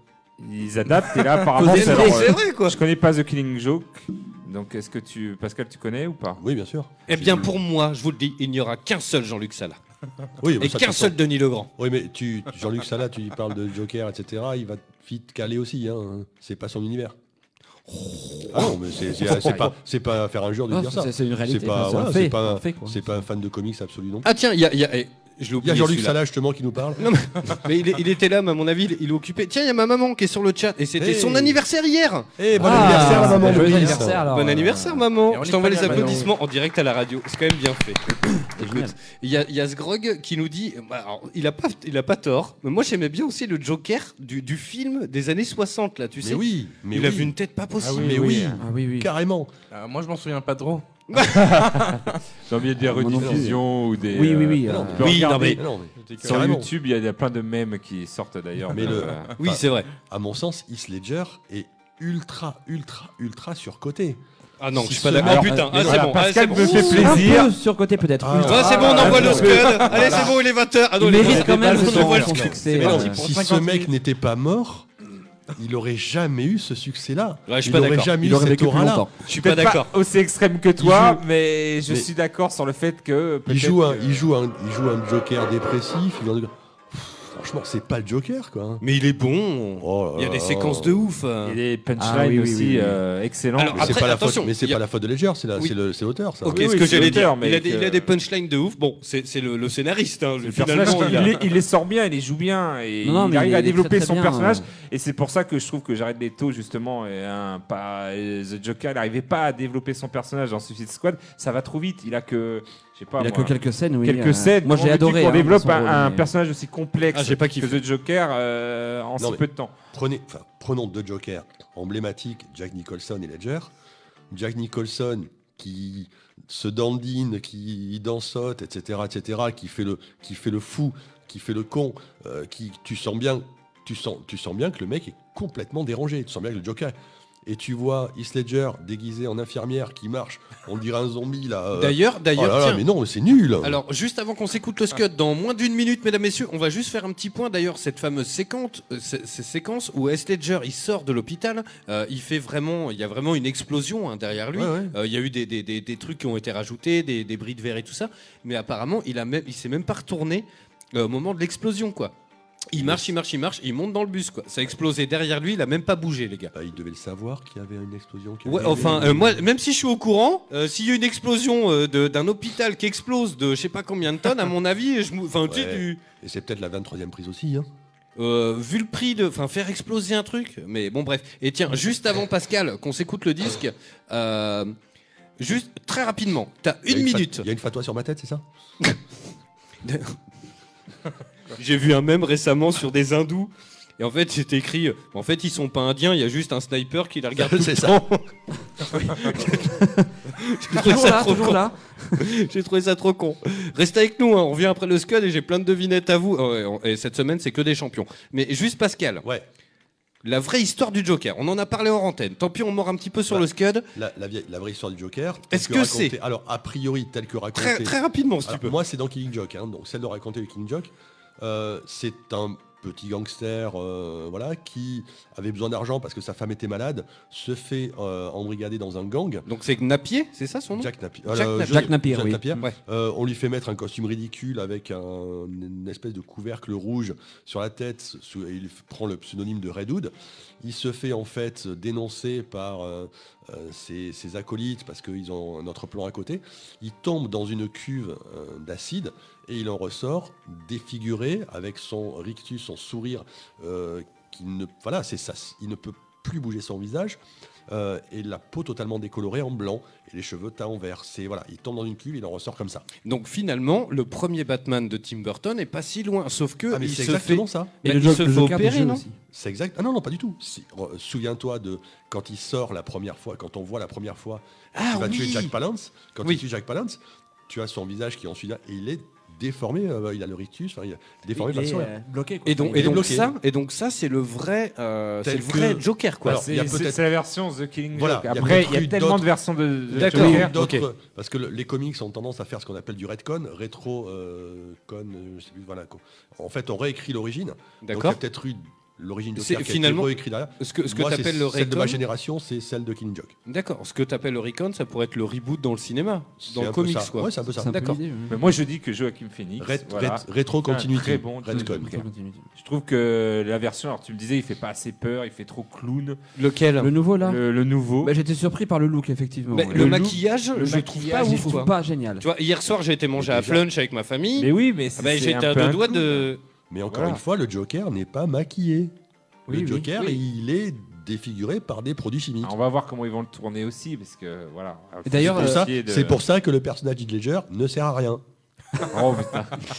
[SPEAKER 7] ils adaptent. Et là,
[SPEAKER 8] Ah,
[SPEAKER 7] apparemment,
[SPEAKER 6] Mais
[SPEAKER 7] c'est
[SPEAKER 6] non,
[SPEAKER 7] leur-
[SPEAKER 6] c'est vrai, quoi.
[SPEAKER 7] Je connais pas The Killing Joke. Donc, est-ce que tu, Pascal, tu connais ou pas
[SPEAKER 8] Oui, bien sûr.
[SPEAKER 6] Eh bien, pour moi, je vous le dis, il n'y aura qu'un seul Jean-Luc Salah
[SPEAKER 8] Oui,
[SPEAKER 6] et
[SPEAKER 8] ça,
[SPEAKER 6] qu'un
[SPEAKER 8] t'entends.
[SPEAKER 6] seul Denis Legrand.
[SPEAKER 8] Oui, mais tu, tu- Jean-Luc Salah, tu lui parles de Joker, etc. Il va vite caler aussi. Hein. C'est pas son univers. Ah non, mais c'est, c'est- c'est pas, c'est pas faire un jour de
[SPEAKER 9] Ah,
[SPEAKER 8] dire ça.
[SPEAKER 9] c'est- C'est une réalité.
[SPEAKER 8] C'est pas,
[SPEAKER 9] enfin,
[SPEAKER 8] voilà,
[SPEAKER 9] un
[SPEAKER 8] c'est
[SPEAKER 9] fait,
[SPEAKER 8] pas, un-
[SPEAKER 9] un fait, quoi.
[SPEAKER 8] c'est pas un fan de comics absolu non. plus.
[SPEAKER 6] Ah tiens, il y a, il y a- eh, je l'ai
[SPEAKER 8] Il y a
[SPEAKER 6] oublié.
[SPEAKER 8] Jean-Luc
[SPEAKER 6] celui-là.
[SPEAKER 8] Salah justement qui nous parle.
[SPEAKER 6] Non, mais, mais il, est- il était là, mais à mon avis, il, il est occupé. Tiens, il y a ma maman qui est sur le chat et c'était
[SPEAKER 8] Hey.
[SPEAKER 6] son anniversaire hier.
[SPEAKER 8] Eh, bon
[SPEAKER 9] Ah,
[SPEAKER 8] anniversaire, la maman.
[SPEAKER 9] joyeux
[SPEAKER 8] Maurice.
[SPEAKER 9] anniversaire, alors,
[SPEAKER 6] bon
[SPEAKER 9] euh,
[SPEAKER 6] anniversaire,
[SPEAKER 1] et
[SPEAKER 6] maman.
[SPEAKER 1] on
[SPEAKER 6] Je
[SPEAKER 1] est
[SPEAKER 6] t'envoie
[SPEAKER 1] pas
[SPEAKER 6] les
[SPEAKER 1] bien,
[SPEAKER 6] applaudissements en direct à la radio. C'est quand même bien fait.
[SPEAKER 9] c'est
[SPEAKER 6] [coughs] Écoute,
[SPEAKER 9] génial.
[SPEAKER 6] il y a, il y a ce grog qui nous dit, bah, alors, il a pas, il a pas tort. Mais moi, j'aimais bien aussi le Joker du, du film des années 60 là. Tu
[SPEAKER 8] Mais
[SPEAKER 6] sais,
[SPEAKER 8] oui, mais
[SPEAKER 6] il
[SPEAKER 8] oui.
[SPEAKER 6] avait une tête pas possible.
[SPEAKER 8] mais oui,
[SPEAKER 9] Ah oui, oui.
[SPEAKER 8] carrément.
[SPEAKER 1] Euh, moi, je m'en souviens pas trop.
[SPEAKER 7] J'ai envie de dire
[SPEAKER 9] moi non plus.
[SPEAKER 7] rediffusion ou des.
[SPEAKER 9] Oui, oui,
[SPEAKER 7] euh,
[SPEAKER 9] oui.
[SPEAKER 8] non,
[SPEAKER 9] euh,
[SPEAKER 7] tu peux
[SPEAKER 6] Oui,
[SPEAKER 7] regarder.
[SPEAKER 6] non, mais-
[SPEAKER 8] Mais non, mais
[SPEAKER 7] Sur
[SPEAKER 8] Carrément.
[SPEAKER 7] YouTube, il y, a- il y a plein de mèmes qui sortent d'ailleurs.
[SPEAKER 8] Mais le-
[SPEAKER 7] Euh,
[SPEAKER 6] Oui, c'est vrai.
[SPEAKER 8] à mon sens, Heath Ledger est ultra, ultra, ultra surcoté.
[SPEAKER 6] Ah non, je suis
[SPEAKER 8] Si
[SPEAKER 6] pas
[SPEAKER 8] ce-
[SPEAKER 6] d'accord. Ah
[SPEAKER 8] alors,
[SPEAKER 6] putain, ah,
[SPEAKER 7] voilà,
[SPEAKER 6] c'est bon. ah,
[SPEAKER 7] Pascal
[SPEAKER 6] c'est bon.
[SPEAKER 7] me fait
[SPEAKER 9] un
[SPEAKER 7] plaisir.
[SPEAKER 9] peu surcoté peut-être.
[SPEAKER 8] Ah,
[SPEAKER 9] ultra.
[SPEAKER 6] Ouais, c'est bon, on envoie le scud. Allez, c'est bon, il est 20h. Ah non,
[SPEAKER 9] Il
[SPEAKER 6] est
[SPEAKER 9] mérite
[SPEAKER 6] 20.
[SPEAKER 9] quand même
[SPEAKER 6] On envoie le
[SPEAKER 9] son
[SPEAKER 6] scud.
[SPEAKER 9] succès.
[SPEAKER 8] Non,
[SPEAKER 9] euh,
[SPEAKER 1] gentil.
[SPEAKER 8] si
[SPEAKER 1] Pour
[SPEAKER 8] ce
[SPEAKER 1] 50
[SPEAKER 8] mec
[SPEAKER 1] minutes.
[SPEAKER 8] n'était pas mort, il aurait jamais eu ce succès-là.
[SPEAKER 6] Ouais, je suis
[SPEAKER 8] il
[SPEAKER 6] pas
[SPEAKER 8] aurait
[SPEAKER 6] d'accord.
[SPEAKER 8] jamais
[SPEAKER 9] Il
[SPEAKER 8] eu
[SPEAKER 9] aurait
[SPEAKER 8] cette
[SPEAKER 9] vécu plus
[SPEAKER 8] aura-là.
[SPEAKER 9] longtemps.
[SPEAKER 6] Je suis pas
[SPEAKER 7] Peut-être
[SPEAKER 6] d'accord.
[SPEAKER 7] aussi extrême que toi, mais je
[SPEAKER 8] mais-
[SPEAKER 7] suis d'accord sur le fait que.
[SPEAKER 8] Il
[SPEAKER 7] peut-être
[SPEAKER 8] joue, un,
[SPEAKER 7] que-
[SPEAKER 8] il, joue un, il joue un Joker dépressif. il joue un- Franchement, c'est pas le Joker, quoi.
[SPEAKER 6] Mais il est bon.
[SPEAKER 8] Oh là
[SPEAKER 6] Il y a
[SPEAKER 8] là
[SPEAKER 6] des
[SPEAKER 8] là.
[SPEAKER 6] séquences de ouf.
[SPEAKER 7] Il y a des punchlines
[SPEAKER 9] Ah oui, oui,
[SPEAKER 7] aussi
[SPEAKER 9] oui, oui.
[SPEAKER 7] euh, excellentes.
[SPEAKER 6] Alors,
[SPEAKER 8] Mais
[SPEAKER 6] Après,
[SPEAKER 8] c'est pas la
[SPEAKER 6] attention,
[SPEAKER 8] faute, mais c'est
[SPEAKER 6] il y a-
[SPEAKER 8] pas la faute de Ledger, c'est la-
[SPEAKER 6] Oui.
[SPEAKER 8] c'est le- c'est l'auteur. ça.
[SPEAKER 6] Ok,
[SPEAKER 7] Oui,
[SPEAKER 6] ce
[SPEAKER 7] oui,
[SPEAKER 6] que
[SPEAKER 7] c'est
[SPEAKER 6] j'allais
[SPEAKER 7] l'auteur,
[SPEAKER 6] dire.
[SPEAKER 7] mais
[SPEAKER 6] Il a, des,
[SPEAKER 7] que-
[SPEAKER 6] il a des punchlines de ouf. Bon, c'est c'est le, le scénariste. hein.
[SPEAKER 7] Le personnage,
[SPEAKER 6] Finalement, il a-
[SPEAKER 7] il, il est sort bien, il les joue bien, et
[SPEAKER 9] Non, non,
[SPEAKER 7] il
[SPEAKER 9] mais
[SPEAKER 7] arrive
[SPEAKER 9] il
[SPEAKER 7] à
[SPEAKER 9] est
[SPEAKER 7] développer
[SPEAKER 9] très, très
[SPEAKER 7] son
[SPEAKER 9] bien,
[SPEAKER 7] personnage.
[SPEAKER 9] euh.
[SPEAKER 7] Et c'est pour ça que je trouve que Jared Leto, justement, est un pas et The Joker, il n'arrivait pas à développer son personnage dans Suicide Squad. Ça va trop vite. Il a que, je sais pas,
[SPEAKER 9] Il y a que
[SPEAKER 7] moi,
[SPEAKER 9] quelques scènes, oui.
[SPEAKER 7] quelques
[SPEAKER 9] euh,
[SPEAKER 7] scènes.
[SPEAKER 9] Moi, j'ai adoré.
[SPEAKER 7] On
[SPEAKER 9] hein,
[SPEAKER 7] développe
[SPEAKER 9] son
[SPEAKER 7] un,
[SPEAKER 9] rôle,
[SPEAKER 7] un
[SPEAKER 9] mais-
[SPEAKER 7] personnage aussi complexe
[SPEAKER 6] Ah, j'ai pas
[SPEAKER 7] que
[SPEAKER 6] kiffé.
[SPEAKER 7] The Joker euh, en
[SPEAKER 8] Non,
[SPEAKER 7] si
[SPEAKER 8] mais-
[SPEAKER 7] peu de temps.
[SPEAKER 8] Prenez, enfin, prenons deux Jokers emblématiques, Jack Nicholson et Ledger. Jack Nicholson qui se dandine, qui dansote, etc., etc., qui fait le, qui fait le fou, qui fait le con, euh, qui, tu sens bien, tu sens, tu sens bien que le mec est complètement dérangé. Tu sens bien que le Joker. Et tu vois Heath Ledger déguisé en infirmière qui marche, on dirait un zombie là. euh,
[SPEAKER 6] D'ailleurs,
[SPEAKER 8] oh là
[SPEAKER 6] d'ailleurs,
[SPEAKER 8] là,
[SPEAKER 6] tiens.
[SPEAKER 8] mais non, Ah. mais c'est nul.
[SPEAKER 6] Alors, juste avant qu'on s'écoute le Scud, dans moins d'une minute, mesdames, messieurs, on va juste faire un petit point. D'ailleurs, cette fameuse séquence, euh, c- ces séquences où S. Ledger, il sort de l'hôpital, euh, il fait vraiment, il y a vraiment une explosion hein, derrière lui.
[SPEAKER 8] Ouais,
[SPEAKER 6] Euh,
[SPEAKER 8] ouais.
[SPEAKER 6] Il y a eu des, des- des- des trucs qui ont été rajoutés, des, des bris de verre et tout ça. Mais apparemment, il a même, il s'est même pas retourné euh, au moment de l'explosion, quoi. Il marche, il marche, il marche, il monte dans le bus, quoi. Ça a explosé derrière lui, il a même pas bougé, les gars.
[SPEAKER 8] Bah, il devait le savoir qu'il y avait une explosion. qui
[SPEAKER 6] Ouais,
[SPEAKER 8] avait-
[SPEAKER 6] enfin, euh, moi, même si je suis au courant, euh, s'il y a une explosion euh, de- d'un hôpital qui explose de je sais pas combien de tonnes, à mon avis, je mou- enfin, tu sais,
[SPEAKER 8] Ouais.
[SPEAKER 6] du-
[SPEAKER 8] Et c'est peut-être la 23e prise aussi. Hein.
[SPEAKER 6] euh, vu le prix de, enfin, faire exploser un truc. Mais bon, bref. Et tiens, juste avant Pascal, qu'on s'écoute le disque, euh, juste très rapidement, t'as
[SPEAKER 8] Il y a
[SPEAKER 6] une
[SPEAKER 8] fa-
[SPEAKER 6] minute.
[SPEAKER 8] Il y a une fatwa sur ma tête, c'est ça
[SPEAKER 6] J'ai vu un même récemment sur des hindous. Et en fait, c'était écrit. euh, En fait, ils sont pas indiens. Il y a juste un sniper qui les regarde tout
[SPEAKER 8] [laughs] C'est
[SPEAKER 6] le
[SPEAKER 8] ça.
[SPEAKER 6] temps. J'ai trouvé
[SPEAKER 9] Toujours
[SPEAKER 6] ça
[SPEAKER 7] [laughs]
[SPEAKER 9] là,
[SPEAKER 6] trop
[SPEAKER 9] toujours
[SPEAKER 6] con.
[SPEAKER 9] là.
[SPEAKER 6] [laughs] J'ai trouvé ça trop con. Restez avec nous, hein, on revient après le Scud et j'ai plein de devinettes à vous. Oh, et on- Et cette semaine, c'est que des champions. Mais juste Pascal,
[SPEAKER 8] Ouais.
[SPEAKER 6] la vraie histoire du Joker, on en a parlé hors antenne. Tant pis, on mord un petit peu sur
[SPEAKER 8] Ouais.
[SPEAKER 6] le Scud.
[SPEAKER 8] La, la vieille- la vraie histoire du Joker. telle
[SPEAKER 6] Est-ce que
[SPEAKER 8] racontée-
[SPEAKER 6] c'est-
[SPEAKER 8] Alors, a priori, telle que racontée.
[SPEAKER 6] Très, très rapidement, si
[SPEAKER 8] Alors,
[SPEAKER 6] tu peux.
[SPEAKER 8] Moi, c'est dans Killing Joke, hein, donc celle de raconter le Killing Joke. Euh, c'est un petit gangster euh, voilà, qui avait besoin d'argent parce que sa femme était malade, se fait euh, embrigader dans un gang.
[SPEAKER 6] Donc c'est Napier, c'est ça son nom
[SPEAKER 8] Jack Napier.
[SPEAKER 6] Jack
[SPEAKER 8] euh,
[SPEAKER 6] Napier.
[SPEAKER 8] je-
[SPEAKER 9] Jack Napier, oui.
[SPEAKER 6] Ouais.
[SPEAKER 8] Euh, on lui fait mettre un costume ridicule avec un, une espèce de couvercle rouge sur la tête. sous- et il f- prend le pseudonyme de Red Hood. Il se fait en fait dénoncer par euh, euh, ses, ses acolytes parce qu'ils ont un autre plan à côté. Il tombe dans une cuve euh, d'acide et il en ressort défiguré avec son rictus, son sourire, euh, qui ne, voilà, c'est ça, il ne peut plus bouger son visage. euh, et la peau totalement décolorée en blanc et les cheveux teints en vert. C'est voilà, il tombe dans une cuve, il en ressort comme ça.
[SPEAKER 6] Donc finalement, le premier Batman de Tim Burton est pas si loin, sauf que
[SPEAKER 8] Ah mais
[SPEAKER 6] il
[SPEAKER 8] c'est
[SPEAKER 6] se
[SPEAKER 8] exactement ça.
[SPEAKER 6] fait, il se fait opérer, non
[SPEAKER 8] C'est exact. Ah non, non, pas du tout. Si- re- Souviens-toi de quand il sort la première fois, quand on voit la première fois
[SPEAKER 6] Ah
[SPEAKER 8] qu'il va tuer
[SPEAKER 6] oui.
[SPEAKER 8] Jack Palance. Quand
[SPEAKER 6] Oui.
[SPEAKER 8] il tue Jack Palance, tu as son visage qui est ensuite là et il est déformé. euh, il a le rictus, enfin, il est déformé par le sourire.
[SPEAKER 10] bloqué.
[SPEAKER 6] Et donc,
[SPEAKER 8] Il
[SPEAKER 6] et
[SPEAKER 8] est
[SPEAKER 6] donc
[SPEAKER 8] bloqué.
[SPEAKER 6] ça, et donc ça, c'est le vrai, euh, c'est
[SPEAKER 8] Tel
[SPEAKER 6] le vrai
[SPEAKER 8] que-
[SPEAKER 6] Joker, quoi.
[SPEAKER 8] Alors, il y a
[SPEAKER 7] C'est-
[SPEAKER 8] peut-être-
[SPEAKER 7] C'est la version The Killing
[SPEAKER 8] Voilà,
[SPEAKER 7] Joke.
[SPEAKER 8] il y a
[SPEAKER 7] Après,
[SPEAKER 8] peut-être
[SPEAKER 7] il y a,
[SPEAKER 8] eu
[SPEAKER 7] tellement
[SPEAKER 8] d'autres-
[SPEAKER 7] de versions de, de
[SPEAKER 6] D'accord.
[SPEAKER 8] Oui,
[SPEAKER 7] Joker.
[SPEAKER 8] d'autres, parce que le- les comics ont tendance à faire ce qu'on appelle du redcon, rétro euh, con, euh, je sais plus, voilà. quoi. En fait, on réécrit l'origine. Donc, Il y
[SPEAKER 6] D'accord.
[SPEAKER 8] a peut-être eu l'origine de
[SPEAKER 6] C'est
[SPEAKER 8] Joker qui
[SPEAKER 6] finalement-
[SPEAKER 8] a été réécrit derrière.
[SPEAKER 6] Ce que, ce que
[SPEAKER 8] Moi, c'est
[SPEAKER 6] t'appelles le
[SPEAKER 8] celle de ma
[SPEAKER 6] recon,
[SPEAKER 8] génération, c'est celle de Killing Joke.
[SPEAKER 6] d'accord. Ce que t'appelles le recon, ça pourrait être le reboot dans le cinéma,
[SPEAKER 8] C'est
[SPEAKER 6] dans le
[SPEAKER 8] un peu
[SPEAKER 6] comics,
[SPEAKER 8] ça.
[SPEAKER 6] quoi.
[SPEAKER 8] Ouais, c'est un peu ça.
[SPEAKER 9] C'est un peu
[SPEAKER 6] D'accord.
[SPEAKER 9] l'idée, ouais.
[SPEAKER 7] Mais moi, je dis que Joachim Phoenix.
[SPEAKER 8] Rét-
[SPEAKER 7] voilà.
[SPEAKER 8] rét- rétro continuity.
[SPEAKER 7] Un très bon
[SPEAKER 8] Redcon.
[SPEAKER 7] Joker. Je trouve que la version, alors tu le disais, il fait pas assez peur, il fait trop clown.
[SPEAKER 6] Lequel
[SPEAKER 9] Le nouveau là
[SPEAKER 7] Le, le nouveau.
[SPEAKER 9] Bah, J'étais surpris par le look, effectivement.
[SPEAKER 6] Mais
[SPEAKER 9] ouais.
[SPEAKER 6] Le
[SPEAKER 9] look,
[SPEAKER 6] maquillage,
[SPEAKER 7] le
[SPEAKER 6] je trouve pas
[SPEAKER 7] maquillage,
[SPEAKER 9] je
[SPEAKER 6] ouf,
[SPEAKER 9] trouve
[SPEAKER 6] quoi.
[SPEAKER 9] pas génial.
[SPEAKER 6] Tu vois, hier soir, j'ai été manger à
[SPEAKER 8] Déjà.
[SPEAKER 6] Flunch avec ma famille.
[SPEAKER 7] mais oui, mais
[SPEAKER 6] Ah
[SPEAKER 7] c'est.
[SPEAKER 6] bah,
[SPEAKER 7] c'est
[SPEAKER 6] j'étais
[SPEAKER 7] un
[SPEAKER 6] à
[SPEAKER 7] peu
[SPEAKER 6] deux
[SPEAKER 7] un
[SPEAKER 6] doigts
[SPEAKER 7] clown.
[SPEAKER 6] de.
[SPEAKER 8] Mais encore
[SPEAKER 7] Voilà.
[SPEAKER 8] une fois, le Joker n'est pas maquillé.
[SPEAKER 9] Oui,
[SPEAKER 8] le
[SPEAKER 9] oui,
[SPEAKER 8] Joker,
[SPEAKER 9] oui.
[SPEAKER 8] il est défiguré par des produits chimiques.
[SPEAKER 7] Alors, Ah, on va voir comment ils vont le tourner aussi, parce que voilà.
[SPEAKER 9] Et d'ailleurs,
[SPEAKER 8] C'est pour ça-
[SPEAKER 7] Essayer de-
[SPEAKER 8] euh, C'est pour ça que le personnage de Heath Ledger ne sert à rien.
[SPEAKER 7] Oh, putain. [laughs]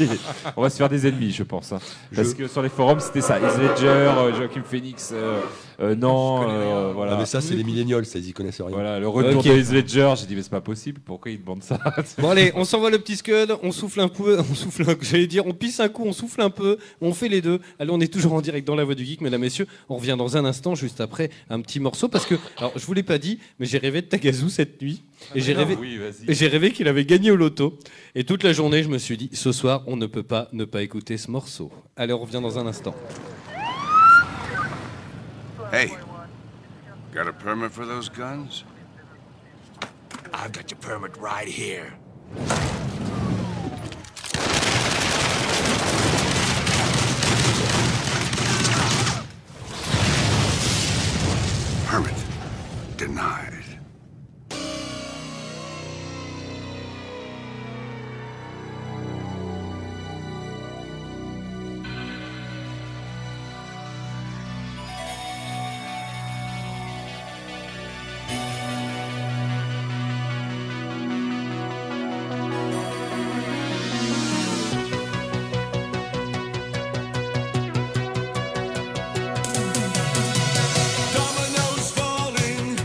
[SPEAKER 7] on va se faire des ennemis, je pense. hein. Parce
[SPEAKER 8] Je-
[SPEAKER 7] que sur les forums, c'était ça. Heath Ledger, euh, Joachim Phoenix, euh, euh, non, euh, voilà.
[SPEAKER 8] Ah, mais ça, c'est les millénials, ça, ils y connaissent rien.
[SPEAKER 7] Voilà, le retour
[SPEAKER 6] Ok.
[SPEAKER 7] de Heath Ledger, j'ai dit mais c'est pas possible, pourquoi ils demandent ça
[SPEAKER 6] Bon allez, on s'envoie le petit scud, on souffle un peu, [laughs] on souffle un j'allais dire, on pisse un coup, on souffle un peu, on fait les deux. Allez, on est toujours en direct dans la voix du geek, mesdames, messieurs. On revient dans un instant, juste après un petit morceau, parce que, alors je vous l'ai pas dit, mais j'ai rêvé de Tagazu cette nuit, et j'ai rêvé,
[SPEAKER 7] [laughs] Oui, vas-y.
[SPEAKER 6] et j'ai rêvé qu'il avait gagné au loto. Et toute la journée, je me suis dit, ce soir, on ne peut pas ne pas écouter ce morceau. Allez, on revient dans un instant.
[SPEAKER 2] Hey, got a permit for those guns? I've got your permit right here. Permit denied.
[SPEAKER 11] Dominoes falling,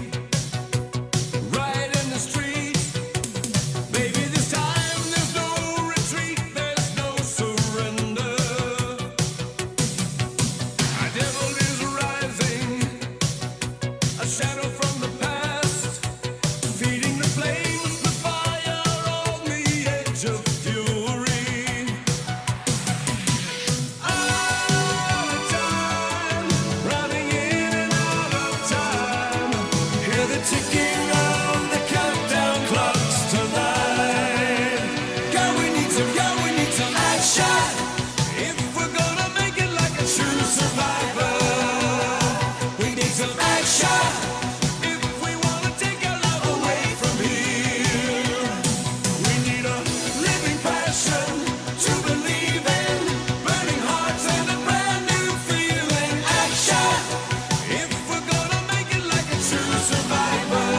[SPEAKER 7] Oh,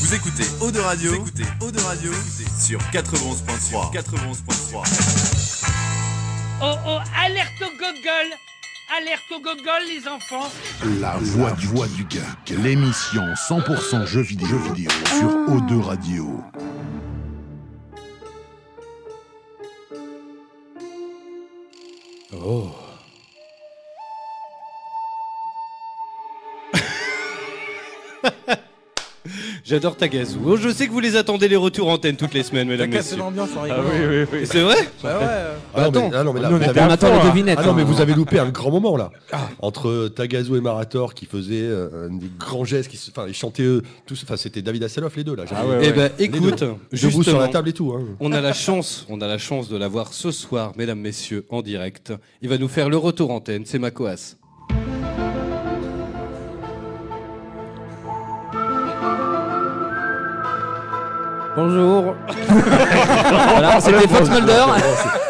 [SPEAKER 10] Vous écoutez Eau de Radio, Vous écoutez Eau de Radio sur 91.3. 91.3.
[SPEAKER 4] Oh oh, alerte au gogol Alerte au gogol, les enfants
[SPEAKER 5] La voix du, voix du geek, l'émission 100% jeux vidéo, jeux vidéo sur O2 Radio.
[SPEAKER 8] Oh.
[SPEAKER 6] J'adore Tagazu. Oh, je sais que vous les attendez les retours antenne toutes les semaines,
[SPEAKER 1] T'as
[SPEAKER 6] mesdames,
[SPEAKER 1] cassé
[SPEAKER 6] messieurs.
[SPEAKER 1] l'ambiance en
[SPEAKER 7] Ah
[SPEAKER 1] rigolant.
[SPEAKER 7] oui, oui, oui.
[SPEAKER 6] C'est vrai
[SPEAKER 1] Bah ouais. euh,
[SPEAKER 8] Ah, non, mais,
[SPEAKER 9] attends,
[SPEAKER 8] ah non, mais là,
[SPEAKER 7] nous, on
[SPEAKER 8] vous
[SPEAKER 7] était
[SPEAKER 8] avez-
[SPEAKER 9] On
[SPEAKER 7] à
[SPEAKER 9] attend
[SPEAKER 7] fond,
[SPEAKER 9] les
[SPEAKER 7] là.
[SPEAKER 9] devinettes.
[SPEAKER 8] Ah non, mais
[SPEAKER 9] hein.
[SPEAKER 8] vous avez loupé un grand moment là.
[SPEAKER 7] Ah.
[SPEAKER 8] Entre Tagazo et Marator qui faisaient euh, des grands gestes, qui se- enfin ils chantaient eux, tous, enfin c'était David Hasselhoff les deux là. j'avais-
[SPEAKER 7] Ah ouais,
[SPEAKER 6] Eh ben,
[SPEAKER 8] Les deux.
[SPEAKER 6] écoute,
[SPEAKER 8] Debout sur
[SPEAKER 6] justement,
[SPEAKER 8] la table et tout. hein.
[SPEAKER 6] on a la chance, on a la chance de l'avoir ce soir, mesdames, messieurs, en direct. Il va nous faire le retour antenne, c'est Makoas.
[SPEAKER 9] Bonjour. voilà, c'était Fox Mulder.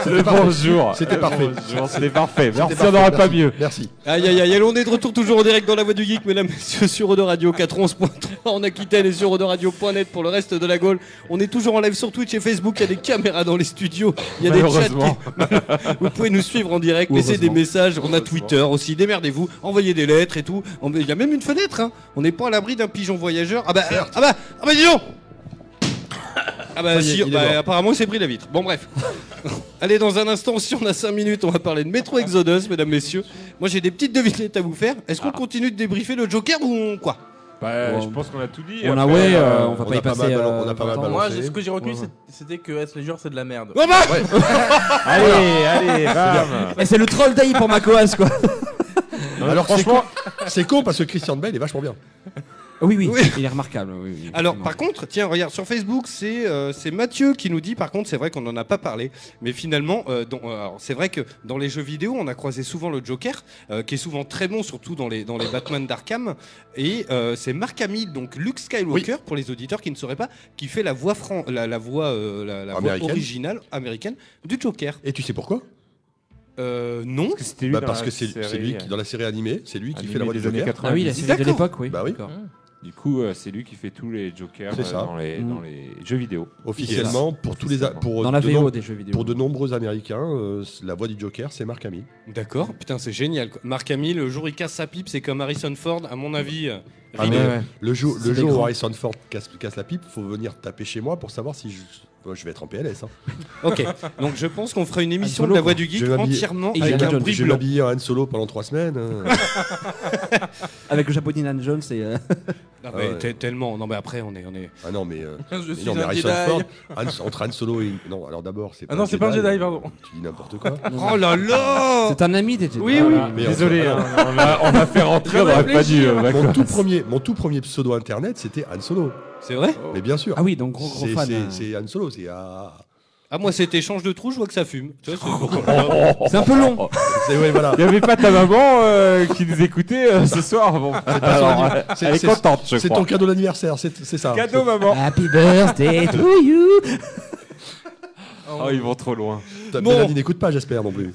[SPEAKER 7] Le bonjour.
[SPEAKER 8] C'était parfait.
[SPEAKER 7] Bonjour, c'était parfait. Merci,
[SPEAKER 8] parfait,
[SPEAKER 7] on n'aurait pas
[SPEAKER 8] merci.
[SPEAKER 7] mieux.
[SPEAKER 8] Merci.
[SPEAKER 6] Aïe aïe aïe, on est de retour toujours en direct dans la voix du geek, mesdames, messieurs, sur Eau de Radio 411.3 en Aquitaine et sur Radio.net pour le reste de la Gaule. On est toujours en live sur Twitch et Facebook, il y a des caméras dans les studios, il y a des chats.
[SPEAKER 7] Malheureusement.
[SPEAKER 6] qui- [laughs] Vous pouvez nous suivre en direct, laissez des
[SPEAKER 7] Heureusement.
[SPEAKER 6] messages, on a Twitter aussi, démerdez-vous, envoyez des lettres et tout. On- Il y a même une fenêtre, hein. on n'est pas à l'abri d'un pigeon voyageur. Ah bah, ah bah, ah bah dis
[SPEAKER 8] [laughs]
[SPEAKER 6] donc ah bah,
[SPEAKER 8] Ça y est,
[SPEAKER 6] si,
[SPEAKER 8] il est
[SPEAKER 6] bah,
[SPEAKER 8] mort.
[SPEAKER 6] apparemment il s'est pris la vitre. Bon
[SPEAKER 8] [laughs]
[SPEAKER 6] bref. Allez, dans un instant, si on a 5 minutes, on va parler de Metro Exodus, mesdames, messieurs. Moi, j'ai des petites devinettes à vous faire. Est-ce qu'on continue de débriefer le Joker ou on- quoi
[SPEAKER 7] Bah,
[SPEAKER 9] Bon.
[SPEAKER 7] je pense qu'on a tout dit.
[SPEAKER 9] On a
[SPEAKER 7] Après,
[SPEAKER 9] ouais,
[SPEAKER 7] euh,
[SPEAKER 9] euh, on va
[SPEAKER 8] on
[SPEAKER 9] pas
[SPEAKER 8] a
[SPEAKER 9] y
[SPEAKER 8] pas
[SPEAKER 9] passer.
[SPEAKER 8] mal balan-
[SPEAKER 9] euh,
[SPEAKER 8] on a pas mal
[SPEAKER 9] longtemps.
[SPEAKER 8] balan-
[SPEAKER 1] Moi,
[SPEAKER 8] Balancé.
[SPEAKER 1] j'ai- ce que j'ai retenu,
[SPEAKER 9] Ouais, ouais.
[SPEAKER 1] c'était que S les c'est de la merde.
[SPEAKER 6] Oh bah
[SPEAKER 8] Ouais.
[SPEAKER 7] Allez, allez, bam.
[SPEAKER 9] Et Eh, c'est le troll day pour Macoas quoi.
[SPEAKER 8] Alors c'est
[SPEAKER 7] franchement,
[SPEAKER 8] con- c'est con parce que Christian Bell est vachement bien.
[SPEAKER 9] [laughs] Oui, oui,
[SPEAKER 6] Oui.
[SPEAKER 9] il est remarquable. oui, oui,
[SPEAKER 6] Alors,
[SPEAKER 9] effectivement.
[SPEAKER 6] par contre, tiens, regarde, sur Facebook, c'est euh, c'est Mathieu qui nous dit, par contre, c'est vrai qu'on n'en a pas parlé, mais finalement, euh, dans- euh, alors, c'est vrai que dans les jeux vidéo, on a croisé souvent le Joker, euh, qui est souvent très bon, surtout dans les, dans les Batman d'Arkham, et euh, c'est Mark Hamill, donc Luke Skywalker, pour les auditeurs qui ne sauraient pas, qui fait la voix, fran- la, la voix, euh, la, la voix
[SPEAKER 8] Américaine.
[SPEAKER 6] originale américaine du Joker.
[SPEAKER 8] Et tu sais pourquoi
[SPEAKER 6] Euh, non
[SPEAKER 7] parce que c'était lui
[SPEAKER 8] Bah,
[SPEAKER 7] dans
[SPEAKER 8] Parce
[SPEAKER 7] la
[SPEAKER 8] que c'est
[SPEAKER 7] série, euh,
[SPEAKER 8] c'est lui qui dans la série animée, c'est lui qui
[SPEAKER 7] animée
[SPEAKER 8] fait la voix du
[SPEAKER 7] des années
[SPEAKER 8] Joker.
[SPEAKER 7] 90.
[SPEAKER 9] Ah oui, la série de
[SPEAKER 6] D'accord.
[SPEAKER 9] l'époque, oui.
[SPEAKER 8] Bah oui.
[SPEAKER 9] d'accord.
[SPEAKER 7] Du coup, euh, c'est lui qui fait tous les jokers
[SPEAKER 8] C'est
[SPEAKER 7] euh,
[SPEAKER 8] ça.
[SPEAKER 7] dans, les,
[SPEAKER 9] Mm.
[SPEAKER 7] dans les jeux vidéo.
[SPEAKER 8] Officiellement pour tous les a- pour
[SPEAKER 9] Dans la
[SPEAKER 8] de
[SPEAKER 9] VO
[SPEAKER 8] nom-
[SPEAKER 9] des jeux vidéo.
[SPEAKER 8] pour de nombreux Américains, euh, la voix du Joker c'est Mark Hamill.
[SPEAKER 6] D'accord, putain, c'est génial. quoi. Marc Hamill, le jour où il casse sa pipe, c'est comme Harrison Ford, à mon avis. euh,
[SPEAKER 9] Ah,
[SPEAKER 6] ridé.
[SPEAKER 9] ouais, ouais.
[SPEAKER 8] Le jour,
[SPEAKER 9] C'est
[SPEAKER 8] le jour où
[SPEAKER 9] grand.
[SPEAKER 8] Harrison Ford casse, casse la pipe, faut venir taper chez moi pour savoir si je, moi, je vais être en PLS. hein.
[SPEAKER 6] Ok, [laughs] donc je pense qu'on fera une émission de
[SPEAKER 9] solo,
[SPEAKER 6] la
[SPEAKER 9] quoi.
[SPEAKER 6] voix du
[SPEAKER 8] Je
[SPEAKER 6] geek
[SPEAKER 8] vais m'habiller-
[SPEAKER 6] entièrement
[SPEAKER 9] Et
[SPEAKER 6] avec
[SPEAKER 9] Indiana
[SPEAKER 6] un
[SPEAKER 9] Jones.
[SPEAKER 6] prix
[SPEAKER 8] Je vais
[SPEAKER 6] blanc.
[SPEAKER 8] m'habiller en Han Solo pendant trois semaines. hein.
[SPEAKER 1] [laughs]
[SPEAKER 9] Avec le chapeau d'Inan Jones et. euh,
[SPEAKER 6] Ah, mais
[SPEAKER 8] ouais.
[SPEAKER 6] t- Tellement, non mais après on est, on est.
[SPEAKER 8] ah non mais, euh,
[SPEAKER 1] Je
[SPEAKER 8] mais
[SPEAKER 1] suis
[SPEAKER 8] non, mais
[SPEAKER 1] un Jedi.
[SPEAKER 8] Harrison Ford Han- entre Han Solo et non alors d'abord c'est
[SPEAKER 1] Ah non, c'est pas un Jedi,
[SPEAKER 8] euh,
[SPEAKER 1] pardon.
[SPEAKER 8] Tu dis n'importe
[SPEAKER 9] [laughs]
[SPEAKER 8] quoi.
[SPEAKER 6] Oh là là
[SPEAKER 9] [laughs] C'est un ami des Jedi.
[SPEAKER 6] Oui, oui.
[SPEAKER 7] Voilà.
[SPEAKER 8] Mais
[SPEAKER 7] Désolé,
[SPEAKER 8] enfin,
[SPEAKER 7] hein, on, a, on a fait rentrer, on aurait pas dû. euh, Mac-
[SPEAKER 8] mon tout premier mon tout premier pseudo internet c'était Han Solo.
[SPEAKER 6] C'est vrai
[SPEAKER 8] Mais bien sûr.
[SPEAKER 9] Ah oui, donc gros gros
[SPEAKER 8] C'est-
[SPEAKER 9] fan.
[SPEAKER 8] c'est-
[SPEAKER 9] hein.
[SPEAKER 8] C'est Han Solo, c'est ah.
[SPEAKER 6] Ah moi cet échange de trous, je vois que ça fume. Tu vois, c'est-
[SPEAKER 9] C'est un peu [laughs] long.
[SPEAKER 8] C'est ouais, voilà.
[SPEAKER 7] Il n'y avait pas ta maman euh, qui nous écoutait euh, ce soir. Bon, alors, euh,
[SPEAKER 8] c'est-
[SPEAKER 7] elle est
[SPEAKER 8] c'est-
[SPEAKER 7] contente, je
[SPEAKER 8] C'est
[SPEAKER 7] crois.
[SPEAKER 8] ton cadeau d'anniversaire, c'est c'est ça.
[SPEAKER 7] Cadeau, maman.
[SPEAKER 9] Happy birthday to you.
[SPEAKER 7] Oh, ils vont trop loin.
[SPEAKER 8] Putain,
[SPEAKER 6] Bon.
[SPEAKER 8] Mélanie n'écoute pas, j'espère
[SPEAKER 9] [laughs]
[SPEAKER 8] non plus.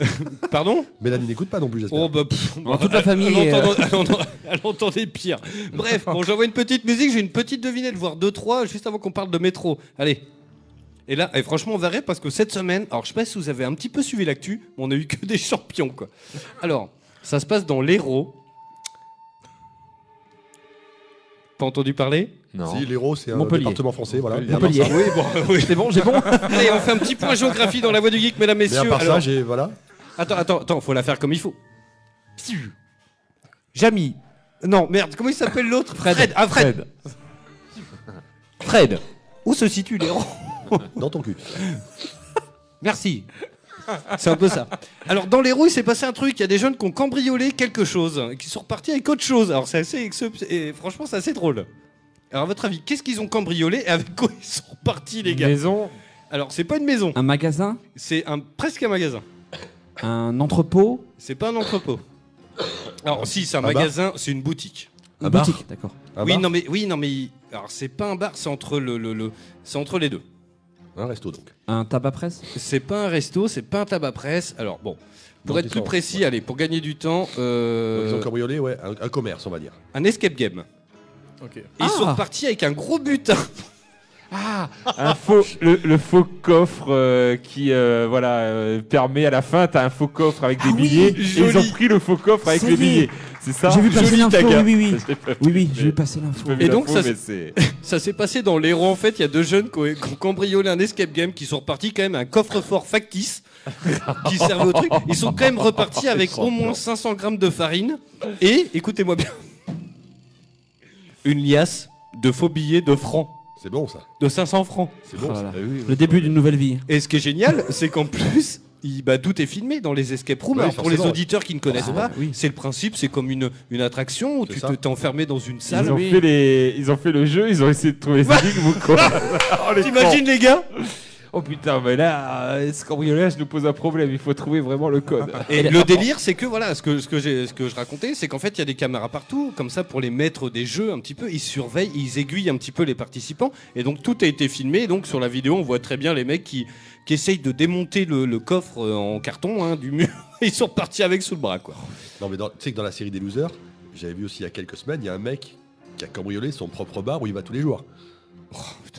[SPEAKER 6] Pardon
[SPEAKER 8] Mélanie n'écoute pas non plus, j'espère.
[SPEAKER 6] Oh bah pff,
[SPEAKER 9] Bon, toute la famille euh,
[SPEAKER 6] Elle
[SPEAKER 9] est,
[SPEAKER 6] entend- elle entend- elle entendait pire. Bref, bon, j'envoie une petite musique, j'ai une petite devinette, voire deux, trois, juste avant qu'on parle de métro. Allez. Et là, et franchement, on verrait parce que cette semaine, alors je sais pas si vous avez un petit peu suivi l'actu, mais on a eu que des champions, quoi. Alors, ça se passe dans l'Hérault. Pas entendu parler
[SPEAKER 7] Non.
[SPEAKER 8] Si, l'Hérault, c'est un
[SPEAKER 9] Montpellier.
[SPEAKER 8] département français, voilà.
[SPEAKER 9] Montpellier. Montpellier.
[SPEAKER 8] Et à part ça-
[SPEAKER 6] Oui, bon, oui.
[SPEAKER 9] C'est bon,
[SPEAKER 8] [laughs]
[SPEAKER 9] j'ai bon
[SPEAKER 6] Allez, on fait un petit point géographie dans la voie du geek, mesdames,
[SPEAKER 8] Mais à
[SPEAKER 6] messieurs.
[SPEAKER 8] part ça,
[SPEAKER 6] Alors,
[SPEAKER 8] j'ai voilà.
[SPEAKER 6] attends, attends, attends, faut la faire comme il faut. Psiu.
[SPEAKER 9] Jamy,
[SPEAKER 6] Non, merde, comment il s'appelle l'autre
[SPEAKER 9] Fred.
[SPEAKER 6] Ah, Fred.
[SPEAKER 9] Fred.
[SPEAKER 6] Fred. Où se situe l'Hérault
[SPEAKER 8] Dans ton cul.
[SPEAKER 6] Merci. C'est un peu ça. Alors, dans l'Hérault, il s'est passé un truc. Il y a des jeunes qui ont cambriolé quelque chose, qui sont repartis avec autre chose. Alors, c'est assez. excep- Et franchement, c'est assez drôle. Alors, à votre avis, qu'est-ce qu'ils ont cambriolé et avec quoi ils sont repartis, les gars
[SPEAKER 7] Maison,
[SPEAKER 6] Alors, c'est pas une maison,
[SPEAKER 9] Un magasin
[SPEAKER 6] c'est un, presque un magasin.
[SPEAKER 9] Un entrepôt
[SPEAKER 6] C'est pas un entrepôt. Alors, si, c'est un,
[SPEAKER 8] bar
[SPEAKER 6] magasin, c'est une boutique.
[SPEAKER 9] Une
[SPEAKER 8] Un bar
[SPEAKER 9] boutique, d'accord.
[SPEAKER 8] Un
[SPEAKER 6] oui,
[SPEAKER 8] bar,
[SPEAKER 6] non, mais. Oui, non, mais. Alors, c'est pas un bar, c'est entre, le, le- le- c'est entre les deux.
[SPEAKER 8] un resto donc.
[SPEAKER 9] Un tabac presse
[SPEAKER 6] C'est pas un resto, c'est pas un tabac presse. Alors, bon. Pour
[SPEAKER 8] Donc,
[SPEAKER 6] être
[SPEAKER 8] ils
[SPEAKER 6] plus
[SPEAKER 8] sont-
[SPEAKER 6] précis, allez, pour gagner du temps, euh,
[SPEAKER 8] Donc, Ils ont cambriolé, ouais, un, un commerce, on va dire.
[SPEAKER 6] un escape game.
[SPEAKER 1] Ok.
[SPEAKER 6] Et Ils sont
[SPEAKER 9] Ah.
[SPEAKER 6] repartis avec un gros butin. [laughs]
[SPEAKER 7] un faux, le, le faux coffre euh, qui euh, voilà euh, permet à la fin, t'as un faux coffre avec des
[SPEAKER 9] Ah oui,
[SPEAKER 7] billets. et ils
[SPEAKER 9] joli.
[SPEAKER 7] ont pris le faux coffre avec
[SPEAKER 9] Ça
[SPEAKER 7] les
[SPEAKER 9] y est.
[SPEAKER 7] billets. C'est ça
[SPEAKER 9] J'ai vu passer
[SPEAKER 7] Joli,
[SPEAKER 9] l'info,
[SPEAKER 7] Taga.
[SPEAKER 9] oui, oui,
[SPEAKER 7] [laughs]
[SPEAKER 9] oui.
[SPEAKER 7] Je l'ai pas vu,
[SPEAKER 9] Oui, oui,
[SPEAKER 7] mais-
[SPEAKER 9] j'ai vu passer
[SPEAKER 7] j'ai
[SPEAKER 9] l'info.
[SPEAKER 7] pas vu
[SPEAKER 6] Et donc,
[SPEAKER 7] l'info,
[SPEAKER 6] ça-
[SPEAKER 7] mais c'est- [laughs]
[SPEAKER 6] Ça s'est passé dans l'Hérault en fait. Il y a deux jeunes qui ont, qui ont cambriolé un escape game qui sont repartis quand même à un coffre-fort factice [laughs] qui servait au truc. Ils sont quand même [laughs] repartis avec au moins 500 grammes de farine et, écoutez-moi bien, une liasse de faux billets de francs,
[SPEAKER 8] C'est bon ça.
[SPEAKER 6] de 500 francs.
[SPEAKER 8] C'est bon.
[SPEAKER 9] Oh
[SPEAKER 8] ça.
[SPEAKER 9] là là.
[SPEAKER 8] Eh oui, oui.
[SPEAKER 9] Le début d'une nouvelle vie.
[SPEAKER 6] Et ce qui est génial, c'est qu'en plus, il- bah, tout est filmé dans les escape rooms.
[SPEAKER 8] Oui,
[SPEAKER 6] Alors, pour les
[SPEAKER 8] forcément,
[SPEAKER 6] auditeurs qui ne connaissent
[SPEAKER 9] Forcément,
[SPEAKER 6] pas,
[SPEAKER 9] Ah, oui.
[SPEAKER 6] c'est le principe, c'est comme une, une attraction où
[SPEAKER 8] C'est
[SPEAKER 6] tu
[SPEAKER 8] ça.
[SPEAKER 6] te- t'es enfermé dans une
[SPEAKER 7] Ils,
[SPEAKER 6] salle.
[SPEAKER 7] ont
[SPEAKER 9] oui.
[SPEAKER 7] fait les... ils ont fait le jeu, ils ont essayé de trouver les [laughs] énigmes ou quoi Oh, les
[SPEAKER 6] T'imagines les gars
[SPEAKER 7] cons. Oh putain, mais là, euh, ce cambriolage nous pose un problème, il faut trouver vraiment le
[SPEAKER 9] Ah,
[SPEAKER 7] code.
[SPEAKER 6] Et le délire, c'est que voilà, ce que, ce que, j'ai- ce que je racontais, c'est qu'en fait, il y a des caméras partout, comme ça, pour les maîtres des jeux, un petit peu, ils surveillent, ils aiguillent un petit peu les participants. Et donc, tout a été filmé. Et donc, sur la vidéo, on voit très bien les mecs qui, qui essayent de démonter le, le coffre euh, en carton hein, du mur. [laughs] Ils sont partis avec sous le bras, quoi.
[SPEAKER 8] Non mais dans- tu sais que dans la série des losers, j'avais vu aussi il y a quelques semaines, il y a un mec qui a cambriolé son propre bar où il va tous les jours.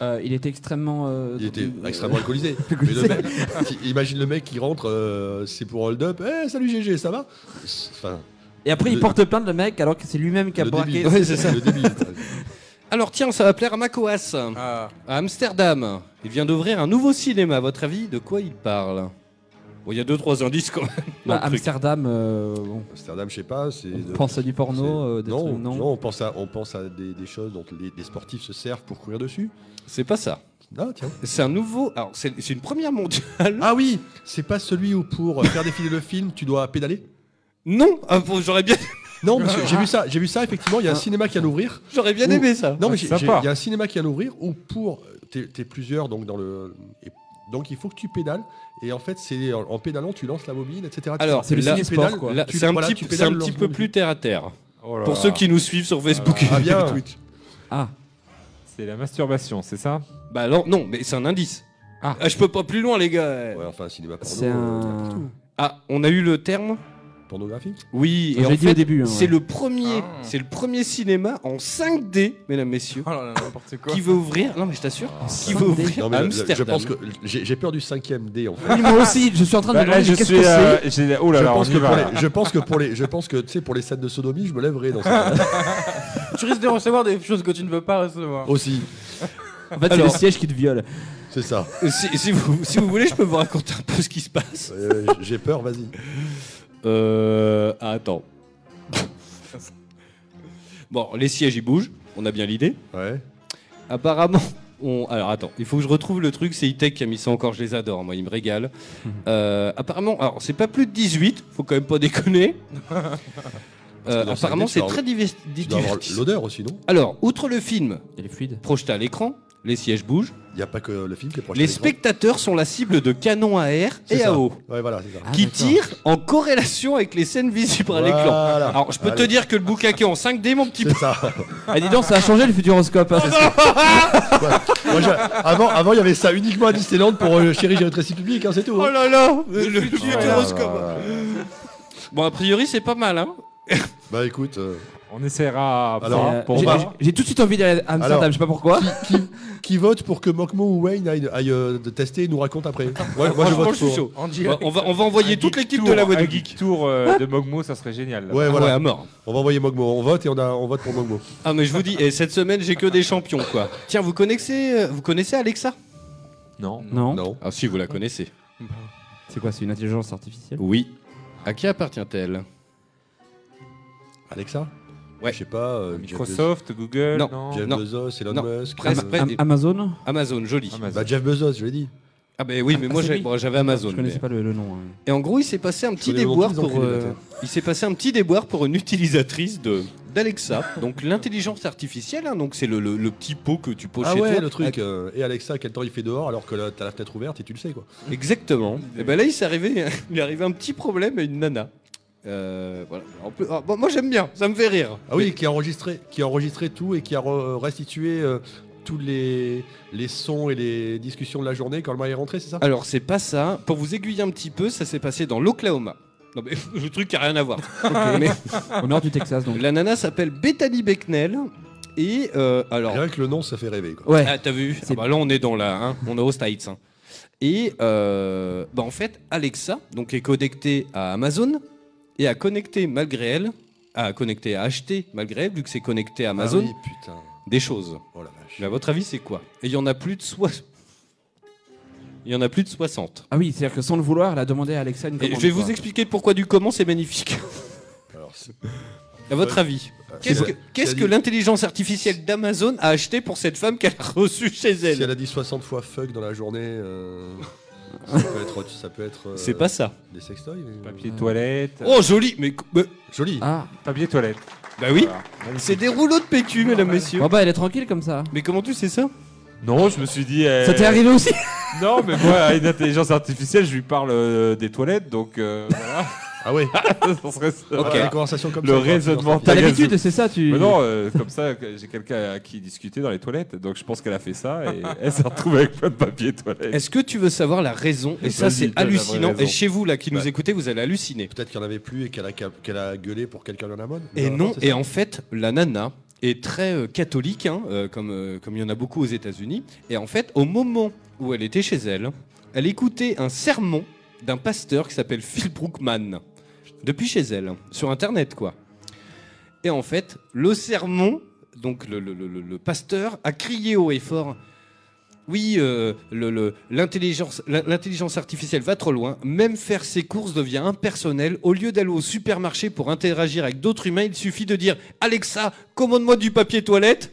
[SPEAKER 9] Euh, il était extrêmement. euh,
[SPEAKER 8] Il était
[SPEAKER 9] euh,
[SPEAKER 8] extrêmement
[SPEAKER 9] [laughs]
[SPEAKER 8] alcoolisé. Mais
[SPEAKER 9] alcoolisé.
[SPEAKER 8] le mec- qui- imagine le mec qui rentre, euh, c'est pour hold up. Eh, salut GG, ça va Enfin,
[SPEAKER 9] Et après, il
[SPEAKER 8] Le-
[SPEAKER 9] porte plainte le mec alors que c'est lui-même qui a
[SPEAKER 8] le
[SPEAKER 9] braqué.
[SPEAKER 8] débile.
[SPEAKER 6] Ouais, c'est ça.
[SPEAKER 8] Le débile.
[SPEAKER 6] Alors, tiens, ça va plaire à Macoas,
[SPEAKER 1] Ah,
[SPEAKER 6] à Amsterdam. Il vient d'ouvrir un nouveau cinéma. À votre avis, de quoi il parle Bon, il y a deux, trois indices, quand même. dans
[SPEAKER 9] Bah,
[SPEAKER 6] le truc.
[SPEAKER 9] Amsterdam, euh, bon,
[SPEAKER 8] Amsterdam, je sais pas. C'est
[SPEAKER 9] on
[SPEAKER 8] de-
[SPEAKER 9] pense à du
[SPEAKER 8] c'est-
[SPEAKER 9] porno, euh, des
[SPEAKER 8] non,
[SPEAKER 9] trucs, non.
[SPEAKER 8] non, on pense à, on pense à des, des choses dont les, les sportifs se servent pour courir dessus.
[SPEAKER 6] C'est pas ça.
[SPEAKER 8] Ah tiens.
[SPEAKER 6] C'est un nouveau. Alors, c'est c'est une première mondiale. [laughs]
[SPEAKER 8] Ah oui, c'est pas celui où pour faire défiler le film, tu dois pédaler.
[SPEAKER 6] Non, ah, bon, j'aurais bien, [laughs]
[SPEAKER 8] Non, parce que j'ai vu ça. J'ai vu ça effectivement.
[SPEAKER 6] Ah.
[SPEAKER 8] Il y a un cinéma qui vient d'ouvrir.
[SPEAKER 6] j'aurais bien
[SPEAKER 8] Ouh.
[SPEAKER 6] aimé ça.
[SPEAKER 8] Non, mais
[SPEAKER 7] Ah,
[SPEAKER 8] j'ai-
[SPEAKER 7] sympa.
[SPEAKER 8] j'ai- il y a un cinéma qui vient d'ouvrir où pour. T'es t'es plusieurs, donc dans le. et donc il faut que tu pédales. Et en fait, c'est en, en pédalant, tu lances la bobine, etc.
[SPEAKER 6] Alors,
[SPEAKER 9] C'est le
[SPEAKER 6] Là,
[SPEAKER 8] tu
[SPEAKER 9] ciné-sport,
[SPEAKER 8] pédales,
[SPEAKER 9] quoi.
[SPEAKER 6] Là,
[SPEAKER 8] tu-
[SPEAKER 6] c'est un,
[SPEAKER 8] voilà,
[SPEAKER 6] petit,
[SPEAKER 8] tu
[SPEAKER 6] c'est un
[SPEAKER 8] pédales
[SPEAKER 6] petit
[SPEAKER 8] dans
[SPEAKER 6] peu
[SPEAKER 8] le-
[SPEAKER 6] plus terre à terre.
[SPEAKER 7] Oh là
[SPEAKER 6] Pour
[SPEAKER 7] là.
[SPEAKER 6] ceux qui nous suivent sur Facebook.
[SPEAKER 8] Ah bien.
[SPEAKER 9] Ah,
[SPEAKER 7] C'est la masturbation, c'est ça
[SPEAKER 6] [laughs] Bah non, non, mais c'est un indice.
[SPEAKER 7] Ah.
[SPEAKER 6] je peux pas plus loin, les gars.
[SPEAKER 8] Ouais, enfin, un cinéma porno,
[SPEAKER 9] c'est
[SPEAKER 8] euh,
[SPEAKER 9] un.
[SPEAKER 6] Ah, on a eu le terme.
[SPEAKER 8] pornographique.
[SPEAKER 6] Oui,
[SPEAKER 9] J'ai
[SPEAKER 6] et en
[SPEAKER 9] dit au
[SPEAKER 6] fait,
[SPEAKER 9] début, hein,
[SPEAKER 6] c'est
[SPEAKER 9] ouais.
[SPEAKER 6] le premier,
[SPEAKER 1] Ah.
[SPEAKER 6] c'est le premier cinéma en 5D, mesdames messieurs,
[SPEAKER 1] oh là là, n'importe quoi.
[SPEAKER 6] qui veut ouvrir. Non, mais je t'assure,
[SPEAKER 9] Ah,
[SPEAKER 6] qui veut
[SPEAKER 9] 5D.
[SPEAKER 6] ouvrir
[SPEAKER 8] Non, mais
[SPEAKER 6] à
[SPEAKER 8] le- le-
[SPEAKER 6] Amsterdam.
[SPEAKER 8] je pense que j'ai j'ai peur du cinquième D en
[SPEAKER 7] [laughs]
[SPEAKER 8] fait.
[SPEAKER 9] Oui, moi aussi, je suis en train de
[SPEAKER 7] Bah,
[SPEAKER 9] me
[SPEAKER 7] Là,
[SPEAKER 9] demander
[SPEAKER 7] je
[SPEAKER 9] qu'est-ce
[SPEAKER 7] suis.
[SPEAKER 9] que c'est.
[SPEAKER 7] euh, j'ai- Oh là
[SPEAKER 8] Je
[SPEAKER 7] là, on
[SPEAKER 8] pense,
[SPEAKER 7] y
[SPEAKER 8] que pour
[SPEAKER 7] va.
[SPEAKER 8] les, je pense que pour les, je pense que tu sais pour les scènes de sodomie, je me lèverai dans ça
[SPEAKER 7] [laughs]
[SPEAKER 1] Tu risques de recevoir des choses que tu ne veux pas recevoir.
[SPEAKER 8] aussi.
[SPEAKER 9] En fait, c'est le
[SPEAKER 6] Alors-
[SPEAKER 9] siège qui te viole.
[SPEAKER 8] C'est ça.
[SPEAKER 6] Si, si vous, si vous voulez, je peux vous raconter un peu ce qui se passe.
[SPEAKER 8] Euh, j'ai peur, vas-y.
[SPEAKER 6] Euh. ah, Attends. bon, les sièges ils bougent, on a bien l'idée.
[SPEAKER 8] Ouais.
[SPEAKER 6] Apparemment, on. Alors attends, il faut que je retrouve le truc, c'est Itech qui a mis ça encore, je les adore, moi, ils me régalent.
[SPEAKER 8] Mhm.
[SPEAKER 6] Euh, apparemment, alors c'est pas plus de 18, faut quand même pas
[SPEAKER 8] [laughs]
[SPEAKER 6] déconner. Euh,
[SPEAKER 8] dans
[SPEAKER 6] apparemment,
[SPEAKER 8] cette idée,
[SPEAKER 6] c'est très divers-
[SPEAKER 8] tu dois Tu dois avoir
[SPEAKER 6] divertissant.
[SPEAKER 8] l'odeur aussi, non
[SPEAKER 6] Alors, outre le film
[SPEAKER 9] Il est fluide.
[SPEAKER 6] projeté à l'écran, les sièges bougent,
[SPEAKER 8] Il n'y a pas que le film qui est projeté.
[SPEAKER 6] les
[SPEAKER 8] à l'écran.
[SPEAKER 6] spectateurs sont la cible de canons à air
[SPEAKER 8] C'est
[SPEAKER 6] et
[SPEAKER 8] ça.
[SPEAKER 6] à eau,
[SPEAKER 8] Ouais, voilà, c'est ça.
[SPEAKER 9] Ah,
[SPEAKER 6] qui
[SPEAKER 9] d'accord.
[SPEAKER 6] tirent en corrélation avec les scènes visibles à l'écran.
[SPEAKER 8] Voilà.
[SPEAKER 6] Alors, je peux te
[SPEAKER 8] Allez.
[SPEAKER 6] dire que le bouquin qui est en 5D, mon petit
[SPEAKER 8] C'est ça.
[SPEAKER 9] Ah, dis donc, ça a changé le futuroscope.
[SPEAKER 7] Ah,
[SPEAKER 9] hein, parce que-
[SPEAKER 8] Moi, j'ai- avant, avant, il y avait ça uniquement à Disneyland pour euh, Chéri, j'ai rétréci public, hein, c'est tout.
[SPEAKER 6] Oh
[SPEAKER 8] hein.
[SPEAKER 6] là là Le
[SPEAKER 7] Oh là
[SPEAKER 6] futuroscope
[SPEAKER 7] là là.
[SPEAKER 6] Bon, a priori, c'est pas mal, hein
[SPEAKER 8] Bah écoute, euh,
[SPEAKER 7] [laughs] On essaiera
[SPEAKER 8] Alors,
[SPEAKER 7] pour-
[SPEAKER 9] Et, euh,
[SPEAKER 7] pour
[SPEAKER 9] j'ai-
[SPEAKER 7] voir.
[SPEAKER 9] j'ai- J'ai tout de suite envie d'aller à Amsterdam,
[SPEAKER 8] Alors,
[SPEAKER 9] je sais pas pourquoi.
[SPEAKER 8] Qui vote pour que Mokmo ou Wayne aille, aille, euh, tester et nous raconte après Moi, moi, je
[SPEAKER 6] Ah, Franchement,
[SPEAKER 8] vote
[SPEAKER 6] je suis
[SPEAKER 8] pour.
[SPEAKER 6] chaud.
[SPEAKER 1] En direct.
[SPEAKER 6] Bah, On va, on va envoyer toute l'équipe de la voix
[SPEAKER 7] Un
[SPEAKER 6] du
[SPEAKER 7] geek,
[SPEAKER 6] geek.
[SPEAKER 7] tour euh, de Mogmo, ça serait génial. là.
[SPEAKER 8] Ouais,
[SPEAKER 6] Ah
[SPEAKER 8] voilà.
[SPEAKER 6] ouais, à mort.
[SPEAKER 8] On va envoyer Mogmo. On vote et on, a, on vote pour Mogmo.
[SPEAKER 6] Ah mais je vous dis, et cette semaine j'ai que des champions quoi. Tiens, vous connaissez, euh, vous connaissez Alexa
[SPEAKER 7] Non.
[SPEAKER 9] Non.
[SPEAKER 8] Non.
[SPEAKER 6] Ah si, vous la connaissez.
[SPEAKER 9] C'est quoi, c'est une intelligence artificielle
[SPEAKER 6] Oui. À qui appartient-elle
[SPEAKER 8] Alexa
[SPEAKER 6] Ouais.
[SPEAKER 8] Je sais pas. euh,
[SPEAKER 7] Microsoft, Google,
[SPEAKER 6] Non.
[SPEAKER 7] non.
[SPEAKER 8] Jeff Bezos, Jeff
[SPEAKER 6] Non.
[SPEAKER 8] Bezos, Elon
[SPEAKER 6] Non.
[SPEAKER 8] Musk.
[SPEAKER 6] Presque,
[SPEAKER 8] euh,
[SPEAKER 6] presque.
[SPEAKER 9] Am- Amazon
[SPEAKER 6] Amazon, joli.
[SPEAKER 7] Amazon.
[SPEAKER 8] Bah, Jeff Bezos, je l'ai dit.
[SPEAKER 6] Ah ben oui, mais
[SPEAKER 9] Ah,
[SPEAKER 6] moi
[SPEAKER 9] c'est
[SPEAKER 6] j'avais
[SPEAKER 9] lui.
[SPEAKER 6] moi, j'avais Amazon.
[SPEAKER 9] Je connaissais
[SPEAKER 6] mais-
[SPEAKER 9] pas le, le nom. hein.
[SPEAKER 6] Et en gros, il s'est passé un petit
[SPEAKER 8] connais
[SPEAKER 6] déboire
[SPEAKER 8] longtemps qu'ils
[SPEAKER 6] pour
[SPEAKER 8] ont pris
[SPEAKER 6] euh,
[SPEAKER 8] les bâtards.
[SPEAKER 6] il s'est passé un petit déboire pour une utilisatrice de d'Alexa, donc l'intelligence artificielle, hein, donc c'est le, le- le petit pot que tu poses
[SPEAKER 8] Ah
[SPEAKER 6] chez
[SPEAKER 8] ouais,
[SPEAKER 6] toi.
[SPEAKER 8] le truc. euh, et Alexa, quel temps il fait dehors alors que là, t'as la fenêtre ouverte et tu le sais quoi.
[SPEAKER 6] Exactement. Et ben là, il s'est arrivé, [laughs] il est arrivé un petit problème à une nana. Euh, voilà. En plus- ah, bon, moi j'aime bien, ça me fait rire.
[SPEAKER 8] Ah oui, qui a enregistré, qui a enregistré tout et qui a re- restitué euh, tous les, les sons et les discussions de la journée quand le mari est rentré, c'est ça
[SPEAKER 6] Alors c'est pas ça. Pour vous aiguiller un petit peu, ça s'est passé dans l'Oklahoma. Non mais [laughs] le truc qui a rien à voir. [laughs] Mais
[SPEAKER 9] [laughs] Au nord du Texas, donc.
[SPEAKER 6] la nana s'appelle Bethany Becknell et euh, alors.
[SPEAKER 8] Rien que le nom, ça fait rêver quoi.
[SPEAKER 9] Ouais.
[SPEAKER 6] Ah t'as vu Ah
[SPEAKER 9] Eh. C'est-
[SPEAKER 6] bah Là on est dans la, hein, on est aux States. hein. Et euh, bah, en fait Alexa donc est connectée à Amazon et a connecté malgré elle, a connecté à acheter malgré elle vu que c'est connecté à Amazon
[SPEAKER 8] Ah oui, putain.
[SPEAKER 6] des choses.
[SPEAKER 8] Oh la vache.
[SPEAKER 6] Mais à votre avis, c'est quoi Et il y en a plus de soi... Il y en a plus de 60.
[SPEAKER 9] Ah oui, c'est-à-dire que sans le vouloir, elle a demandé à Alexa une
[SPEAKER 6] Et
[SPEAKER 9] commande.
[SPEAKER 6] je vais
[SPEAKER 9] quoi.
[SPEAKER 6] vous expliquer le pourquoi du comment, c'est magnifique.
[SPEAKER 8] Alors, c'est-
[SPEAKER 6] À votre avis, qu'est-ce que, qu'est-ce que l'intelligence artificielle d'Amazon a acheté pour cette femme qu'elle a reçue chez
[SPEAKER 8] Si elle
[SPEAKER 6] elle
[SPEAKER 8] a dit 60 fois fuck dans la journée,
[SPEAKER 6] [laughs]
[SPEAKER 8] euh, ça peut être, ça peut être, euh,
[SPEAKER 6] C'est pas ça.
[SPEAKER 8] des sextoys. mais-
[SPEAKER 7] Papier toilette.
[SPEAKER 6] Oh, joli Mais. mais-
[SPEAKER 8] Joli.
[SPEAKER 9] Ah,
[SPEAKER 7] Papier toilette.
[SPEAKER 6] bah oui
[SPEAKER 7] Voilà.
[SPEAKER 6] C'est des rouleaux de PQ, mesdames, messieurs.
[SPEAKER 9] bon bah elle est tranquille comme ça.
[SPEAKER 6] Mais comment tu sais ça
[SPEAKER 7] Non, je me suis dit. euh,
[SPEAKER 9] Ça t'est arrivé aussi
[SPEAKER 7] Non, mais moi, à une intelligence artificielle, je lui parle euh, des toilettes, donc euh, voilà. [laughs]
[SPEAKER 8] Ah ouais.
[SPEAKER 7] Ça serait ça.
[SPEAKER 8] Ah,
[SPEAKER 7] Voilà.
[SPEAKER 8] Des conversations comme
[SPEAKER 7] Le
[SPEAKER 8] ça, quoi.
[SPEAKER 7] raisonnement
[SPEAKER 9] T'as
[SPEAKER 7] Ta gueule.
[SPEAKER 9] l'habitude, c'est ça, tu.
[SPEAKER 7] Mais non, euh, comme ça, que j'ai quelqu'un à qui discuter dans les toilettes, donc je pense qu'elle a fait ça et elle s'est retrouvée avec plein de papier toilette.
[SPEAKER 6] Est-ce que tu veux savoir la raison Et ça,
[SPEAKER 7] Vas-y,
[SPEAKER 6] c'est
[SPEAKER 7] donne la vraie
[SPEAKER 6] hallucinant.
[SPEAKER 7] raison.
[SPEAKER 6] Et chez vous, là, qui nous
[SPEAKER 8] Ouais.
[SPEAKER 6] écoutez, vous allez halluciner.
[SPEAKER 8] Peut-être qu'il n'y en avait plus et qu'elle a, qu'elle a gueulé pour quelqu'un dans la mode.
[SPEAKER 7] Bah,
[SPEAKER 6] Et non,
[SPEAKER 8] c'est
[SPEAKER 6] et
[SPEAKER 8] ça.
[SPEAKER 6] en fait, la nana est très euh, catholique, hein, euh, comme, euh, comme il y en a beaucoup aux États-Unis. Et en fait, au moment où elle était chez elle, elle écoutait un sermon d'un pasteur qui s'appelle Phil Brookman, depuis chez elle, sur Internet, quoi. Et en fait, le sermon, donc le, le- le- le- le pasteur, a crié haut et fort. Oui, euh, le- le- l'intelligence la- l'intelligence artificielle va trop loin. Même faire ses courses devient impersonnel. Au lieu d'aller au supermarché pour interagir avec d'autres humains, il suffit de dire Alexa, commande-moi du papier toilette.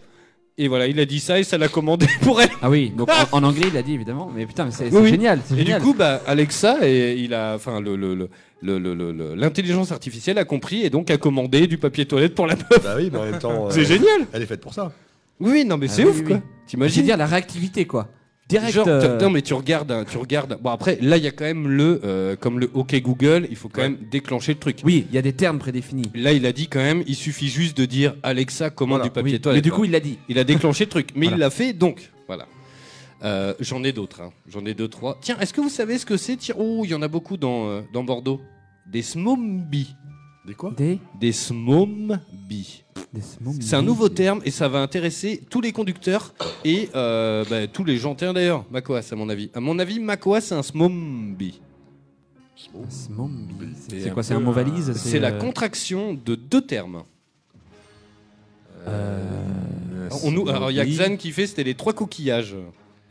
[SPEAKER 6] Et voilà, il a dit ça et ça l'a commandé [laughs] pour elle.
[SPEAKER 9] Ah oui, donc en, en anglais il a dit évidemment, mais putain, mais c'est
[SPEAKER 6] Oui,
[SPEAKER 9] c'est
[SPEAKER 6] oui.
[SPEAKER 9] génial, c'est
[SPEAKER 6] Et
[SPEAKER 9] génial.
[SPEAKER 6] du coup, bah, Alexa, et il a, enfin, le- le- le- le- le- le- le- l'intelligence artificielle a compris et donc a commandé du papier toilette pour la meuf.
[SPEAKER 8] Bah oui, mais en même temps. euh,
[SPEAKER 6] C'est génial.
[SPEAKER 8] Elle est faite pour ça.
[SPEAKER 6] Oui, non, mais
[SPEAKER 9] Ah
[SPEAKER 6] c'est
[SPEAKER 9] oui,
[SPEAKER 6] ouf,
[SPEAKER 9] oui,
[SPEAKER 6] quoi.
[SPEAKER 9] oui.
[SPEAKER 6] T'imagines
[SPEAKER 9] J'ai dire la réactivité quoi. Direct.
[SPEAKER 6] Genre,
[SPEAKER 9] euh,
[SPEAKER 6] t'as- non, mais tu regardes, hein, tu regardes. Bon, après, là, il y a quand même le, euh, comme le OK Google, il faut quand
[SPEAKER 8] Ouais.
[SPEAKER 6] même déclencher le truc.
[SPEAKER 9] Oui, il y a des termes prédéfinis.
[SPEAKER 6] Là, il a dit quand même, il suffit juste de dire Alexa, commande
[SPEAKER 8] Voilà.
[SPEAKER 6] du papier
[SPEAKER 9] Oui,
[SPEAKER 6] toilette.
[SPEAKER 9] Mais du
[SPEAKER 6] quoi.
[SPEAKER 9] coup, il l'a dit.
[SPEAKER 6] il a déclenché le truc, mais il l'a fait donc. Voilà. Euh, J'en ai d'autres, hein. j'en ai deux, trois. Tiens, est-ce que vous savez ce que c'est Tiens, Oh, il y en a beaucoup dans, euh, dans Bordeaux. Des smombies.
[SPEAKER 8] Des quoi
[SPEAKER 9] Des.
[SPEAKER 6] Des smombies.
[SPEAKER 9] des smog-
[SPEAKER 6] C'est un nouveau terme et ça va intéresser tous les conducteurs et euh, bah, tous les gens. Tiens d'ailleurs, Macoas à mon avis. À mon avis, Macoas c'est un smombi.
[SPEAKER 9] Un smombi. C'est
[SPEAKER 7] C'est
[SPEAKER 9] c'est quoi
[SPEAKER 7] un
[SPEAKER 9] C'est un
[SPEAKER 7] peu
[SPEAKER 9] mot
[SPEAKER 7] un-
[SPEAKER 9] valise
[SPEAKER 6] C'est la
[SPEAKER 9] euh,
[SPEAKER 6] contraction de deux termes.
[SPEAKER 9] euh,
[SPEAKER 6] Alors, on nous- alors il y a Xan qui fait, c'était les trois coquillages.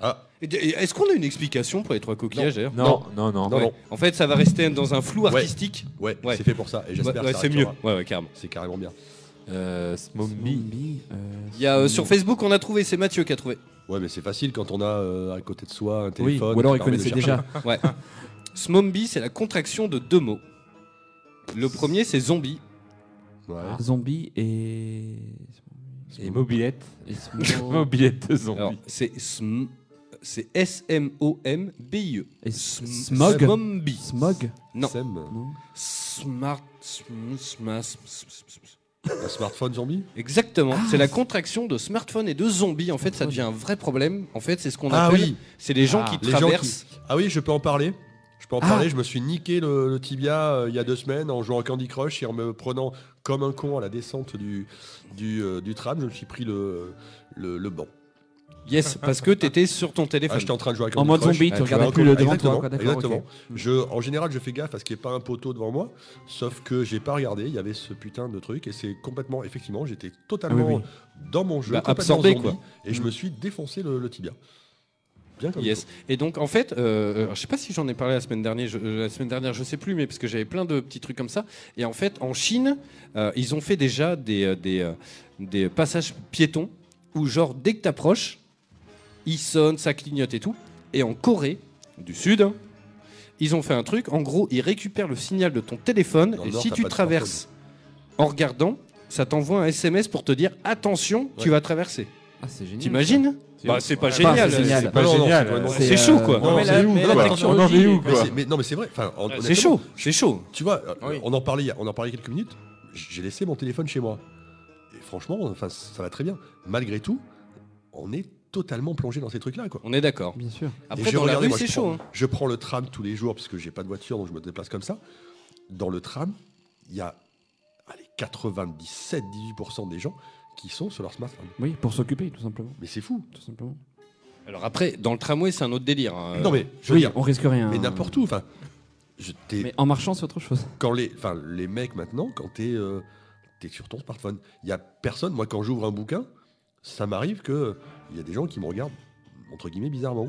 [SPEAKER 8] Ah.
[SPEAKER 6] Et- et Est-ce qu'on a une explication pour les trois coquillages d'ailleurs
[SPEAKER 7] Non, non, non.
[SPEAKER 8] Non,
[SPEAKER 6] Ouais.
[SPEAKER 8] non.
[SPEAKER 6] En fait, ça va rester dans un flou artistique.
[SPEAKER 8] Ouais,
[SPEAKER 6] Ouais.
[SPEAKER 8] c'est fait pour ça. Et j'espère
[SPEAKER 6] Ouais,
[SPEAKER 8] que
[SPEAKER 6] ouais,
[SPEAKER 8] ça
[SPEAKER 6] c'est mieux.
[SPEAKER 8] restera.
[SPEAKER 6] Ouais, ouais, carrément.
[SPEAKER 8] C'est carrément bien.
[SPEAKER 7] Euh, [laughs] Smombi.
[SPEAKER 9] Smombi. euh,
[SPEAKER 6] Il y a, euh, sur Facebook, on a trouvé, c'est Mathieu qui a trouvé.
[SPEAKER 8] Ouais, mais c'est facile quand on a euh, à côté de soi un
[SPEAKER 9] Oui,
[SPEAKER 8] téléphone.
[SPEAKER 9] ou alors
[SPEAKER 8] qui
[SPEAKER 9] il
[SPEAKER 8] permet de
[SPEAKER 9] connaissait
[SPEAKER 8] chercher. [laughs]
[SPEAKER 9] déjà.
[SPEAKER 6] Ouais. Smombi, c'est la contraction de deux mots. Le premier, c'est zombie.
[SPEAKER 8] Ouais.
[SPEAKER 9] Zombie et.
[SPEAKER 7] Et mobilette.
[SPEAKER 9] et smo-
[SPEAKER 7] Mobilette de
[SPEAKER 6] Alors,
[SPEAKER 7] zombie.
[SPEAKER 6] c'est sm- c'est S-M-O-M-B-I-E.
[SPEAKER 9] et
[SPEAKER 6] Sm-
[SPEAKER 9] smog.
[SPEAKER 6] Smombi.
[SPEAKER 9] Smog.
[SPEAKER 6] Non.
[SPEAKER 8] Sem.
[SPEAKER 9] Non.
[SPEAKER 6] E. Smart. sm- sma- sm- sm- sm- sm-
[SPEAKER 8] Un smartphone zombie
[SPEAKER 6] Exactement. c'est la contraction de smartphone et de zombie. En fait, ça devient un vrai problème. En fait, c'est ce qu'on
[SPEAKER 8] Ah
[SPEAKER 6] appelle.
[SPEAKER 8] oui.
[SPEAKER 6] C'est les gens
[SPEAKER 9] Ah,
[SPEAKER 6] qui
[SPEAKER 8] Les gens
[SPEAKER 6] traversent.
[SPEAKER 8] qui- Ah oui, je peux en parler. Je peux en parler, je me suis niqué le, le tibia euh, il y a deux semaines en jouant à Candy Crush et en me prenant comme un con à la descente du, du, euh, du tram, je me suis pris le, le, le banc.
[SPEAKER 6] Yes, parce que t'étais sur ton
[SPEAKER 8] Ah,
[SPEAKER 6] téléphone.
[SPEAKER 8] j'étais en train de jouer à
[SPEAKER 9] En mode
[SPEAKER 8] Crush.
[SPEAKER 9] zombie, tu
[SPEAKER 8] Ah,
[SPEAKER 9] regardais
[SPEAKER 8] vois,
[SPEAKER 9] plus le devant, toi,
[SPEAKER 8] Exactement.
[SPEAKER 9] quoi, d'accord,
[SPEAKER 8] exactement.
[SPEAKER 9] ok.
[SPEAKER 8] Je, en général, je fais gaffe à ce qu'il n'y ait pas un poteau devant moi, sauf que j'ai pas regardé. Il y avait ce putain de truc et c'est complètement, effectivement, j'étais totalement
[SPEAKER 9] oui.
[SPEAKER 8] dans mon jeu,
[SPEAKER 6] Bah,
[SPEAKER 8] complètement
[SPEAKER 6] absorbé,
[SPEAKER 8] zombie,
[SPEAKER 6] quoi.
[SPEAKER 8] Et je me suis défoncé le, le tibia. Bien comme
[SPEAKER 6] Yes.
[SPEAKER 8] il
[SPEAKER 6] Et donc en fait, euh, alors, je sais pas si j'en ai parlé la semaine dernière, je, euh, la semaine dernière, je sais plus, mais parce que j'avais plein de petits trucs comme ça. Et en fait, en Chine, euh, ils ont fait déjà des euh, des, euh, des passages piétons où genre dès que t'approches, ils sonnent, ça clignote et tout. Et en Corée du Sud, hein, ils ont fait un truc. En gros, ils récupèrent le signal de ton téléphone
[SPEAKER 8] Dans le
[SPEAKER 6] et
[SPEAKER 8] Nord,
[SPEAKER 6] si
[SPEAKER 8] t'as
[SPEAKER 6] tu
[SPEAKER 8] pas de
[SPEAKER 6] traverses en regardant, ça t'envoie un SMS pour te dire attention, tu
[SPEAKER 8] Ouais.
[SPEAKER 6] vas traverser.
[SPEAKER 9] Ah, c'est génial.
[SPEAKER 6] T'imagines Bah, c'est pas
[SPEAKER 1] Ouais,
[SPEAKER 6] génial.
[SPEAKER 9] c'est génial.
[SPEAKER 6] c'est
[SPEAKER 8] faut.
[SPEAKER 6] pas-
[SPEAKER 8] Non, non, non,
[SPEAKER 7] génial.
[SPEAKER 8] c'est complètement-
[SPEAKER 9] C'est,
[SPEAKER 6] C'est chaud quoi.
[SPEAKER 9] euh,
[SPEAKER 8] Non,
[SPEAKER 1] mais
[SPEAKER 8] mais
[SPEAKER 1] là-
[SPEAKER 8] c'est où,
[SPEAKER 1] mais
[SPEAKER 8] quoi
[SPEAKER 1] la
[SPEAKER 7] On en est où,
[SPEAKER 8] Mais
[SPEAKER 7] quoi
[SPEAKER 8] c'est- mais non mais c'est vrai. Enfin, en-
[SPEAKER 6] C'est
[SPEAKER 8] honnêtement,
[SPEAKER 6] chaud, c'est chaud.
[SPEAKER 8] Tu vois, euh,
[SPEAKER 1] Oui.
[SPEAKER 8] on en parlait, il y a- on en parlait il y a quelques minutes. j- J'ai laissé mon téléphone chez moi. Et franchement, enfin, ça va très bien. Malgré tout, on est totalement plongé dans ces trucs-là, quoi.
[SPEAKER 6] On est d'accord.
[SPEAKER 9] Bien sûr.
[SPEAKER 8] Et
[SPEAKER 6] Après,
[SPEAKER 8] j'ai
[SPEAKER 6] dans la
[SPEAKER 8] regardé,
[SPEAKER 6] rue,
[SPEAKER 8] moi,
[SPEAKER 6] c'est
[SPEAKER 8] je
[SPEAKER 6] chaud.
[SPEAKER 8] prends- Je prends le tram tous les jours parce que j'ai pas de voiture, donc je me déplace comme ça. Dans le tram, il y a allez, 97-18% des gens qui sont sur leur smartphone.
[SPEAKER 9] Oui, pour s'occuper, tout simplement.
[SPEAKER 8] Mais c'est fou.
[SPEAKER 9] Tout simplement.
[SPEAKER 6] hein. Alors après, dans le tramway, c'est un autre délire. hein.
[SPEAKER 8] non mais je veux
[SPEAKER 9] Oui,
[SPEAKER 8] dire,
[SPEAKER 9] on risque rien.
[SPEAKER 8] mais n'importe où. Enfin, je- t'es-
[SPEAKER 9] Mais en marchant, c'est autre chose.
[SPEAKER 8] quand les, enfin, les mecs maintenant, quand t'es euh, t'es sur ton smartphone, il y a personne. Moi, quand j'ouvre un bouquin, ça m'arrive que il y a des gens qui me regardent entre guillemets bizarrement.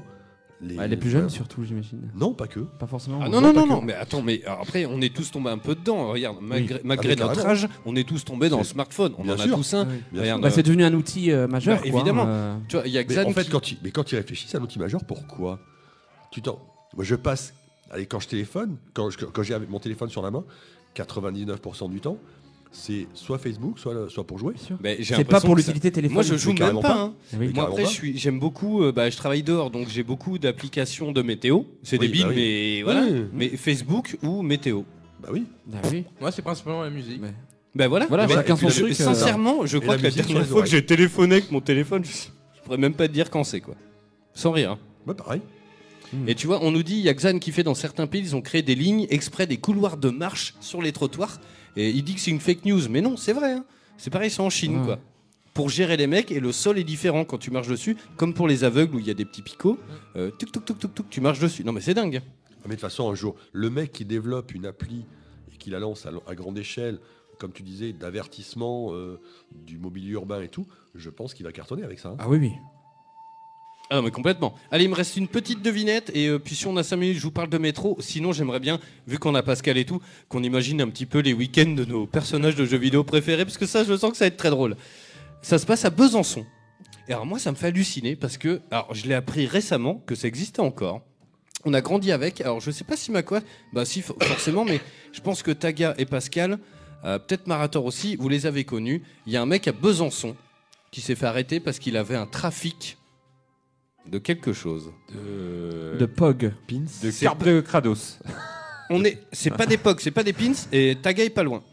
[SPEAKER 8] Les,
[SPEAKER 9] Ouais, les plus jeunes, surtout, j'imagine.
[SPEAKER 8] Non, pas que.
[SPEAKER 9] Pas forcément.
[SPEAKER 6] Ah
[SPEAKER 9] on-
[SPEAKER 6] non, non,
[SPEAKER 8] pas
[SPEAKER 6] non,
[SPEAKER 8] que-
[SPEAKER 6] non, mais attends, mais après, on est tous tombés un peu dedans. Regarde, malgré, malgré
[SPEAKER 8] Ah, mais
[SPEAKER 6] notre
[SPEAKER 8] carrément.
[SPEAKER 6] âge, on est tous tombés dans le
[SPEAKER 8] C'est-
[SPEAKER 6] smartphone. On
[SPEAKER 8] Bien
[SPEAKER 6] en
[SPEAKER 8] sûr.
[SPEAKER 6] a tous un.
[SPEAKER 9] Ah oui.
[SPEAKER 8] Bien
[SPEAKER 6] Regarde,
[SPEAKER 9] Bah,
[SPEAKER 6] euh,
[SPEAKER 9] c'est devenu un outil euh, majeur.
[SPEAKER 6] Bah,
[SPEAKER 9] quoi,
[SPEAKER 6] évidemment.
[SPEAKER 9] euh,
[SPEAKER 6] tu vois, il y a
[SPEAKER 8] Mais
[SPEAKER 6] Xan
[SPEAKER 8] en fait,
[SPEAKER 6] qui-
[SPEAKER 8] quand tu, mais quand tu réfléchis, c'est un outil majeur. Pourquoi Tu t'en. Moi, je passe. Allez, quand je téléphone, quand je- quand j'ai avec mon téléphone sur la main, 99% du temps, c'est soit Facebook, soit, le- soit pour jouer.
[SPEAKER 9] bien sûr.
[SPEAKER 6] Ben, j'ai
[SPEAKER 9] C'est pas
[SPEAKER 6] l'impression
[SPEAKER 9] pour
[SPEAKER 6] que ça-
[SPEAKER 9] l'utilité téléphone.
[SPEAKER 6] Moi, je joue
[SPEAKER 8] Mais
[SPEAKER 6] même
[SPEAKER 8] carrément
[SPEAKER 6] pas.
[SPEAKER 8] pas.
[SPEAKER 6] hein. Moi,
[SPEAKER 9] Oui.
[SPEAKER 6] après,
[SPEAKER 8] carrément
[SPEAKER 6] je suis- j'aime beaucoup. euh, bah, je travaille dehors, donc j'ai beaucoup d'applications de météo. C'est
[SPEAKER 8] Oui,
[SPEAKER 6] débile,
[SPEAKER 8] bah oui.
[SPEAKER 6] mais voilà.
[SPEAKER 8] Oui.
[SPEAKER 6] Mais Facebook ou météo.
[SPEAKER 8] Bah oui.
[SPEAKER 9] Ah oui.
[SPEAKER 1] Moi, c'est principalement la musique.
[SPEAKER 9] Mais-
[SPEAKER 6] Ben voilà.
[SPEAKER 9] Voilà,
[SPEAKER 8] Mais
[SPEAKER 9] chacun
[SPEAKER 8] tu
[SPEAKER 9] son
[SPEAKER 8] l'as-
[SPEAKER 9] truc.
[SPEAKER 8] c'est
[SPEAKER 9] euh,
[SPEAKER 8] sincère.
[SPEAKER 6] Sincèrement, je
[SPEAKER 8] Et
[SPEAKER 6] crois
[SPEAKER 8] la
[SPEAKER 6] que la
[SPEAKER 8] musique
[SPEAKER 6] dernière
[SPEAKER 8] sur les
[SPEAKER 6] fois que
[SPEAKER 8] oreilles.
[SPEAKER 6] j'ai téléphoné avec mon téléphone, je je pourrais même pas te dire quand c'est quoi. Sans rire. hein.
[SPEAKER 8] Bah pareil.
[SPEAKER 6] Et tu vois, on nous dit, il y a Xan qui fait dans certains pays, ils ont créé des lignes exprès des couloirs de marche sur les trottoirs. Et il dit que c'est une fake news. Mais non, c'est vrai. hein. C'est pareil, c'est en Chine,
[SPEAKER 9] Ouais.
[SPEAKER 6] quoi. Pour gérer les mecs, et le sol est différent quand tu marches dessus, comme pour les aveugles où il y a des petits picots. Euh, tuk, tuk, tuk, tuk, tuk, tu marches dessus. Non, mais c'est dingue.
[SPEAKER 8] Ah, Mais de toute façon, un jour, le mec qui développe une appli et qui la lance à, lo- à grande échelle, comme tu disais, d'avertissement euh, du mobilier urbain et tout, je pense qu'il va cartonner avec ça. hein.
[SPEAKER 9] Ah oui, oui.
[SPEAKER 6] Ah non, mais complètement. Allez, il me reste une petite devinette, et euh, puis si on a 5 minutes, je vous parle de métro. Sinon, j'aimerais bien, vu qu'on a Pascal et tout, qu'on imagine un petit peu les week-ends de nos personnages de jeux vidéo préférés, parce que ça, je sens que ça va être très drôle. Ça se passe à Besançon. Et alors, moi, ça me fait halluciner, parce que, alors, je l'ai appris récemment que ça existait encore. On a grandi avec, alors je sais pas si Macquarie, bah si, for- forcément, mais je pense que Taga et Pascal, euh, peut-être Marator aussi, vous les avez connus. Il y a un mec à Besançon qui s'est fait arrêter parce qu'il avait un trafic de quelque chose. Euh,
[SPEAKER 7] De,
[SPEAKER 9] De POG.
[SPEAKER 8] Pins.
[SPEAKER 7] de carte de Kratos.
[SPEAKER 6] On est, c'est pas des pogs, c'est pas des pins, et Taga est pas loin.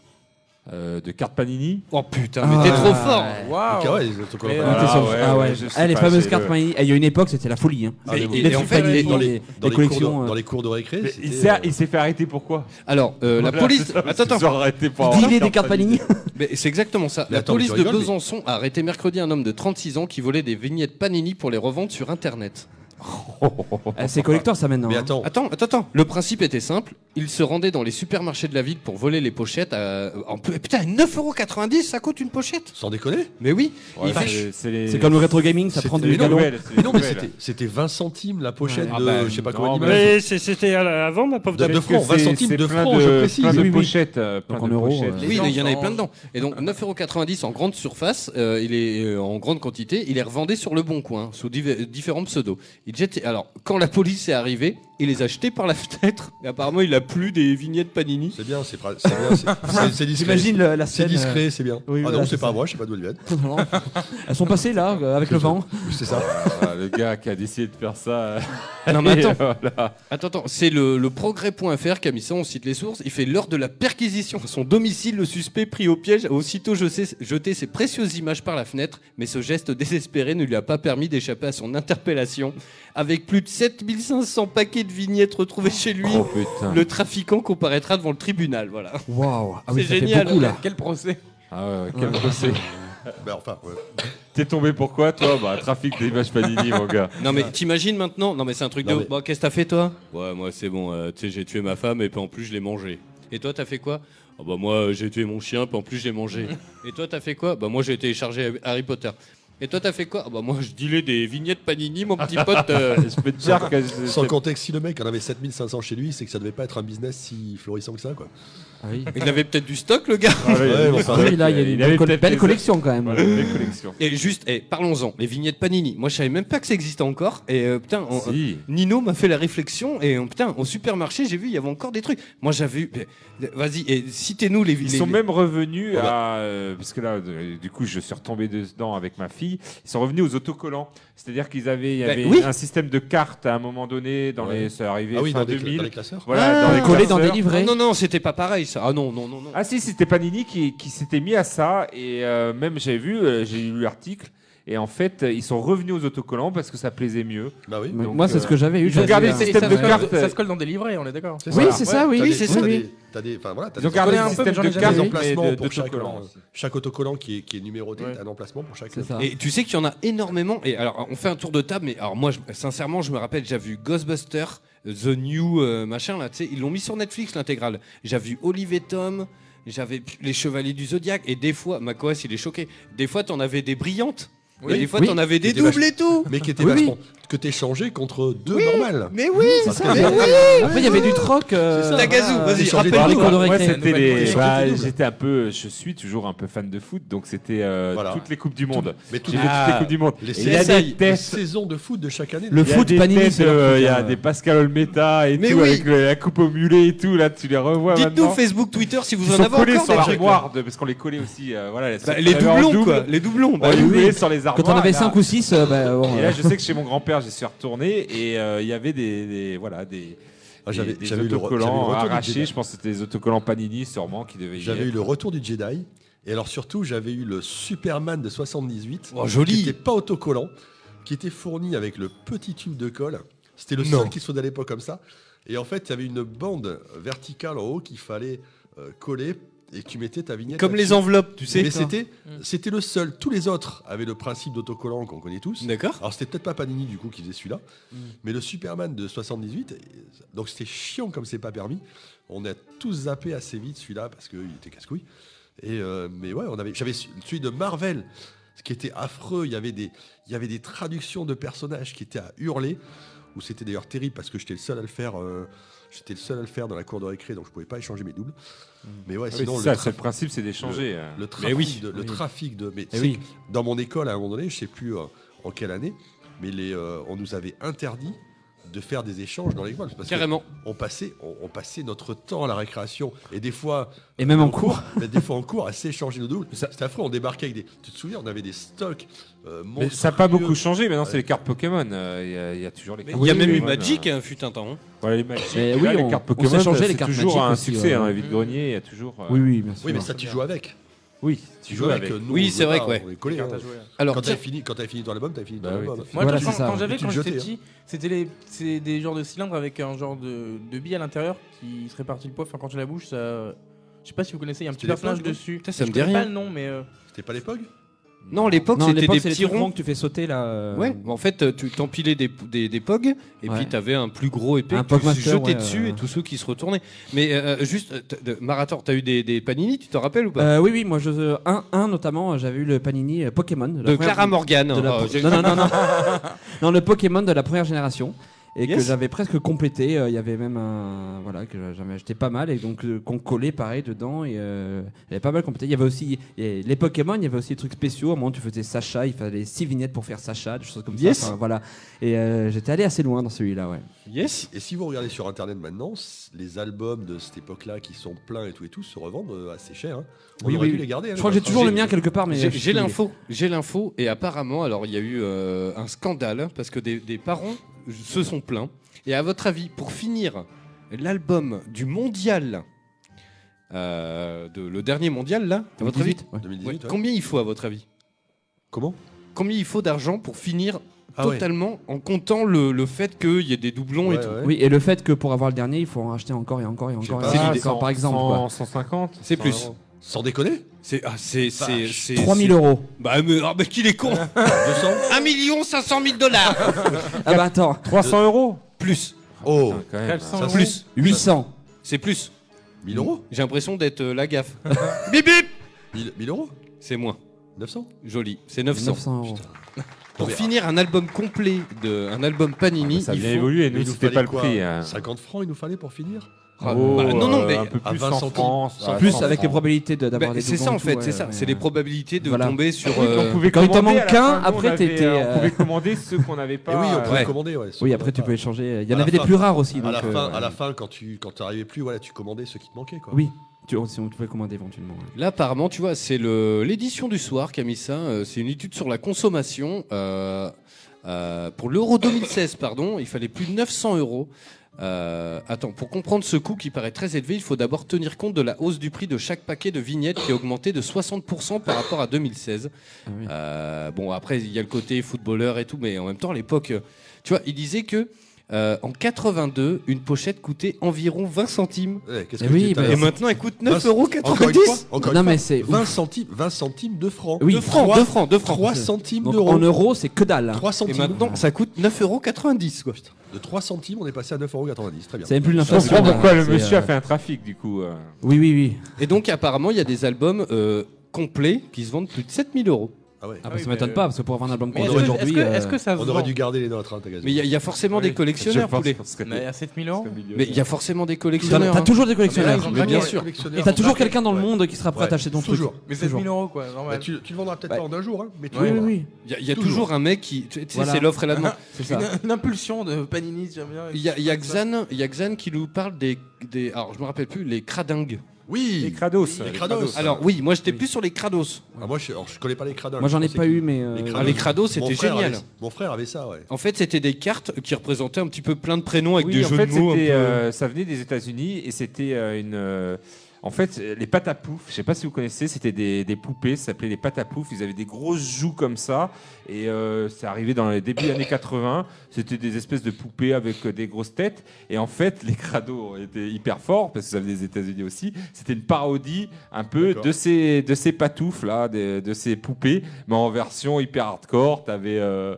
[SPEAKER 7] Euh, de carte Ah, Panini.
[SPEAKER 6] Oh putain, mais t'es trop fort.
[SPEAKER 8] Donc,
[SPEAKER 1] Waouh
[SPEAKER 8] ouais, le truc qu'on
[SPEAKER 1] Mais,
[SPEAKER 8] a
[SPEAKER 1] euh,
[SPEAKER 7] Ah
[SPEAKER 8] parlé.
[SPEAKER 9] Ah, t'es sûr.
[SPEAKER 7] ouais,
[SPEAKER 9] Ah
[SPEAKER 7] ouais,
[SPEAKER 9] ouais.
[SPEAKER 7] je sais
[SPEAKER 9] Ah, les
[SPEAKER 7] pas,
[SPEAKER 9] fameuses
[SPEAKER 7] c'est
[SPEAKER 9] cartes
[SPEAKER 7] le-
[SPEAKER 9] Manini. Ah, Il y a une époque, c'était la folie. hein.
[SPEAKER 8] Ah, mais
[SPEAKER 6] Et-
[SPEAKER 8] bon.
[SPEAKER 6] et-
[SPEAKER 9] Les
[SPEAKER 6] en
[SPEAKER 9] trucs
[SPEAKER 6] fait,
[SPEAKER 9] Panini,
[SPEAKER 6] les-
[SPEAKER 8] dans
[SPEAKER 9] dans
[SPEAKER 8] les,
[SPEAKER 9] les
[SPEAKER 8] dans les cours
[SPEAKER 9] les
[SPEAKER 8] de-
[SPEAKER 9] collections.
[SPEAKER 8] dans
[SPEAKER 9] euh,
[SPEAKER 8] les cours de récré.
[SPEAKER 7] Mais
[SPEAKER 8] c'était,
[SPEAKER 7] il s'est
[SPEAKER 8] euh,
[SPEAKER 7] il s'est fait arrêter pourquoi
[SPEAKER 6] Alors, euh, la police. Attends, attends.
[SPEAKER 9] Dealer des cartes Panini.
[SPEAKER 6] Mais c'est exactement ça.
[SPEAKER 8] Mais
[SPEAKER 6] la
[SPEAKER 8] attends, mais
[SPEAKER 6] police
[SPEAKER 8] tu
[SPEAKER 6] de
[SPEAKER 8] rigoles, mais-
[SPEAKER 6] Besançon a arrêté mercredi un homme de 36 ans qui volait des vignettes Panini pour les revendre sur Internet.
[SPEAKER 7] [laughs]
[SPEAKER 9] Ah, C'est collector ça maintenant.
[SPEAKER 8] Mais
[SPEAKER 9] hein.
[SPEAKER 8] attends,
[SPEAKER 6] Attends, attends, attends. Le principe était simple. Il se rendait dans les supermarchés de la ville pour voler les pochettes à... en peu- Putain, 9,90€, ça coûte une pochette
[SPEAKER 8] sans déconner
[SPEAKER 6] Mais oui.
[SPEAKER 7] Ouais,
[SPEAKER 6] il fait-
[SPEAKER 7] c'est- C'est les-
[SPEAKER 9] C'est comme le rétro gaming, ça prend
[SPEAKER 7] les
[SPEAKER 9] du galon.
[SPEAKER 7] nouvelles, c'est les
[SPEAKER 8] Mais non, mais
[SPEAKER 7] nouvelles.
[SPEAKER 8] c'était- c'était 20 centimes la pochette
[SPEAKER 7] Ouais.
[SPEAKER 8] de
[SPEAKER 7] Ah bah,
[SPEAKER 8] je sais pas
[SPEAKER 7] non,
[SPEAKER 8] combien
[SPEAKER 7] mais-
[SPEAKER 8] d'images.
[SPEAKER 4] Mais c'est- c'était à la- avant, ma pauvre
[SPEAKER 8] De- de
[SPEAKER 4] David.
[SPEAKER 8] francs,
[SPEAKER 7] Parce que
[SPEAKER 8] 20
[SPEAKER 7] c'est-
[SPEAKER 8] centimes
[SPEAKER 7] c'est
[SPEAKER 8] de
[SPEAKER 7] plein
[SPEAKER 8] francs, je précise.
[SPEAKER 7] Plein
[SPEAKER 9] Oui,
[SPEAKER 7] de
[SPEAKER 9] oui.
[SPEAKER 7] pochettes. euh, plein
[SPEAKER 9] Donc en
[SPEAKER 7] de
[SPEAKER 9] euros,
[SPEAKER 7] pochettes.
[SPEAKER 9] euh,
[SPEAKER 1] Les
[SPEAKER 6] Oui,
[SPEAKER 1] gens
[SPEAKER 6] il y en avait
[SPEAKER 1] changent.
[SPEAKER 6] plein dedans. Et donc 9,90€ en grande surface, euh, il est euh, en grande quantité, il est revendé sur le bon coin sous div- différents pseudos. Il jette- alors quand la police est arrivée, il les a jetés par la fenêtre. Et apparemment, il a plus des vignettes Panini.
[SPEAKER 8] C'est bien, c'est pra- c'est bien, c'est- c'est- c'est discret.
[SPEAKER 9] J'imagine le- la
[SPEAKER 8] C'est
[SPEAKER 9] scène.
[SPEAKER 8] discret, c'est bien.
[SPEAKER 9] oui,
[SPEAKER 8] ah
[SPEAKER 9] voilà,
[SPEAKER 8] non,
[SPEAKER 9] c'est
[SPEAKER 8] c'est pas
[SPEAKER 9] ça.
[SPEAKER 8] moi, je sais pas d'où elles viennent.
[SPEAKER 9] euh, non. Elles sont passées là, euh, avec le vent.
[SPEAKER 8] C'est ça.
[SPEAKER 7] [laughs] Ah, le gars qui a décidé de faire ça.
[SPEAKER 6] Non mais
[SPEAKER 7] Et
[SPEAKER 6] attends,
[SPEAKER 7] [laughs] voilà.
[SPEAKER 6] attends, attends. c'est le, le progrès.fr qui a mis ça, on cite les sources. Il fait l'heure de la perquisition. À son domicile, le suspect pris au piège a aussitôt jeté, jeté ses précieuses images par la fenêtre, mais ce geste désespéré ne lui a pas permis d'échapper à son interpellation. Avec plus de 7500 paquets milliers de vignettes retrouvées chez lui.
[SPEAKER 7] Oh putain.
[SPEAKER 6] Le trafiquant comparaîtra devant le tribunal, voilà.
[SPEAKER 9] Waouh Ah oui,
[SPEAKER 6] C'est
[SPEAKER 9] ça
[SPEAKER 6] génial.
[SPEAKER 9] fait beaucoup là.
[SPEAKER 1] Quel procès
[SPEAKER 7] Ah ouais, ouais, quel procès.
[SPEAKER 8] Bah, enfin, ouais.
[SPEAKER 7] T'es tombé pour quoi, toi Bah, trafic des vaches panini, mon gars.
[SPEAKER 6] Non mais t'imagines maintenant Non mais c'est un truc
[SPEAKER 8] Non,
[SPEAKER 6] de.
[SPEAKER 8] mais-
[SPEAKER 6] Bon, qu'est-ce que t'as fait toi Ouais, moi c'est bon. euh, tu sais, j'ai tué ma femme et puis en plus je l'ai mangé. Et toi t'as fait quoi Ah Bah moi euh, j'ai tué mon chien puis en plus j'ai mangé. [laughs] et toi t'as fait quoi Bah moi j'ai téléchargé Harry Potter. Et toi t'as fait quoi Ah Bah moi je dealais des vignettes Panini, mon petit pote. [laughs] euh.
[SPEAKER 7] Je peux te dire que je-
[SPEAKER 8] Sans compter que si le mec en avait 7500 chez lui, c'est que ça devait pas être un business si florissant que ça, quoi.
[SPEAKER 9] Ah oui.
[SPEAKER 6] Il avait peut-être du stock le gars.
[SPEAKER 7] Ah ouais, il y a
[SPEAKER 8] Ouais,
[SPEAKER 7] des [laughs]
[SPEAKER 8] bon,
[SPEAKER 7] trucs,
[SPEAKER 8] ça va.
[SPEAKER 9] Oui, là, il y a
[SPEAKER 7] euh,
[SPEAKER 9] une
[SPEAKER 7] avait
[SPEAKER 9] belle,
[SPEAKER 7] peut-être
[SPEAKER 9] belle
[SPEAKER 7] des-
[SPEAKER 9] collection quand même.
[SPEAKER 7] Voilà, des collections.
[SPEAKER 6] Et juste, eh, parlons-en. Les vignettes Panini. Moi je savais même pas que ça existait encore. Et euh, putain, on-
[SPEAKER 7] Si.
[SPEAKER 6] Nino m'a fait la réflexion et euh, putain au supermarché j'ai vu il y avait encore des trucs. Moi j'avais eu. eh, Vas-y, eh, citez-nous les.
[SPEAKER 7] Ils
[SPEAKER 6] les-
[SPEAKER 7] sont même revenus
[SPEAKER 8] Voilà.
[SPEAKER 7] à. euh, parce que là, de- du coup, je suis retombé dedans avec ma fille. Ils sont revenus aux autocollants. C'est-à-dire qu'ils avaient, il y
[SPEAKER 8] Ben
[SPEAKER 6] Bah,
[SPEAKER 7] avait
[SPEAKER 6] oui.
[SPEAKER 7] un système de cartes à un moment donné. Dans les, ça arrivait
[SPEAKER 8] Ah oui,
[SPEAKER 7] fin
[SPEAKER 8] dans, des- dans les
[SPEAKER 7] 2000.
[SPEAKER 8] classeurs.
[SPEAKER 7] Voilà,
[SPEAKER 6] Ah,
[SPEAKER 7] dans les
[SPEAKER 9] Collé dans des
[SPEAKER 7] classeurs.
[SPEAKER 9] livrets.
[SPEAKER 6] Non, non, non, c'était pas pareil ça. Ah non, non, non, non.
[SPEAKER 7] Ah si, c'était Panini qui, qui s'était mis à ça. Et euh, même, j'ai vu, euh, j'ai lu l'article. Et en fait, euh, ils sont revenus aux autocollants parce que ça plaisait mieux.
[SPEAKER 8] Bah oui.
[SPEAKER 9] Mais
[SPEAKER 7] Donc,
[SPEAKER 9] Moi, c'est ce que j'avais eu.
[SPEAKER 7] ils ont gardé
[SPEAKER 9] j'avais,
[SPEAKER 7] le
[SPEAKER 9] euh,
[SPEAKER 1] Et
[SPEAKER 7] système
[SPEAKER 1] ça
[SPEAKER 7] de
[SPEAKER 1] se colle-
[SPEAKER 7] cartes.
[SPEAKER 1] Ça se colle dans des livrets, on est d'accord
[SPEAKER 9] Oui, c'est ça, oui.
[SPEAKER 8] t'as
[SPEAKER 9] Oui,
[SPEAKER 8] des-
[SPEAKER 9] c'est
[SPEAKER 8] t'as
[SPEAKER 9] ça,
[SPEAKER 8] des-
[SPEAKER 9] oui.
[SPEAKER 8] T'as des, enfin voilà, t'as
[SPEAKER 7] Ils ont
[SPEAKER 8] des-
[SPEAKER 7] gardé
[SPEAKER 1] connais
[SPEAKER 7] un
[SPEAKER 1] un peu,
[SPEAKER 7] système
[SPEAKER 1] j'en ai
[SPEAKER 7] de
[SPEAKER 1] jamais
[SPEAKER 7] cartes
[SPEAKER 8] des
[SPEAKER 9] oui.
[SPEAKER 7] mais
[SPEAKER 8] emplacements
[SPEAKER 7] de-
[SPEAKER 8] pour chaque,
[SPEAKER 7] d'autocollants
[SPEAKER 8] euh,
[SPEAKER 7] aussi.
[SPEAKER 8] chaque autocollant qui est, qui est numéroté.
[SPEAKER 1] Ouais.
[SPEAKER 8] T'as un emplacement pour chaque.
[SPEAKER 9] C'est ça.
[SPEAKER 6] Et tu sais qu'il y en a énormément. Et alors, on fait un tour de table, mais alors moi, je- sincèrement, je me rappelle, j'ai vu Ghostbuster, The New euh, machin là, tu sais, ils l'ont mis sur Netflix l'intégrale. J'ai vu Olive et Tom, j'avais p- les Chevaliers du Zodiaque, et des fois, Macoas, il est choqué. Des fois, t'en avais des brillantes,
[SPEAKER 1] Oui.
[SPEAKER 6] et des fois,
[SPEAKER 9] Oui.
[SPEAKER 6] t'en avais des
[SPEAKER 8] Des
[SPEAKER 6] doubles et tout.
[SPEAKER 8] Mais qui était
[SPEAKER 9] Oui, oui.
[SPEAKER 8] vachement. Que t'es changé contre deux normales.
[SPEAKER 6] Mais oui,
[SPEAKER 9] C'est
[SPEAKER 8] Parce
[SPEAKER 9] ça.
[SPEAKER 8] que-
[SPEAKER 9] mais- Après, il y avait du troc.
[SPEAKER 8] ça.
[SPEAKER 6] Tagazu, vas-y,
[SPEAKER 8] changer de
[SPEAKER 9] Par les
[SPEAKER 6] rappelle-nous.
[SPEAKER 9] cours de
[SPEAKER 7] Moi,
[SPEAKER 9] récré.
[SPEAKER 7] c'était
[SPEAKER 1] Ils
[SPEAKER 7] les.
[SPEAKER 1] sont
[SPEAKER 7] bah,
[SPEAKER 8] tous doubles.
[SPEAKER 7] J'étais un peu. Je suis toujours un peu fan de foot, donc c'était euh,
[SPEAKER 8] Voilà.
[SPEAKER 7] toutes les coupes du monde.
[SPEAKER 8] Mais tout
[SPEAKER 7] J'ai fait toutes
[SPEAKER 6] Ah.
[SPEAKER 7] les coupes du monde.
[SPEAKER 8] Les
[SPEAKER 7] Et Il y a
[SPEAKER 6] CSI.
[SPEAKER 7] des
[SPEAKER 8] les
[SPEAKER 7] tests.
[SPEAKER 8] saisons de foot de chaque année.
[SPEAKER 9] Le
[SPEAKER 7] il y a
[SPEAKER 9] foot
[SPEAKER 7] des
[SPEAKER 9] Panini,
[SPEAKER 7] tests,
[SPEAKER 9] c'est leur
[SPEAKER 7] euh,
[SPEAKER 9] truc,
[SPEAKER 7] Il y a
[SPEAKER 9] hein.
[SPEAKER 7] des Pascal Olmeta et
[SPEAKER 6] Mais
[SPEAKER 7] tout
[SPEAKER 6] oui.
[SPEAKER 7] avec le- la coupe au mulet et tout. Là, tu les revois
[SPEAKER 6] Dites-nous
[SPEAKER 7] maintenant.
[SPEAKER 6] Facebook, Twitter, si vous
[SPEAKER 7] Ils
[SPEAKER 6] en
[SPEAKER 7] sont
[SPEAKER 6] avez
[SPEAKER 7] collés
[SPEAKER 6] encore
[SPEAKER 7] sur
[SPEAKER 6] des trucs.
[SPEAKER 7] l'armoire, de- parce qu'on les collait aussi. euh, voilà,
[SPEAKER 6] Bah, les
[SPEAKER 7] on avait en
[SPEAKER 6] doublons,
[SPEAKER 7] double, Ah
[SPEAKER 6] quoi. Les doublons.
[SPEAKER 7] On
[SPEAKER 6] bah
[SPEAKER 7] les
[SPEAKER 6] oui.
[SPEAKER 7] doublait sur les armoires.
[SPEAKER 9] Quand on avait
[SPEAKER 7] là.
[SPEAKER 9] 5 ou euh, ben, 6,
[SPEAKER 7] Et là, je sais que chez mon grand-père, j'y suis retourné et euh, il y avait des, des- voilà des,
[SPEAKER 8] Ah,
[SPEAKER 7] des-
[SPEAKER 8] j'avais-
[SPEAKER 7] des
[SPEAKER 8] j'avais eu le re- j'avais eu le
[SPEAKER 7] autocollants
[SPEAKER 8] retour du
[SPEAKER 7] arrachés.
[SPEAKER 8] Jedi.
[SPEAKER 7] Je pense que c'était des autocollants Panini, sûrement, qui devaient. y
[SPEAKER 8] J'avais
[SPEAKER 7] être.
[SPEAKER 8] eu le retour du Jedi. Et alors surtout, j'avais eu le Superman de 78.
[SPEAKER 6] Oh, joli.
[SPEAKER 8] Qui n'était pas autocollant, qui était fourni avec le petit tube de colle. C'était le
[SPEAKER 6] Non.
[SPEAKER 8] seul qui se faisait à l'époque comme ça. Et en fait, il y avait une bande verticale en haut qu'il fallait euh, coller et tu mettais ta vignette.
[SPEAKER 6] Comme les
[SPEAKER 8] là-dessus.
[SPEAKER 6] enveloppes, tu sais.
[SPEAKER 8] Mais c'était, c'était le seul. Tous les autres avaient le principe d'autocollant qu'on connaît tous.
[SPEAKER 6] D'accord.
[SPEAKER 8] Alors c'était peut-être pas Panini du coup qui faisait celui-là, mais le Superman de 78, euh, donc c'était chiant comme c'est pas permis. On a tous zappé assez vite celui-là parce qu'il était casse-couille. Et euh, mais ouais, on avait, j'avais su- celui de Marvel, ce qui était affreux. Il y avait des, il y avait des traductions de personnages qui étaient à hurler. Où c'était d'ailleurs terrible parce que j'étais le seul à le faire. euh, j'étais le seul à le faire dans la cour de récré, donc je pouvais pas échanger mes doubles. Mais ouais,
[SPEAKER 7] Ah oui,
[SPEAKER 8] sinon
[SPEAKER 7] c'est
[SPEAKER 8] le,
[SPEAKER 7] ça, c'est le principe, c'est d'échanger. euh.
[SPEAKER 8] le
[SPEAKER 6] Mais
[SPEAKER 8] trafic
[SPEAKER 6] oui.
[SPEAKER 8] de, le
[SPEAKER 9] Oui.
[SPEAKER 8] trafic de mais tu
[SPEAKER 9] Eh
[SPEAKER 8] sais
[SPEAKER 9] oui.
[SPEAKER 8] que dans mon école à un moment donné je sais plus euh, en quelle année mais les euh, on nous avait interdit de faire des échanges dans l'école parce que
[SPEAKER 6] Carrément.
[SPEAKER 8] on passait on, on passait notre temps à la récréation et des fois
[SPEAKER 9] Et même en cours.
[SPEAKER 8] [laughs] mais des fois en cours à s'échanger nos doubles
[SPEAKER 7] Ça-
[SPEAKER 8] c'était affreux on débarquait avec des tu te souviens on avait des stocks euh,
[SPEAKER 7] Mais ça n'a pas
[SPEAKER 8] monstrueux.
[SPEAKER 7] beaucoup changé. Maintenant, c'est
[SPEAKER 8] Ouais.
[SPEAKER 7] les cartes Pokémon. euh, Il y a- il y, a toujours les.
[SPEAKER 6] Mais
[SPEAKER 7] cartes
[SPEAKER 6] Il y a même eu
[SPEAKER 7] Pokémon,
[SPEAKER 6] Magic,
[SPEAKER 7] euh.
[SPEAKER 6] hein, fut un temps. hein.
[SPEAKER 7] Voilà, les Magic.
[SPEAKER 9] Mais
[SPEAKER 7] Là,
[SPEAKER 9] oui,
[SPEAKER 7] les
[SPEAKER 9] on-
[SPEAKER 7] cartes
[SPEAKER 9] on
[SPEAKER 7] Pokémon, bah,
[SPEAKER 9] s'échangeait
[SPEAKER 7] c'est
[SPEAKER 9] les cartes
[SPEAKER 7] toujours
[SPEAKER 9] Magic
[SPEAKER 7] un
[SPEAKER 9] aussi,
[SPEAKER 7] succès.
[SPEAKER 9] ouais.
[SPEAKER 7] hein, Vide grenier, il y a toujours. euh,
[SPEAKER 9] Oui, oui, bien sûr.
[SPEAKER 8] oui mais ça tu joues avec
[SPEAKER 7] oui, tu joues avec.
[SPEAKER 8] euh, nous,
[SPEAKER 6] Oui,
[SPEAKER 8] on
[SPEAKER 6] c'est
[SPEAKER 8] jouait
[SPEAKER 6] vrai
[SPEAKER 8] pas,
[SPEAKER 6] que ouais.
[SPEAKER 8] on est collés, hein.
[SPEAKER 6] Alors,
[SPEAKER 8] quand
[SPEAKER 6] tiens,
[SPEAKER 8] t'avais fini quand t'avais fini ton album t'avais fini ton
[SPEAKER 7] Bah oui,
[SPEAKER 8] album hein.
[SPEAKER 7] t'as
[SPEAKER 1] Moi,
[SPEAKER 9] Voilà,
[SPEAKER 1] je me
[SPEAKER 9] c'est
[SPEAKER 1] souviens,
[SPEAKER 9] ça,
[SPEAKER 1] quand
[SPEAKER 9] ouais.
[SPEAKER 1] j'avais,
[SPEAKER 8] Tu
[SPEAKER 1] quand
[SPEAKER 8] le
[SPEAKER 1] j'étais
[SPEAKER 8] jetais,
[SPEAKER 1] petit, c'était les- c'est des genres de cylindres avec un genre de, de bille à l'intérieur qui se répartit le poids. Enfin, quand tu la bouches, ça. Je sais pas si vous connaissez, il y a un petit
[SPEAKER 8] C'était des
[SPEAKER 1] personnage
[SPEAKER 8] planches, non
[SPEAKER 1] dessus.
[SPEAKER 6] ça
[SPEAKER 1] Je
[SPEAKER 6] me dit
[SPEAKER 1] connais
[SPEAKER 6] rien.
[SPEAKER 1] pas le nom, mais. euh,
[SPEAKER 8] c'était pas l'époque
[SPEAKER 6] non, l'époque
[SPEAKER 9] Non,
[SPEAKER 6] c'était
[SPEAKER 9] l'époque,
[SPEAKER 6] des
[SPEAKER 9] c'est les
[SPEAKER 6] petits
[SPEAKER 9] trucs
[SPEAKER 6] ronds.
[SPEAKER 9] ronds que tu fais sauter là. euh,
[SPEAKER 6] Ouais, en fait, euh, tu t'empilais des, des, des pogs, et
[SPEAKER 9] Ouais.
[SPEAKER 6] puis t'avais un plus gros épée
[SPEAKER 9] Un
[SPEAKER 6] que tu
[SPEAKER 9] Pogmaster,
[SPEAKER 6] jetais
[SPEAKER 9] ouais,
[SPEAKER 6] dessus,
[SPEAKER 9] euh.
[SPEAKER 6] et tous ceux qui se retournaient. Mais euh, juste, euh, t- de- Marator, t'as eu des, des panini, tu t'en rappelles ou pas
[SPEAKER 9] Euh, oui, oui, moi, je, un, un notamment, euh, j'avais eu le Panini euh, Pokémon. la
[SPEAKER 6] De
[SPEAKER 9] première-
[SPEAKER 6] Clara Morgan.
[SPEAKER 9] de la-
[SPEAKER 6] Oh, j'ai-
[SPEAKER 9] non,
[SPEAKER 6] [laughs]
[SPEAKER 9] non, non, non. non, le Pokémon de la première génération. Et que
[SPEAKER 6] Yes.
[SPEAKER 9] j'avais presque complété. euh, Il y avait même un. Voilà, que j'avais acheté pas mal. Et donc, euh, qu'on collait pareil dedans. Et euh, j'avais pas mal complété. Il y avait aussi. et les Pokémon, il y avait aussi des trucs spéciaux. Au moment où tu faisais Sacha, il fallait 6 vignettes pour faire Sacha, des choses comme
[SPEAKER 6] Yes.
[SPEAKER 9] ça. Enfin, voilà. Et euh, j'étais allé assez loin dans celui-là, ouais.
[SPEAKER 6] Yes
[SPEAKER 8] Et si vous regardez sur internet maintenant, c- les albums de cette époque-là qui sont pleins et tout et tout se revendent euh, assez cher. hein. On
[SPEAKER 9] Oui,
[SPEAKER 8] aurait
[SPEAKER 9] oui,
[SPEAKER 8] dû
[SPEAKER 9] oui.
[SPEAKER 8] les garder. hein,
[SPEAKER 9] Je crois que
[SPEAKER 8] les
[SPEAKER 9] j'ai toujours le
[SPEAKER 8] enfants.
[SPEAKER 9] mien quelque part, mais.
[SPEAKER 6] J'ai
[SPEAKER 9] je sais
[SPEAKER 6] j'ai
[SPEAKER 9] plus où il est.
[SPEAKER 6] l'info, j'ai l'info, et apparemment, alors il y a eu euh, un scandale, parce que des, des parents se sont plaints. Et à votre avis, pour finir, l'album du mondial, euh, de, le dernier mondial là, à votre avis,
[SPEAKER 8] hein.
[SPEAKER 9] 2018, ouais.
[SPEAKER 8] 2018.
[SPEAKER 6] ouais, combien il faut à votre avis
[SPEAKER 8] Comment
[SPEAKER 6] Combien il faut d'argent pour finir
[SPEAKER 8] Ah ouais.
[SPEAKER 6] totalement en comptant le, le fait qu'il y ait des doublons et
[SPEAKER 8] Ouais,
[SPEAKER 6] tout.
[SPEAKER 8] ouais.
[SPEAKER 9] Oui, et le fait que pour avoir le dernier, il faut en racheter encore et encore et encore.
[SPEAKER 8] pas,
[SPEAKER 9] et
[SPEAKER 6] c'est
[SPEAKER 9] encore,
[SPEAKER 6] l'idée.
[SPEAKER 9] par exemple, quoi.
[SPEAKER 11] 150
[SPEAKER 6] C'est plus.
[SPEAKER 8] Sans déconner
[SPEAKER 6] C'est ah, c'est c'est c'est
[SPEAKER 9] 3000 euros.
[SPEAKER 6] c'est- Bah mais ah, mais qu'il est
[SPEAKER 9] [laughs]
[SPEAKER 6] con. 1 million 500 000 dollars
[SPEAKER 9] Ah bah attends,
[SPEAKER 11] 300 euros
[SPEAKER 6] plus
[SPEAKER 8] Oh
[SPEAKER 7] Putain, quand même.
[SPEAKER 8] ça se-
[SPEAKER 6] plus
[SPEAKER 9] 800.
[SPEAKER 6] c'est plus.
[SPEAKER 8] 1000 euros
[SPEAKER 6] J'ai l'impression d'être euh, la
[SPEAKER 9] [laughs]
[SPEAKER 6] gaffe. bip bip
[SPEAKER 8] 1000 1000 euros
[SPEAKER 6] C'est moins
[SPEAKER 8] 900
[SPEAKER 6] joli, c'est 900.
[SPEAKER 9] 900 euros.
[SPEAKER 6] Pour
[SPEAKER 8] Mais-
[SPEAKER 6] finir un album complet de un album Panini,
[SPEAKER 7] Ça a
[SPEAKER 6] il faut
[SPEAKER 7] bien évolué,
[SPEAKER 8] Mais
[SPEAKER 7] nous,
[SPEAKER 8] il nous
[SPEAKER 7] c'était
[SPEAKER 8] fallait
[SPEAKER 7] pas le
[SPEAKER 8] quoi
[SPEAKER 7] prix. hein.
[SPEAKER 8] 50 francs il nous fallait pour finir
[SPEAKER 6] Ah,
[SPEAKER 7] Oh,
[SPEAKER 6] bah, non non
[SPEAKER 11] euh,
[SPEAKER 6] mais
[SPEAKER 11] un peu
[SPEAKER 8] à
[SPEAKER 11] plus
[SPEAKER 8] 20
[SPEAKER 11] en
[SPEAKER 8] centimes.
[SPEAKER 11] France.
[SPEAKER 7] En
[SPEAKER 11] à
[SPEAKER 9] Plus
[SPEAKER 11] 100
[SPEAKER 9] avec les
[SPEAKER 11] francs.
[SPEAKER 9] probabilités de-
[SPEAKER 6] bah,
[SPEAKER 9] d'avoir des
[SPEAKER 6] c'est
[SPEAKER 9] doublons
[SPEAKER 6] ça en
[SPEAKER 9] et tout,
[SPEAKER 6] fait,
[SPEAKER 9] ouais,
[SPEAKER 6] c'est ça,
[SPEAKER 9] ouais, Ah
[SPEAKER 6] c'est les
[SPEAKER 9] ouais.
[SPEAKER 6] probabilités de
[SPEAKER 9] Voilà.
[SPEAKER 6] tomber sur
[SPEAKER 11] Oui,
[SPEAKER 6] euh,
[SPEAKER 11] on pouvait
[SPEAKER 9] Quand il t'en
[SPEAKER 11] commander,
[SPEAKER 9] manque
[SPEAKER 11] à la fin,
[SPEAKER 9] un,
[SPEAKER 11] nous, on
[SPEAKER 9] après,
[SPEAKER 11] avait,
[SPEAKER 9] t'étais,
[SPEAKER 11] euh, On
[SPEAKER 9] euh,
[SPEAKER 11] pouvait commander ceux qu'on n'avait pas.
[SPEAKER 8] Et Eh oui, on
[SPEAKER 11] euh,
[SPEAKER 8] pouvait
[SPEAKER 6] ouais.
[SPEAKER 8] commander. Ah, Ouais, ceux
[SPEAKER 9] Oui,
[SPEAKER 8] qu'on
[SPEAKER 9] après
[SPEAKER 8] avait
[SPEAKER 9] tu
[SPEAKER 8] pas.
[SPEAKER 9] pouvais changer. Il y en
[SPEAKER 8] À la
[SPEAKER 9] avait des
[SPEAKER 8] fin.
[SPEAKER 9] plus rares aussi.
[SPEAKER 8] À la,
[SPEAKER 9] donc, euh,
[SPEAKER 8] fin, à
[SPEAKER 9] ouais.
[SPEAKER 8] la fin, quand tu quand t'arrivais plus, voilà, tu commandais ceux qui te manquaient. Quoi.
[SPEAKER 9] Oui, tu, on, si on pouvait commander éventuellement. ouais.
[SPEAKER 6] Là, apparemment, tu vois, c'est le- l'édition du soir qui a mis ça. Euh, C'est une étude sur la consommation. euh, euh, pour l'euro 2016, pardon, il fallait plus de 900 euros. Euh, attends, pour comprendre ce coût qui paraît très élevé, il faut d'abord tenir compte de la hausse du prix de chaque paquet de vignettes qui a augmenté de 60% par rapport à 2016.
[SPEAKER 9] Ah oui.
[SPEAKER 6] Euh, bon, après, il y a le côté footballeur et tout, mais en même temps, à l'époque, euh, tu vois, il disait que euh, en 82, une pochette coûtait environ 20 centimes.
[SPEAKER 8] Ouais, qu'est-ce
[SPEAKER 9] Eh
[SPEAKER 8] que
[SPEAKER 9] oui,
[SPEAKER 8] tu- t'as-
[SPEAKER 9] bah,
[SPEAKER 6] Et maintenant, elle coûte 9,90 euros.
[SPEAKER 8] Encore une fois, encore
[SPEAKER 9] Non
[SPEAKER 8] une
[SPEAKER 9] mais
[SPEAKER 8] fois,
[SPEAKER 9] c'est
[SPEAKER 8] 20 centimes, 20 centimes de francs.
[SPEAKER 9] Oui.
[SPEAKER 6] Deux francs,
[SPEAKER 8] Trois-
[SPEAKER 6] deux francs, deux francs.
[SPEAKER 8] 3 centimes
[SPEAKER 9] Donc
[SPEAKER 8] d'euros.
[SPEAKER 9] en euros, c'est que dalle. hein.
[SPEAKER 8] 3 centimes.
[SPEAKER 6] Et maintenant, ça coûte 9,90 euros.
[SPEAKER 8] De 3 centimes, on est passé à 9,90€. Très bien.
[SPEAKER 9] C'est même plus de
[SPEAKER 7] Je
[SPEAKER 9] l'inflation.
[SPEAKER 7] comprends pourquoi
[SPEAKER 9] là.
[SPEAKER 7] le
[SPEAKER 9] C'est,
[SPEAKER 7] monsieur a
[SPEAKER 9] euh,
[SPEAKER 7] fait un trafic, du coup. euh.
[SPEAKER 9] Oui, oui, oui.
[SPEAKER 6] Et donc, apparemment, il y a des albums euh, complets qui se vendent plus de 7000 euros.
[SPEAKER 8] Ah ouais.
[SPEAKER 9] Ah
[SPEAKER 1] oui,
[SPEAKER 9] bah ça
[SPEAKER 1] mais-
[SPEAKER 9] m'étonne pas parce que pour avoir un album
[SPEAKER 1] Mais
[SPEAKER 9] qu'on
[SPEAKER 1] est-ce
[SPEAKER 9] aurait
[SPEAKER 1] que, est-ce
[SPEAKER 9] aujourd'hui.
[SPEAKER 1] que-
[SPEAKER 9] euh,
[SPEAKER 1] est-ce que ça se
[SPEAKER 8] On
[SPEAKER 1] vend
[SPEAKER 8] aurait dû garder les nôtres, hein, t'as raison.
[SPEAKER 6] Mais il y, a- il y a forcément des
[SPEAKER 1] Oui,
[SPEAKER 6] collectionneurs, poulet.
[SPEAKER 1] Mais à 7000 euros
[SPEAKER 6] Mais il y a forcément des
[SPEAKER 9] T'as
[SPEAKER 6] collectionneurs.
[SPEAKER 9] t'as
[SPEAKER 6] hein.
[SPEAKER 9] toujours des collectionneurs.
[SPEAKER 1] ils ont
[SPEAKER 6] Mais bien
[SPEAKER 1] gagné.
[SPEAKER 6] sûr.
[SPEAKER 9] Et T'as toujours quelqu'un dans le
[SPEAKER 8] Ouais.
[SPEAKER 9] monde qui sera prêt à
[SPEAKER 8] Ouais.
[SPEAKER 9] t'acheter ton truc.
[SPEAKER 8] Toujours.
[SPEAKER 1] Mais
[SPEAKER 9] Toujours.
[SPEAKER 1] 7000 euros quoi, normal.
[SPEAKER 8] Bah, tu, tu le vendras peut-être
[SPEAKER 1] Bah.
[SPEAKER 8] pas en un jour, hein, mais tu
[SPEAKER 1] Ouais,
[SPEAKER 9] Oui,
[SPEAKER 8] le
[SPEAKER 9] oui,
[SPEAKER 8] vendras.
[SPEAKER 9] oui.
[SPEAKER 6] Il y a, il y a
[SPEAKER 8] Toujours.
[SPEAKER 6] toujours un mec qui. Tu sais,
[SPEAKER 9] Voilà. Uh-huh.
[SPEAKER 6] c'est l'offre et la demande.
[SPEAKER 9] C'est ça.
[SPEAKER 1] Une, une impulsion de Panini, j'aime bien.
[SPEAKER 6] Il y a, il y a Xan, il y a Xan qui nous parle des, des. Alors, je me rappelle plus, les cradingues.
[SPEAKER 7] Les
[SPEAKER 8] Oui.
[SPEAKER 7] Krados.
[SPEAKER 8] Les
[SPEAKER 7] les
[SPEAKER 8] Krados.
[SPEAKER 7] Krados.
[SPEAKER 6] Alors, oui, moi, j'étais plus sur les crados.
[SPEAKER 8] Ah, moi, je, alors, je connais pas les cradins.
[SPEAKER 9] Moi j'en ai
[SPEAKER 8] je
[SPEAKER 9] pas
[SPEAKER 8] sais
[SPEAKER 9] eu
[SPEAKER 8] que-
[SPEAKER 9] mais. euh,
[SPEAKER 8] Krados.
[SPEAKER 6] Ah, les crados,
[SPEAKER 8] Mon
[SPEAKER 6] c'était
[SPEAKER 8] frère
[SPEAKER 6] génial.
[SPEAKER 8] avait- Mon frère avait ça, ouais.
[SPEAKER 6] En fait, c'était des cartes qui représentaient un petit peu plein de prénoms avec
[SPEAKER 7] Oui,
[SPEAKER 6] des
[SPEAKER 7] en
[SPEAKER 6] jeux
[SPEAKER 7] fait,
[SPEAKER 6] de mots. un
[SPEAKER 7] c'était,
[SPEAKER 6] peu-
[SPEAKER 7] euh, ça venait des États-Unis et c'était euh, une. euh, en fait, euh, les pâtes à pouf, je sais pas si vous connaissez, c'était des, des poupées, ça s'appelait les pâtes à pouf. Ils avaient des grosses joues comme ça et euh, c'est arrivé dans les débuts années 80. C'était des espèces de poupées avec euh, des grosses têtes. Et en fait, les crados étaient hyper forts parce que ça venait des États-Unis aussi. C'était une parodie un peu
[SPEAKER 8] D'accord.
[SPEAKER 7] de ces, de ces patoufles là, de, de ces poupées, mais en version hyper hardcore. T'avais. euh,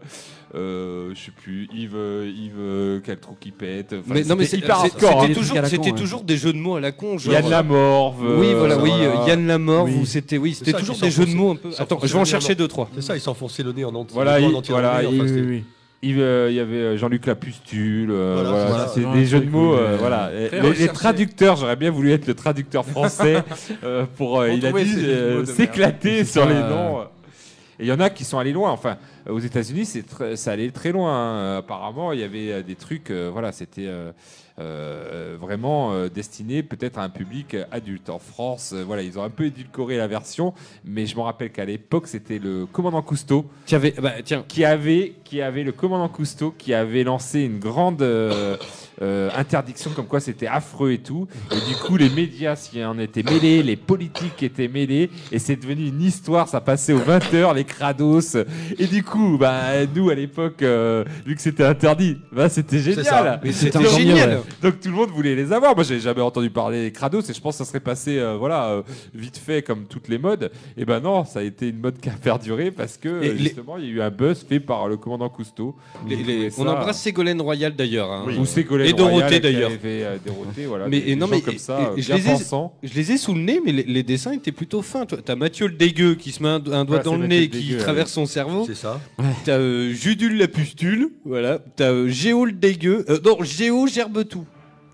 [SPEAKER 7] euh, je sais plus, Yves, euh, Yves, euh, quel trou qui pète. Enfin,
[SPEAKER 6] Mais non, mais c'est-
[SPEAKER 7] c'était hyper
[SPEAKER 6] c'est-
[SPEAKER 7] hardcore.
[SPEAKER 6] C'était
[SPEAKER 7] hein.
[SPEAKER 9] des trucs à
[SPEAKER 6] toujours,
[SPEAKER 9] la
[SPEAKER 6] c'était
[SPEAKER 9] con, hein.
[SPEAKER 6] toujours des jeux de mots à la con. genre,
[SPEAKER 7] Yann Lamorve.
[SPEAKER 6] Oui, voilà, oui, euh, Yann Lamorve,
[SPEAKER 8] oui.
[SPEAKER 6] ou c'était, oui, c'était
[SPEAKER 8] ça,
[SPEAKER 6] toujours
[SPEAKER 8] qui
[SPEAKER 6] des jeux de
[SPEAKER 8] s'enfonçait-
[SPEAKER 6] mots un peu.
[SPEAKER 8] s'enfonçait
[SPEAKER 6] Attends, je vais en
[SPEAKER 8] le
[SPEAKER 6] chercher
[SPEAKER 8] diamant.
[SPEAKER 6] deux, trois.
[SPEAKER 8] C'est ça, il s'enfonçait le nez en entier.
[SPEAKER 7] Voilà,
[SPEAKER 8] le doigt
[SPEAKER 7] il-
[SPEAKER 8] en entier dans
[SPEAKER 7] voilà,
[SPEAKER 8] le nez,
[SPEAKER 7] il-
[SPEAKER 8] enfin,
[SPEAKER 9] Oui,
[SPEAKER 8] c'était-
[SPEAKER 9] oui, oui.
[SPEAKER 7] Yves, euh, il y avait euh, Jean-Luc Lapustule. euh,
[SPEAKER 8] Voilà,
[SPEAKER 7] voilà,
[SPEAKER 8] c'est ça.
[SPEAKER 7] c'est
[SPEAKER 9] Ouais,
[SPEAKER 7] des
[SPEAKER 9] un
[SPEAKER 7] jeux de
[SPEAKER 9] truc,
[SPEAKER 7] mots.
[SPEAKER 9] oui,
[SPEAKER 7] euh,
[SPEAKER 9] euh,
[SPEAKER 7] voilà. Et
[SPEAKER 1] très
[SPEAKER 7] Les, les
[SPEAKER 1] recherché.
[SPEAKER 7] traducteurs, j'aurais bien voulu être le traducteur français euh, pour, euh, il a
[SPEAKER 1] Retrouver
[SPEAKER 7] dit,
[SPEAKER 1] ces jeux de
[SPEAKER 7] euh,
[SPEAKER 1] mots de merde.
[SPEAKER 7] s'éclater
[SPEAKER 9] C'est
[SPEAKER 7] sur
[SPEAKER 9] ça,
[SPEAKER 7] les
[SPEAKER 9] euh.
[SPEAKER 7] noms. Et il y en a qui sont allés loin. Enfin, euh, aux États-Unis, c'est tr- ça allait très loin. hein. Apparemment, il y avait euh, des trucs. euh, voilà, c'était euh, euh, vraiment euh, destiné peut-être à un public euh, adulte. En France, euh, voilà, ils ont un peu édulcoré la version, mais je me rappelle qu'à l'époque, c'était le commandant Cousteau
[SPEAKER 6] Tiens, avait- bah, tiens,
[SPEAKER 7] qui avait, qui avait le commandant Cousteau qui avait lancé une grande euh, euh, interdiction comme quoi c'était affreux et tout. Et du coup, les médias s'y en étaient mêlés, les politiques étaient mêlés, et c'est devenu une histoire. Ça passait aux 20h, les crados. Et du coup, bah, nous à l'époque, euh, vu que c'était interdit, bah, c'était
[SPEAKER 8] C'est ça.
[SPEAKER 7] génial.
[SPEAKER 6] mais
[SPEAKER 9] c'était
[SPEAKER 6] c'était
[SPEAKER 9] encore mieux,
[SPEAKER 6] génial.
[SPEAKER 9] ouais.
[SPEAKER 7] Donc tout le monde voulait les avoir. Moi, j'ai jamais entendu parler des crados et je pense que ça serait passé, euh, voilà, euh, vite fait comme toutes les modes. Et ben non, ça a été une mode qui a perduré parce que
[SPEAKER 6] Et
[SPEAKER 7] euh,
[SPEAKER 6] les-
[SPEAKER 7] justement, il y a eu un buzz fait par le commandant Cousteau.
[SPEAKER 6] Les-
[SPEAKER 7] Vous
[SPEAKER 6] les-
[SPEAKER 7] trouvez
[SPEAKER 6] on
[SPEAKER 7] ça-
[SPEAKER 6] embrasse Ségolène Royal d'ailleurs. hein.
[SPEAKER 7] ou Ségolène
[SPEAKER 6] Et Dorothée,
[SPEAKER 7] Royal qui
[SPEAKER 6] d'ailleurs.
[SPEAKER 7] avait, euh, Dorothée, voilà.
[SPEAKER 6] Mais-
[SPEAKER 7] des-
[SPEAKER 6] et
[SPEAKER 7] des
[SPEAKER 6] non,
[SPEAKER 7] gens
[SPEAKER 6] mais-
[SPEAKER 7] comme ça,
[SPEAKER 6] et-
[SPEAKER 7] euh,
[SPEAKER 6] et je
[SPEAKER 7] bien
[SPEAKER 6] les ai-
[SPEAKER 7] pensants.
[SPEAKER 6] Je les ai sous le nez, mais les, les dessins étaient plutôt fins. toi. T'as Mathieu le dégueu qui se met un, do- un doigt
[SPEAKER 7] Ah,
[SPEAKER 6] dans
[SPEAKER 7] c'est
[SPEAKER 6] le
[SPEAKER 7] Mathieu
[SPEAKER 6] nez
[SPEAKER 7] le
[SPEAKER 6] qui
[SPEAKER 7] dégueu,
[SPEAKER 6] traverse son cerveau.
[SPEAKER 8] C'est ça.
[SPEAKER 6] T'as euh, Judule la pustule. Voilà. T'as euh, Géo le dégueu. Euh, non, Géo gerbe tout.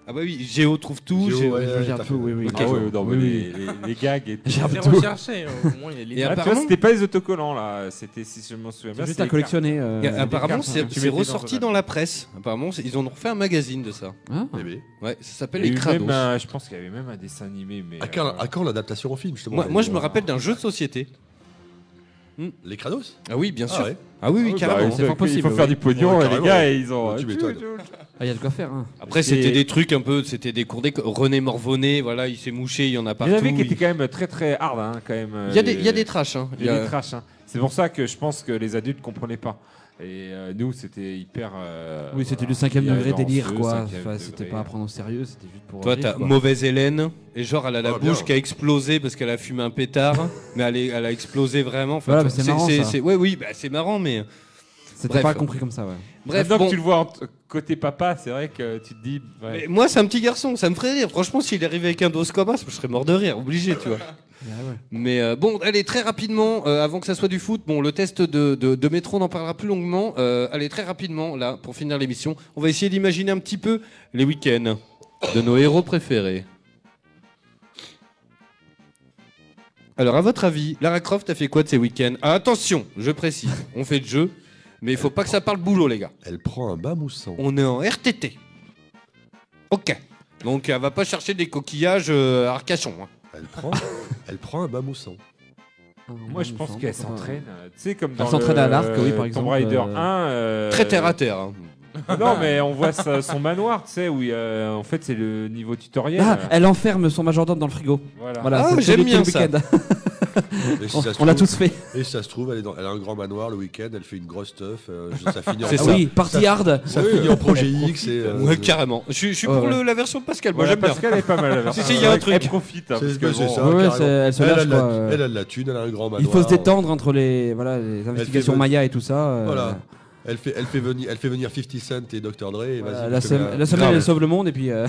[SPEAKER 6] Ah bah oui, Géo trouve tout.
[SPEAKER 8] Géo,
[SPEAKER 6] Géo-
[SPEAKER 8] ouais,
[SPEAKER 9] Je
[SPEAKER 8] t'as
[SPEAKER 9] gère tout,
[SPEAKER 8] fait-
[SPEAKER 9] oui, oui.
[SPEAKER 7] Ah ouais, non, mais les- les- les gags et tout.
[SPEAKER 1] C'est recherché, au moins il y a
[SPEAKER 6] Et
[SPEAKER 1] les
[SPEAKER 7] Ah, tu vois,
[SPEAKER 6] apparemment-
[SPEAKER 7] c'était pas les autocollants là, c'était si je me souviens bien.
[SPEAKER 9] C'est juste
[SPEAKER 7] c'est
[SPEAKER 9] à
[SPEAKER 7] les
[SPEAKER 9] collectionner. euh,
[SPEAKER 6] Et apparemment,
[SPEAKER 7] cartes, hein,
[SPEAKER 6] c'est
[SPEAKER 7] que tu
[SPEAKER 6] c'est
[SPEAKER 7] mettais dans
[SPEAKER 6] ressorti
[SPEAKER 7] un-
[SPEAKER 6] dans la presse. Apparemment, c'est- ils en ont fait un magazine de ça.
[SPEAKER 9] Ah.
[SPEAKER 8] Bébé.
[SPEAKER 6] Ouais, ça s'appelle
[SPEAKER 7] Il y a
[SPEAKER 6] les
[SPEAKER 7] eu
[SPEAKER 6] Kratos.
[SPEAKER 7] même euh, un- je pense qu'il y avait même un dessin animé, mais.
[SPEAKER 8] À quand,
[SPEAKER 7] euh,
[SPEAKER 8] à quand l'adaptation en film, justement
[SPEAKER 6] Moi,
[SPEAKER 8] les-
[SPEAKER 6] moi, je me rappelle d'un jeu de société.
[SPEAKER 8] Les Kratos
[SPEAKER 6] Ah oui, bien sûr.
[SPEAKER 8] Ah ouais.
[SPEAKER 6] Ah oui,
[SPEAKER 7] Ah
[SPEAKER 6] oui,
[SPEAKER 7] oui,
[SPEAKER 6] carrément.
[SPEAKER 7] bah,
[SPEAKER 9] c'est pas
[SPEAKER 7] Il
[SPEAKER 9] possible,
[SPEAKER 7] faut faire
[SPEAKER 9] oui.
[SPEAKER 7] du pognon,
[SPEAKER 8] Ouais,
[SPEAKER 7] et les
[SPEAKER 8] carrément.
[SPEAKER 7] gars, ils ont. euh,
[SPEAKER 8] Tu m'étonnes.
[SPEAKER 9] Ah, il y a de quoi faire. hein.
[SPEAKER 6] Après,
[SPEAKER 7] Et-
[SPEAKER 6] c'était des trucs un peu, c'était des cours d'école. René Morvonnet, voilà, il s'est mouché, il y en a
[SPEAKER 7] Il
[SPEAKER 6] partout.
[SPEAKER 7] y en avait qui étaient
[SPEAKER 6] Il
[SPEAKER 7] quand même très très hard, hein, quand même.
[SPEAKER 6] il y a des,
[SPEAKER 7] les-
[SPEAKER 6] il y a des trashs. Hein.
[SPEAKER 7] il y a des trash, hein. C'est pour ça que je pense que les adultes comprenaient pas. Et euh, nous, c'était hyper. euh,
[SPEAKER 9] Oui, c'était
[SPEAKER 7] voilà,
[SPEAKER 9] du cinquième
[SPEAKER 7] hyper
[SPEAKER 9] degré délire,
[SPEAKER 7] danseux,
[SPEAKER 9] quoi.
[SPEAKER 7] cinquième
[SPEAKER 9] Enfin, C'était
[SPEAKER 7] degré.
[SPEAKER 9] pas à prendre au sérieux, c'était juste pour.
[SPEAKER 6] Toi,
[SPEAKER 9] rire,
[SPEAKER 6] t'as
[SPEAKER 9] quoi.
[SPEAKER 6] mauvaise Hélène, et genre, elle a la
[SPEAKER 9] Oh,
[SPEAKER 6] bouche
[SPEAKER 9] bien.
[SPEAKER 6] qui a explosé parce qu'elle a fumé un pétard, mais elle, est- elle a explosé vraiment. Enfin,
[SPEAKER 9] Voilà, mais c'est marrant, ça.
[SPEAKER 6] ouais, oui, bah, c'est marrant, mais.
[SPEAKER 9] C'était
[SPEAKER 6] Bref.
[SPEAKER 9] pas compris comme ça, ouais.
[SPEAKER 6] Bref,
[SPEAKER 7] Maintenant
[SPEAKER 6] bon.
[SPEAKER 7] que tu le vois en t- côté papa, c'est vrai que tu te dis. ouais.
[SPEAKER 6] Mais Moi, c'est un petit garçon, ça me ferait rire. Franchement, s'il arrivait avec un dos comme ça, je serais mort de rire, obligé, tu vois. Mais euh, bon, allez, très rapidement, euh, avant que ça soit du foot, bon, le test de, de, de métro, on en parlera plus longuement. Euh, allez, très rapidement, là, pour finir l'émission, on va essayer d'imaginer un petit peu les week-ends de nos héros préférés. Alors, à votre avis, Lara Croft a fait quoi de ces week-ends Ah, Attention, je précise, on fait le jeu, mais il faut pas que ça parle boulot, les gars.
[SPEAKER 8] Elle prend un bas moussant.
[SPEAKER 6] On est en RTT. Ok. Donc, elle va pas chercher des coquillages euh, à Arcachon. hein.
[SPEAKER 8] Elle prend, elle prend un bas moussant.
[SPEAKER 9] Ah,
[SPEAKER 7] Moi, je pense qu'elle s'entraîne. euh, Tu sais, comme
[SPEAKER 9] Elle
[SPEAKER 7] dans.
[SPEAKER 9] s'entraîne
[SPEAKER 7] le-
[SPEAKER 9] à l'arc, oui, par
[SPEAKER 7] Tomb
[SPEAKER 9] exemple,
[SPEAKER 7] Raider
[SPEAKER 9] euh,
[SPEAKER 7] 1. euh,
[SPEAKER 6] Très terre à terre, hein.
[SPEAKER 7] Non, mais on voit sa- son manoir, tu sais, où il y a- en fait, c'est le niveau tutoriel.
[SPEAKER 9] Ah, elle enferme son majordome dans le frigo.
[SPEAKER 7] Voilà.
[SPEAKER 9] voilà
[SPEAKER 7] Ah,
[SPEAKER 9] c'est
[SPEAKER 7] j'aime
[SPEAKER 9] le
[SPEAKER 7] bien
[SPEAKER 9] week-end.
[SPEAKER 8] Et si
[SPEAKER 9] on
[SPEAKER 8] ça se
[SPEAKER 9] on l'a
[SPEAKER 8] trouve-
[SPEAKER 9] tous fait.
[SPEAKER 8] Et si ça se trouve, elle, est dans- elle a un grand manoir le week-end, elle fait une grosse teuf. euh, je- ça finit en
[SPEAKER 6] C'est
[SPEAKER 8] ça-
[SPEAKER 6] ça.
[SPEAKER 9] Oui, party
[SPEAKER 8] ça-
[SPEAKER 9] hard.
[SPEAKER 8] Ça
[SPEAKER 9] Oui.
[SPEAKER 8] finit en projet X. Et, euh,
[SPEAKER 6] Ouais,
[SPEAKER 8] je-
[SPEAKER 6] carrément. Je, suis- je suis
[SPEAKER 9] Ouais,
[SPEAKER 6] pour
[SPEAKER 9] ouais.
[SPEAKER 6] le- la version de Pascal. Moi,
[SPEAKER 7] Voilà,
[SPEAKER 6] j'aime bien.
[SPEAKER 7] Pascal est pas mal, la
[SPEAKER 6] si,
[SPEAKER 7] version.
[SPEAKER 6] si, il y a un
[SPEAKER 7] Elle-
[SPEAKER 6] truc.
[SPEAKER 7] elle profite, hein, parce
[SPEAKER 8] C'est
[SPEAKER 7] que
[SPEAKER 8] c'est
[SPEAKER 7] bon,
[SPEAKER 8] ça,
[SPEAKER 9] ouais, ouais,
[SPEAKER 8] carrément.
[SPEAKER 9] c'est- elle se
[SPEAKER 8] elle,
[SPEAKER 9] lâche,
[SPEAKER 8] a de la-
[SPEAKER 9] quoi, euh.
[SPEAKER 8] elle a de la thune, elle a un grand manoir.
[SPEAKER 9] Il faut se
[SPEAKER 8] euh,
[SPEAKER 9] détendre entre les, voilà, les investigations
[SPEAKER 8] bonne-
[SPEAKER 9] Maya et tout ça. euh,
[SPEAKER 8] Voilà. Elle fait, elle, fait venir, elle fait venir 50 Cent et Dr. Dre. et
[SPEAKER 9] voilà,
[SPEAKER 8] vas-y,
[SPEAKER 9] la,
[SPEAKER 8] tu te
[SPEAKER 9] sem-
[SPEAKER 8] mets à-
[SPEAKER 9] la semaine,
[SPEAKER 8] Grave.
[SPEAKER 9] elle sauve le monde et puis. euh,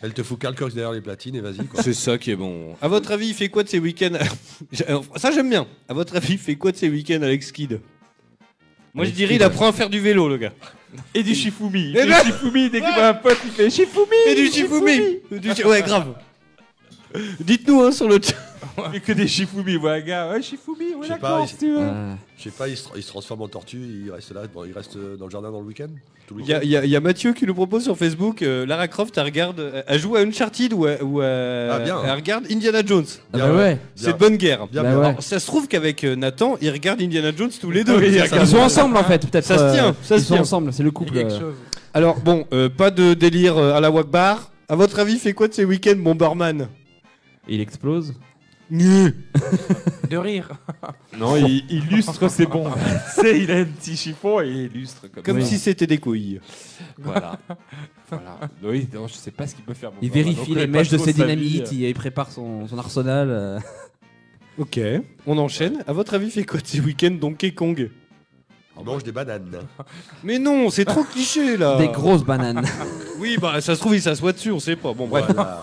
[SPEAKER 8] Elle te fout Carl Cox derrière les platines et vas-y. quoi.
[SPEAKER 6] C'est ça qui est bon. À votre avis, il fait quoi de ces [laughs] week-ends Ça, j'aime bien. À votre avis, il fait quoi de ces week-ends, Alex Kidd Moi, je
[SPEAKER 9] Alex
[SPEAKER 6] dirais,
[SPEAKER 9] Kidd,
[SPEAKER 6] il apprend à faire du vélo, le gars.
[SPEAKER 7] Et du Shifumi.
[SPEAKER 6] Eh
[SPEAKER 7] Et du
[SPEAKER 6] ben-
[SPEAKER 7] Shifumi, dès qu'il voit un pote, il fait Shifumi.
[SPEAKER 6] Et du shifumi Du chi- Ouais, grave. Dites-nous hein, sur le chat.
[SPEAKER 7] Et que des Shifumi, il voit un gars. Ouais, Shifumi, ouais,
[SPEAKER 8] Je sais
[SPEAKER 7] d'accord,
[SPEAKER 8] pas,
[SPEAKER 7] si tu veux.
[SPEAKER 9] euh,
[SPEAKER 8] Je sais pas, il se, il se transforme en tortue, il reste là, bon, il reste euh, dans le jardin dans le week-end. tout le
[SPEAKER 6] Il y, a-
[SPEAKER 8] week-end.
[SPEAKER 6] il y a- il y a Mathieu qui nous propose sur Facebook euh, Lara Croft, elle regarde. euh, Elle joue à Uncharted ou, à- ou à-
[SPEAKER 8] Ah, bien.
[SPEAKER 6] elle regarde Indiana Jones.
[SPEAKER 9] ah
[SPEAKER 8] Bien,
[SPEAKER 9] bah ouais.
[SPEAKER 8] bien,
[SPEAKER 6] C'est de bonne guerre.
[SPEAKER 8] bien,
[SPEAKER 9] Bah
[SPEAKER 8] bien.
[SPEAKER 9] ouais.
[SPEAKER 6] Alors, ça se trouve qu'avec euh, Nathan, ils regardent Indiana Jones tous les deux. Ils regardent-
[SPEAKER 9] Ils sont ensemble en fait, peut-être. euh,
[SPEAKER 6] Ça se tient, ça
[SPEAKER 9] ils
[SPEAKER 6] se
[SPEAKER 9] sont
[SPEAKER 6] tient.
[SPEAKER 9] ensemble, c'est le couple.
[SPEAKER 1] quelque
[SPEAKER 9] euh.
[SPEAKER 1] chose.
[SPEAKER 6] Alors bon, euh, pas de délire euh, à la Wagbar. À votre avis, il fait quoi de ces week-ends, mon barman
[SPEAKER 9] Il explose.
[SPEAKER 1] De rire.
[SPEAKER 7] Non, il il illustre, c'est bon. [laughs] tu sais, il a un petit chiffon et il illustre comme,
[SPEAKER 6] Comme
[SPEAKER 7] ça.
[SPEAKER 6] si c'était des couilles.
[SPEAKER 7] Voilà. voilà. Oui, non, je sais pas ce qu'il peut faire. mon
[SPEAKER 9] Il
[SPEAKER 7] papa.
[SPEAKER 9] vérifie
[SPEAKER 7] Donc,
[SPEAKER 9] les
[SPEAKER 7] il
[SPEAKER 9] mèches de
[SPEAKER 7] passe
[SPEAKER 9] ses
[SPEAKER 7] trop sa vie,
[SPEAKER 9] dynamites, il, il prépare son, son arsenal. euh.
[SPEAKER 6] Ok. On enchaîne. À votre avis, il fait quoi de ces week-ends, Donkey Kong
[SPEAKER 8] Il mange des bananes.
[SPEAKER 6] Mais non, c'est trop cliché là.
[SPEAKER 9] Des grosses bananes.
[SPEAKER 6] Oui, bah ça se trouve, il s'assoit dessus, on sait pas. Bon, bref.
[SPEAKER 8] Voilà.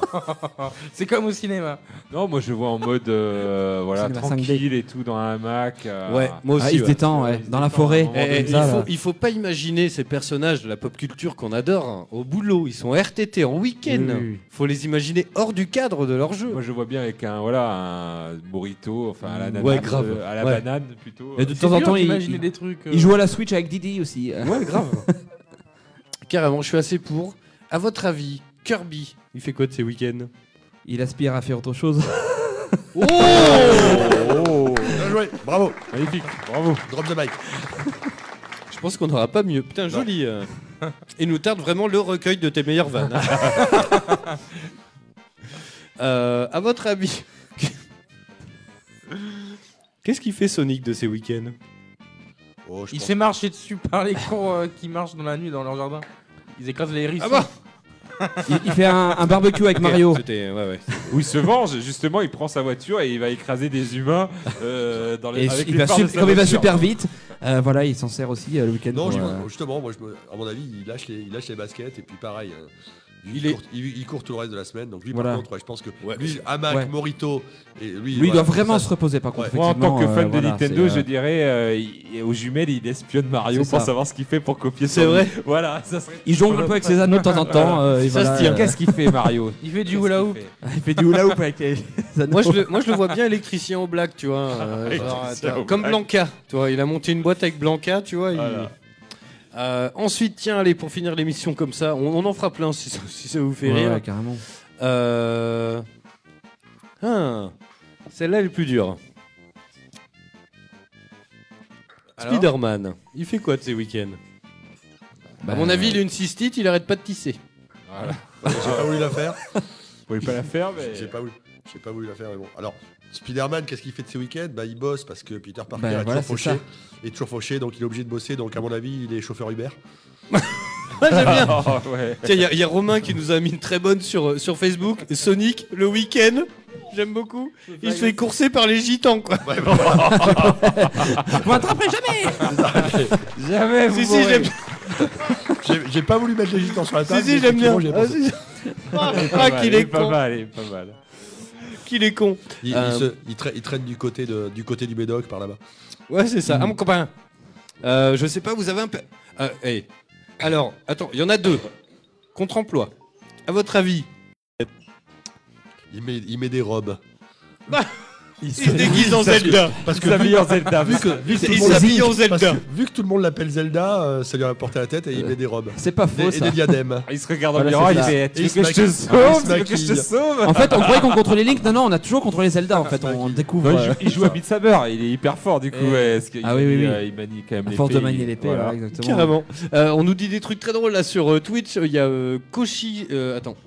[SPEAKER 1] C'est comme au cinéma.
[SPEAKER 7] Non, moi je vois en mode
[SPEAKER 9] [laughs]
[SPEAKER 7] euh, voilà,
[SPEAKER 9] Cinéma 5D.
[SPEAKER 7] tranquille et tout dans un hamac. euh,
[SPEAKER 6] Ouais, moi aussi.
[SPEAKER 9] Ah, il se
[SPEAKER 6] ouais.
[SPEAKER 9] détend, ouais,
[SPEAKER 7] il se
[SPEAKER 9] dans la
[SPEAKER 7] détend,
[SPEAKER 9] forêt.
[SPEAKER 7] vraiment.
[SPEAKER 6] Eh, eh,
[SPEAKER 9] Comme
[SPEAKER 6] il,
[SPEAKER 9] ça, là.
[SPEAKER 6] faut, il faut pas imaginer ces personnages de la pop culture qu'on adore hein, au boulot. Ils sont RTT en week-end.
[SPEAKER 9] Oui, oui, oui.
[SPEAKER 6] Faut les imaginer hors du cadre de leur jeu.
[SPEAKER 7] Moi je vois bien avec un voilà un burrito, enfin à la
[SPEAKER 6] Ouais,
[SPEAKER 7] banane, euh,
[SPEAKER 6] grave.
[SPEAKER 7] à la
[SPEAKER 6] Ouais.
[SPEAKER 7] banane plutôt.
[SPEAKER 9] Et de temps en temps, il,
[SPEAKER 1] imagine
[SPEAKER 9] il-
[SPEAKER 1] des trucs. euh,
[SPEAKER 9] il joue à la Switch avec Didi aussi. euh.
[SPEAKER 6] Ouais, grave. [laughs] Carrément, je suis assez pour. À votre avis, Kirby, il fait quoi de ses week-ends
[SPEAKER 9] Il aspire à faire autre chose.
[SPEAKER 7] Oh,
[SPEAKER 8] Bien joué, bravo,
[SPEAKER 7] euh, magnifique, bravo.
[SPEAKER 8] drop the mic.
[SPEAKER 6] Je pense qu'on n'aura pas mieux. Putain, joli. euh. Il nous tarde vraiment le recueil de tes meilleures vannes. [laughs] hein. Euh, à votre avis, [laughs] qu'est-ce qu'il fait Sonic de ses week-ends
[SPEAKER 8] Oh, je
[SPEAKER 1] Il
[SPEAKER 8] pense-
[SPEAKER 1] s'est marché dessus par les cons euh, qui marchent dans la nuit dans leur jardin. Ils écrasent les hérissons.
[SPEAKER 6] Ah
[SPEAKER 9] Il, il fait un, un barbecue avec Mario.
[SPEAKER 6] C'était- ouais, ouais.
[SPEAKER 7] Où il se venge justement, il prend sa voiture et il va écraser des humains euh, dans les.
[SPEAKER 9] Et
[SPEAKER 7] avec
[SPEAKER 9] il
[SPEAKER 7] les
[SPEAKER 9] va
[SPEAKER 7] phares
[SPEAKER 9] sup-
[SPEAKER 7] de sa
[SPEAKER 9] comme il va
[SPEAKER 7] voiture.
[SPEAKER 9] super vite, euh, voilà, il s'en sert aussi euh, le week-end.
[SPEAKER 8] Non,
[SPEAKER 9] pour,
[SPEAKER 8] je-
[SPEAKER 9] euh,
[SPEAKER 8] justement, moi, je me- à mon avis, il lâche les, il lâche les baskets et puis pareil. euh, lui,
[SPEAKER 6] Il
[SPEAKER 8] il,
[SPEAKER 6] est-
[SPEAKER 8] court, il- il court tout le reste de la semaine. Donc lui,
[SPEAKER 9] Voilà.
[SPEAKER 8] par contre, ouais, je pense que
[SPEAKER 6] Ouais.
[SPEAKER 8] lui, Hamac,
[SPEAKER 9] Ouais.
[SPEAKER 8] Morito, et lui,
[SPEAKER 9] lui, il
[SPEAKER 8] voilà,
[SPEAKER 9] doit vraiment
[SPEAKER 8] ça-
[SPEAKER 9] se reposer par contre.
[SPEAKER 8] Ouais.
[SPEAKER 7] Moi, en tant que
[SPEAKER 9] effectivement,
[SPEAKER 7] fan
[SPEAKER 9] euh,
[SPEAKER 7] de
[SPEAKER 9] voilà,
[SPEAKER 7] Nintendo,
[SPEAKER 9] c'est,
[SPEAKER 7] je
[SPEAKER 9] euh,
[SPEAKER 7] dirais, euh, il- aux jumelles, il espionne Mario
[SPEAKER 9] C'est
[SPEAKER 7] pour
[SPEAKER 9] ça.
[SPEAKER 7] savoir ce qu'il fait pour copier.
[SPEAKER 6] C'est
[SPEAKER 7] son-
[SPEAKER 6] vrai.
[SPEAKER 7] [laughs] Voilà, ça serait.
[SPEAKER 9] Il jongle un peu avec ses anneaux de temps en temps. euh, et
[SPEAKER 6] Ça se
[SPEAKER 9] voilà,
[SPEAKER 6] tient.
[SPEAKER 9] euh,
[SPEAKER 7] Qu'est-ce qu'il fait Mario
[SPEAKER 1] Il fait du
[SPEAKER 7] Qu'est-ce
[SPEAKER 1] hula
[SPEAKER 7] qu'il
[SPEAKER 1] hoop.
[SPEAKER 7] fait
[SPEAKER 9] [laughs] Il fait du hula hoop avec les les
[SPEAKER 6] [laughs]
[SPEAKER 9] anneaux.
[SPEAKER 6] Moi, je le, moi, je le vois bien électricien au black, tu vois. euh,
[SPEAKER 7] [laughs]
[SPEAKER 6] genre,
[SPEAKER 7] Électricien
[SPEAKER 6] attends,
[SPEAKER 7] au
[SPEAKER 6] comme
[SPEAKER 7] black.
[SPEAKER 6] Blanca, tu vois. Il a monté une boîte avec Blanca, tu vois. il-
[SPEAKER 7] Voilà.
[SPEAKER 6] Euh, ensuite, tiens, allez, pour finir l'émission comme ça, on, on en fera plein si ça, si ça vous fait
[SPEAKER 9] Ouais,
[SPEAKER 6] rire.
[SPEAKER 9] ouais, carrément.
[SPEAKER 6] Euh... hein, Celle-là elle est plus dure.
[SPEAKER 1] Alors
[SPEAKER 6] Spider-Man, il fait quoi de ses week-ends À
[SPEAKER 9] Bah,
[SPEAKER 6] mon avis, il a une cystite, il arrête pas de tisser.
[SPEAKER 7] Voilà.
[SPEAKER 8] Je sais pas où il va faire.
[SPEAKER 7] pouvez pas la faire, mais-
[SPEAKER 8] Je sais pas où, je sais pas où il la faire, mais bon. Alors, Spider-Man, qu'est-ce qu'il fait de ses week-ends Bah, il bosse parce que Peter Parker
[SPEAKER 9] Bah,
[SPEAKER 8] est,
[SPEAKER 9] voilà,
[SPEAKER 8] toujours
[SPEAKER 9] c'est
[SPEAKER 8] fauché,
[SPEAKER 9] ça.
[SPEAKER 8] est toujours fauché, donc il est obligé de bosser. Donc, à mon avis, il est chauffeur [laughs] Uber.
[SPEAKER 6] J'aime bien.
[SPEAKER 7] [laughs] Oh, ouais.
[SPEAKER 6] [laughs] Tiens, il y a- il y, a Romain qui nous a mis une très bonne sur, euh, sur Facebook. Sonic, le week-end. J'aime beaucoup. Il se fait courser par les gitans, quoi.
[SPEAKER 9] Vous m'attraperez jamais
[SPEAKER 7] Jamais
[SPEAKER 6] [laughs] Si, si, j'aime
[SPEAKER 8] J'ai- J'ai pas voulu mettre les gitans sur la
[SPEAKER 6] si,
[SPEAKER 8] table.
[SPEAKER 6] si,
[SPEAKER 8] mais
[SPEAKER 6] j'aime bien.
[SPEAKER 8] effectivement, j'y ai
[SPEAKER 6] Ah,
[SPEAKER 8] pensé.
[SPEAKER 6] si. Ah,
[SPEAKER 7] Elle est pas
[SPEAKER 6] ah,
[SPEAKER 7] mal,
[SPEAKER 6] qu'il
[SPEAKER 7] elle
[SPEAKER 6] est
[SPEAKER 7] pas
[SPEAKER 6] con.
[SPEAKER 7] mal, elle est pas mal.
[SPEAKER 6] Qu'il est con.
[SPEAKER 8] Il, il
[SPEAKER 6] Euh,
[SPEAKER 8] se- il tra- il traîne du côté, de- du côté du Médoc par là-bas.
[SPEAKER 6] Ouais, c'est ça. Ah, mon copain. Euh, je sais pas, vous avez un peu. Euh, hey. Alors, attends, il y en a deux. Contre-emploi. À votre avis,
[SPEAKER 8] Il met, il met des robes.
[SPEAKER 6] il se déguise en Zelda.
[SPEAKER 8] Parce que,
[SPEAKER 7] Ça
[SPEAKER 8] vu,
[SPEAKER 7] vit en Zelda.
[SPEAKER 8] vu que, vu que tout le
[SPEAKER 6] Il
[SPEAKER 8] monde
[SPEAKER 6] s'habille en
[SPEAKER 8] l'appelle- parce
[SPEAKER 6] Zelda.
[SPEAKER 8] que vu que tout le monde l'appelle Zelda, euh, ça lui a porté la tête et il met des robes.
[SPEAKER 9] C'est pas faux
[SPEAKER 8] Des- et
[SPEAKER 9] ça.
[SPEAKER 8] des diadèmes.
[SPEAKER 7] Il se regarde en
[SPEAKER 9] Voilà,
[SPEAKER 7] miroir,
[SPEAKER 9] c'est
[SPEAKER 7] il
[SPEAKER 9] ça.
[SPEAKER 7] fait Tu
[SPEAKER 8] Il
[SPEAKER 7] veux
[SPEAKER 8] se
[SPEAKER 7] que je te
[SPEAKER 8] maquille. Il
[SPEAKER 7] sauve
[SPEAKER 8] se
[SPEAKER 7] Tu veux que je te
[SPEAKER 8] maquille.
[SPEAKER 7] sauve
[SPEAKER 9] En fait, on croyait qu'on contrôlait Link. Non, non, on a toujours contrôlé Zelda. En fait, on, on découvre.
[SPEAKER 7] Non, il joue,
[SPEAKER 9] euh,
[SPEAKER 7] il joue à Beat Saber, il est hyper fort du coup.
[SPEAKER 9] Et-
[SPEAKER 7] ouais, parce qu'il
[SPEAKER 9] Ah oui, oui,
[SPEAKER 7] manie,
[SPEAKER 9] oui.
[SPEAKER 7] euh, il manie quand même
[SPEAKER 9] à
[SPEAKER 7] l'épée.
[SPEAKER 9] force de manier
[SPEAKER 7] il-
[SPEAKER 9] l'épée,
[SPEAKER 7] voilà.
[SPEAKER 9] voilà, exactement.
[SPEAKER 6] Carrément. Euh, on nous dit des trucs très drôles là sur euh, Twitch. Il y a euh, Koshi. euh, attends.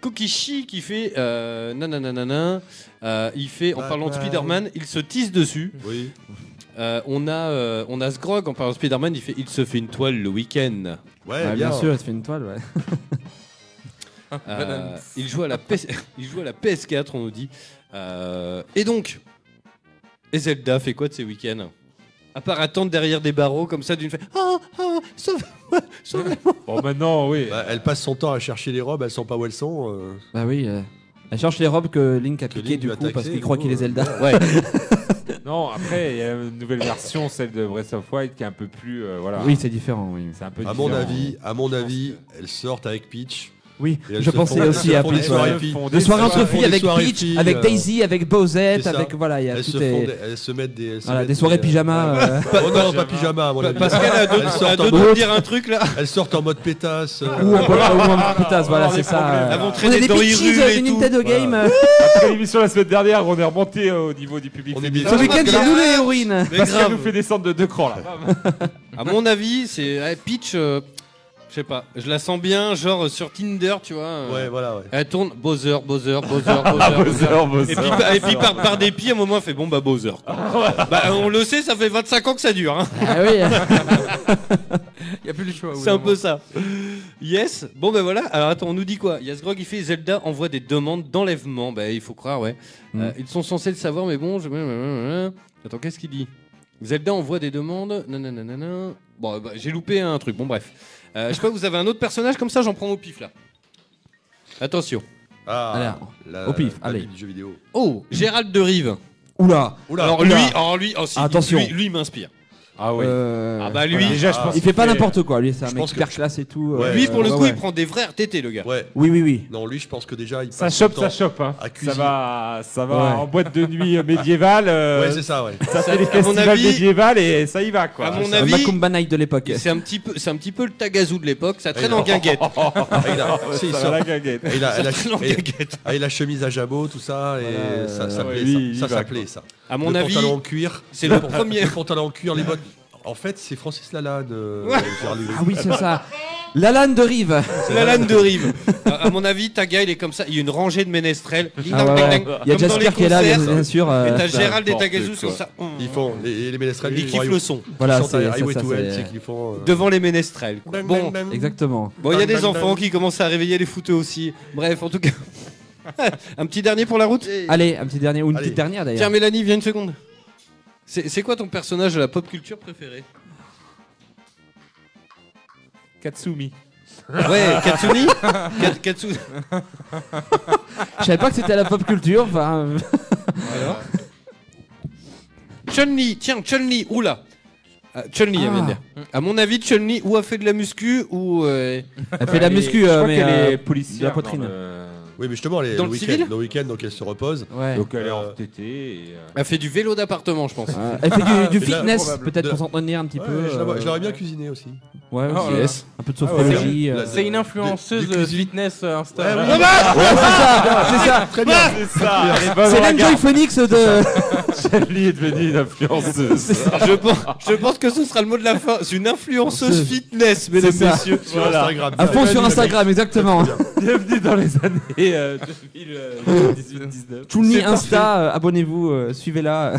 [SPEAKER 6] Kokishi qui fait euh, nanananana, euh, il fait en
[SPEAKER 8] Bye
[SPEAKER 6] parlant de
[SPEAKER 8] bye.
[SPEAKER 6] Spider-Man, il se tisse dessus.
[SPEAKER 8] Oui.
[SPEAKER 6] Euh, on a euh, on a Sgrog en parlant de Spider-Man, il fait il se fait une toile le week-end.
[SPEAKER 8] Ouais,
[SPEAKER 9] Ouais, bien sûr, il se fait une toile. Ouais.
[SPEAKER 6] Euh, il joue à la PS... [laughs] il joue à la PS4 on nous dit. Euh, et donc et Zelda fait quoi de ses week-ends À part attendre derrière des barreaux comme ça d'une fait ah ah sauve-moi, sauve-moi.
[SPEAKER 7] Bon, maintenant, oui.
[SPEAKER 8] Bah, elle passe son temps à chercher les robes, elle sent pas où elles sont. euh,
[SPEAKER 9] Bah oui. euh, Elle cherche les robes que Link a
[SPEAKER 8] Que
[SPEAKER 9] piquées
[SPEAKER 8] Link
[SPEAKER 9] du
[SPEAKER 8] lui a
[SPEAKER 9] coup parce
[SPEAKER 8] taxées,
[SPEAKER 9] qu'il
[SPEAKER 8] du
[SPEAKER 9] croit
[SPEAKER 8] coup,
[SPEAKER 9] qu'il est
[SPEAKER 8] euh,
[SPEAKER 9] Zelda.
[SPEAKER 6] Ouais.
[SPEAKER 7] Non, après, il y a une nouvelle version, celle de Breath of Wild, qui est un peu plus. euh, voilà.
[SPEAKER 9] Oui, c'est différent. Oui,
[SPEAKER 7] c'est un peu
[SPEAKER 8] À
[SPEAKER 7] différent.
[SPEAKER 8] mon avis, à mon avis, elles sortent avec Peach.
[SPEAKER 9] oui
[SPEAKER 8] Et elles
[SPEAKER 9] je
[SPEAKER 8] se
[SPEAKER 9] pensais
[SPEAKER 8] font-
[SPEAKER 9] aussi
[SPEAKER 8] elles
[SPEAKER 9] à
[SPEAKER 8] se font des
[SPEAKER 9] Peach.
[SPEAKER 8] soirées
[SPEAKER 9] ouais.
[SPEAKER 8] filles.
[SPEAKER 9] Des soirées entre
[SPEAKER 8] soirées-
[SPEAKER 9] filles
[SPEAKER 8] des
[SPEAKER 9] avec
[SPEAKER 8] soirées
[SPEAKER 9] Peach,
[SPEAKER 8] filles,
[SPEAKER 9] avec
[SPEAKER 8] euh,
[SPEAKER 9] Daisy, avec
[SPEAKER 8] c'est
[SPEAKER 9] Bowsette,
[SPEAKER 8] ça.
[SPEAKER 9] avec voilà, il y a
[SPEAKER 8] Elles se,
[SPEAKER 9] tout
[SPEAKER 8] font
[SPEAKER 9] est-
[SPEAKER 8] des, elles se mettent des, elles se
[SPEAKER 9] voilà,
[SPEAKER 8] mettent
[SPEAKER 9] des soirées pyjama. euh,
[SPEAKER 8] Oh non, pas pyjama à mon avis.
[SPEAKER 6] Pascal a deux,
[SPEAKER 8] elles,
[SPEAKER 6] a
[SPEAKER 8] sortent
[SPEAKER 6] deux
[SPEAKER 8] en,
[SPEAKER 6] doigts de dire un truc là.
[SPEAKER 8] elles sortent en mode pétasse. euh,
[SPEAKER 9] Ou en pota- ou en potasse, voilà,
[SPEAKER 7] Alors,
[SPEAKER 9] c'est
[SPEAKER 7] les problèmes.
[SPEAKER 9] ça.
[SPEAKER 7] Elles
[SPEAKER 9] euh,
[SPEAKER 7] vont
[SPEAKER 9] On
[SPEAKER 6] traîner
[SPEAKER 9] est des
[SPEAKER 6] dans les
[SPEAKER 9] pitchies
[SPEAKER 6] rues
[SPEAKER 9] euh,
[SPEAKER 6] et
[SPEAKER 9] du
[SPEAKER 6] tout.
[SPEAKER 9] Nintendo Game. euh,
[SPEAKER 7] Après l'émission la semaine dernière, on est remonté euh, au niveau du public.
[SPEAKER 8] On est
[SPEAKER 7] féminin.
[SPEAKER 8] bien-
[SPEAKER 9] Ce week-end, c'est oh. nous les héroïnes.
[SPEAKER 6] Mais
[SPEAKER 7] Parce qu'elle
[SPEAKER 6] grave.
[SPEAKER 7] nous fait descendre de deux crans là.
[SPEAKER 6] À mon avis, c'est eh, Peach. euh, je sais pas. Je la sens bien, genre euh, sur Tinder, tu vois. euh,
[SPEAKER 8] Ouais, voilà, ouais.
[SPEAKER 6] Elle tourne Bowser, Bowser, Bowser, Bowser. Bowser. Et puis, par- et puis par, par dépit, à un moment, elle fait bon bah Bowser. quoi. bah, on le sait, ça fait 25 ans que ça dure. hein.
[SPEAKER 9] Ah oui.
[SPEAKER 1] Il n'y a plus le choix.
[SPEAKER 6] C'est un peu ça. Yes. Bon ben voilà. Alors attends, on nous dit quoi Yasgrog il fait Zelda envoie des demandes d'enlèvement. Ben il faut croire ouais.
[SPEAKER 9] Mm.
[SPEAKER 6] Euh, ils sont censés le savoir mais bon. Je... Attends qu'est-ce qu'il dit Zelda envoie des demandes. Nananana. Bon bah, j'ai loupé un truc. Bon bref. Euh, je sais pas. Vous avez un autre personnage comme ça J'en prends au pif là. Attention.
[SPEAKER 8] Ah,
[SPEAKER 9] Alors,
[SPEAKER 8] la-
[SPEAKER 9] au pif,
[SPEAKER 8] la
[SPEAKER 9] allez.
[SPEAKER 8] vie du jeu vidéo.
[SPEAKER 6] Oh Gérald de Rive.
[SPEAKER 9] Oula.
[SPEAKER 8] Oula,
[SPEAKER 6] Alors lui,
[SPEAKER 9] oula.
[SPEAKER 6] alors lui, oh, si,
[SPEAKER 9] Attention.
[SPEAKER 6] lui, lui, il m'inspire.
[SPEAKER 7] Ah oui.
[SPEAKER 9] euh,
[SPEAKER 6] Ah bah lui,
[SPEAKER 7] Déjà, je pense
[SPEAKER 9] Il fait pas n'importe quoi, lui, c'est un
[SPEAKER 8] Je
[SPEAKER 9] mec
[SPEAKER 8] pense que-
[SPEAKER 9] hyper classe et tout.
[SPEAKER 8] Ouais.
[SPEAKER 6] lui pour le
[SPEAKER 9] ouais,
[SPEAKER 6] coup,
[SPEAKER 9] ouais.
[SPEAKER 6] il prend des vrais RTT le gars.
[SPEAKER 8] ouais.
[SPEAKER 9] Oui, oui, oui.
[SPEAKER 8] Non, lui, je pense que déjà, il
[SPEAKER 7] Ça
[SPEAKER 8] passe
[SPEAKER 7] chope,
[SPEAKER 8] son
[SPEAKER 7] ça
[SPEAKER 8] temps-
[SPEAKER 7] chope. Hein.
[SPEAKER 8] à
[SPEAKER 7] Ça
[SPEAKER 8] cuisiner.
[SPEAKER 7] va, ça va
[SPEAKER 9] Ouais.
[SPEAKER 7] en boîte de nuit euh, médiévale. euh,
[SPEAKER 8] Ouais, c'est ça, ouais.
[SPEAKER 7] ça fait les
[SPEAKER 6] à mon
[SPEAKER 7] festivals
[SPEAKER 6] avis-
[SPEAKER 7] médiévales et ça y va quoi.
[SPEAKER 6] À mon
[SPEAKER 9] Le
[SPEAKER 6] avis-
[SPEAKER 9] Macumba Night de l'époque.
[SPEAKER 6] C'est un petit peu, c'est un petit peu le tagazou de l'époque. Ça traîne
[SPEAKER 8] Ouais.
[SPEAKER 6] en
[SPEAKER 9] [laughs]
[SPEAKER 6] guinguette.
[SPEAKER 8] Ah,
[SPEAKER 6] [laughs]
[SPEAKER 8] il a, si, il
[SPEAKER 7] Ça va
[SPEAKER 8] sort-
[SPEAKER 7] la
[SPEAKER 9] Euh,
[SPEAKER 7] gaguette.
[SPEAKER 8] et il a- elle a-
[SPEAKER 6] Ça traîne en
[SPEAKER 8] et-
[SPEAKER 6] guinguette.
[SPEAKER 8] ah, et la chemise à jabot, tout ça, et
[SPEAKER 9] Voilà,
[SPEAKER 8] ça, ça
[SPEAKER 9] euh,
[SPEAKER 8] plaît,
[SPEAKER 7] ouais, lui,
[SPEAKER 8] ça,
[SPEAKER 7] il
[SPEAKER 8] ça,
[SPEAKER 7] y
[SPEAKER 8] ça
[SPEAKER 7] va,
[SPEAKER 8] plaît, ça.
[SPEAKER 6] À mon
[SPEAKER 8] le
[SPEAKER 6] avis,
[SPEAKER 8] pantalon en cuir,
[SPEAKER 6] c'est le premier.
[SPEAKER 9] [laughs]
[SPEAKER 8] le pantalon en cuir, les bottes. En fait, c'est Francis Lalanne. euh, Gérard Louis.
[SPEAKER 9] Ah oui, c'est ça. La lane de Rive.
[SPEAKER 6] La lame de rive. à à mon avis, Taga, il est comme ça. Il y a une rangée de ménestrels.
[SPEAKER 9] Ah ouais, ouais. Il y a
[SPEAKER 6] Comme dans les
[SPEAKER 9] Jasper qui est là, bien,
[SPEAKER 6] concerts.
[SPEAKER 9] bien sûr.
[SPEAKER 6] Et
[SPEAKER 9] euh,
[SPEAKER 6] t'as Gérald et
[SPEAKER 7] N'importe
[SPEAKER 6] Tagazou
[SPEAKER 7] quoi.
[SPEAKER 6] sur ça.
[SPEAKER 8] Ils font les, les ménestrels.
[SPEAKER 6] Ils
[SPEAKER 8] font
[SPEAKER 6] kiffent
[SPEAKER 8] Highway-
[SPEAKER 6] le son.
[SPEAKER 9] Voilà,
[SPEAKER 8] ils chantent
[SPEAKER 9] c'est ça,
[SPEAKER 8] Highway
[SPEAKER 9] ça,
[SPEAKER 8] to
[SPEAKER 9] c'est-
[SPEAKER 8] Hell, c'est qu'ils font. euh,
[SPEAKER 6] Devant les ménestrels. quoi.
[SPEAKER 8] dang,
[SPEAKER 6] Bon,
[SPEAKER 8] dang, dang.
[SPEAKER 9] Exactement.
[SPEAKER 6] bon, il y a des
[SPEAKER 8] Dang, dang,
[SPEAKER 6] enfants
[SPEAKER 8] dang.
[SPEAKER 6] qui commencent à réveiller les fouteux aussi. Bref, en tout cas. [laughs] Un petit dernier pour la route.
[SPEAKER 9] Allez, un petit dernier ou une
[SPEAKER 8] Allez.
[SPEAKER 9] petite dernière
[SPEAKER 6] Tiens,
[SPEAKER 9] d'ailleurs.
[SPEAKER 6] Mélanie, viens une seconde. C'est c'est quoi ton personnage de la pop culture préféré
[SPEAKER 7] Katsumi.
[SPEAKER 6] [laughs] Ouais, Katsuni Kat- Katsu-
[SPEAKER 9] Je savais pas que c'était à la pop culture. Enfin, euh,
[SPEAKER 6] Chun-Li, tiens, Chun-Li, oula Ah, Chun-Li, elle vient de dire. À mon avis, Chun-Li, ou a fait de la muscu, ou. euh,
[SPEAKER 9] elle fait de la
[SPEAKER 7] Elle est-
[SPEAKER 9] muscu,
[SPEAKER 7] je
[SPEAKER 9] euh,
[SPEAKER 7] crois
[SPEAKER 9] mais.
[SPEAKER 7] qu'elle est
[SPEAKER 9] euh,
[SPEAKER 7] policière
[SPEAKER 9] de la poitrine.
[SPEAKER 7] dans le-
[SPEAKER 8] Oui, mais justement, les,
[SPEAKER 6] Dans
[SPEAKER 8] le
[SPEAKER 6] le
[SPEAKER 8] week-end,
[SPEAKER 6] civil
[SPEAKER 8] le week-end, donc elle se repose.
[SPEAKER 9] Ouais.
[SPEAKER 7] Donc elle est en
[SPEAKER 8] Euh,
[SPEAKER 7] TT. et, euh,
[SPEAKER 6] a fait du vélo d'appartement, je pense.
[SPEAKER 9] Euh, elle fait du, du
[SPEAKER 8] C'est là,
[SPEAKER 9] fitness,
[SPEAKER 8] probable.
[SPEAKER 9] peut-être
[SPEAKER 8] De-
[SPEAKER 9] pour s'entretenir un petit
[SPEAKER 8] Ouais,
[SPEAKER 9] peu.
[SPEAKER 8] je la vois-
[SPEAKER 9] euh,
[SPEAKER 8] je l'aurais bien cuisiné aussi.
[SPEAKER 9] Ouais,
[SPEAKER 6] Ah,
[SPEAKER 1] Oh
[SPEAKER 9] aussi.
[SPEAKER 1] là là.
[SPEAKER 9] Un peu de sophrologie.
[SPEAKER 8] Ah ouais,
[SPEAKER 9] euh,
[SPEAKER 1] C'est une influenceuse
[SPEAKER 8] Du- du-
[SPEAKER 1] de fitness euh, Insta.
[SPEAKER 8] Ouais, oui.
[SPEAKER 9] C'est ça,
[SPEAKER 8] Très bien.
[SPEAKER 7] C'est ça. Elle est bonne
[SPEAKER 9] c'est
[SPEAKER 7] au regard.
[SPEAKER 9] l'Enjoy Phoenix de. [laughs]
[SPEAKER 7] Chun-Li est devenue une [laughs] influenceuse.
[SPEAKER 6] je, pense, je pense que ce sera le mot de la fin. C'est une influenceuse fitness, mesdames,
[SPEAKER 9] ça.
[SPEAKER 6] messieurs.
[SPEAKER 8] Sur Instagram.
[SPEAKER 9] À fond sur Instagram, exactement.
[SPEAKER 8] Très bien.
[SPEAKER 7] Bienvenue dans les années
[SPEAKER 8] euh,
[SPEAKER 7] 2018-19.
[SPEAKER 9] Toulni Insta, euh, abonnez-vous, euh, suivez-la.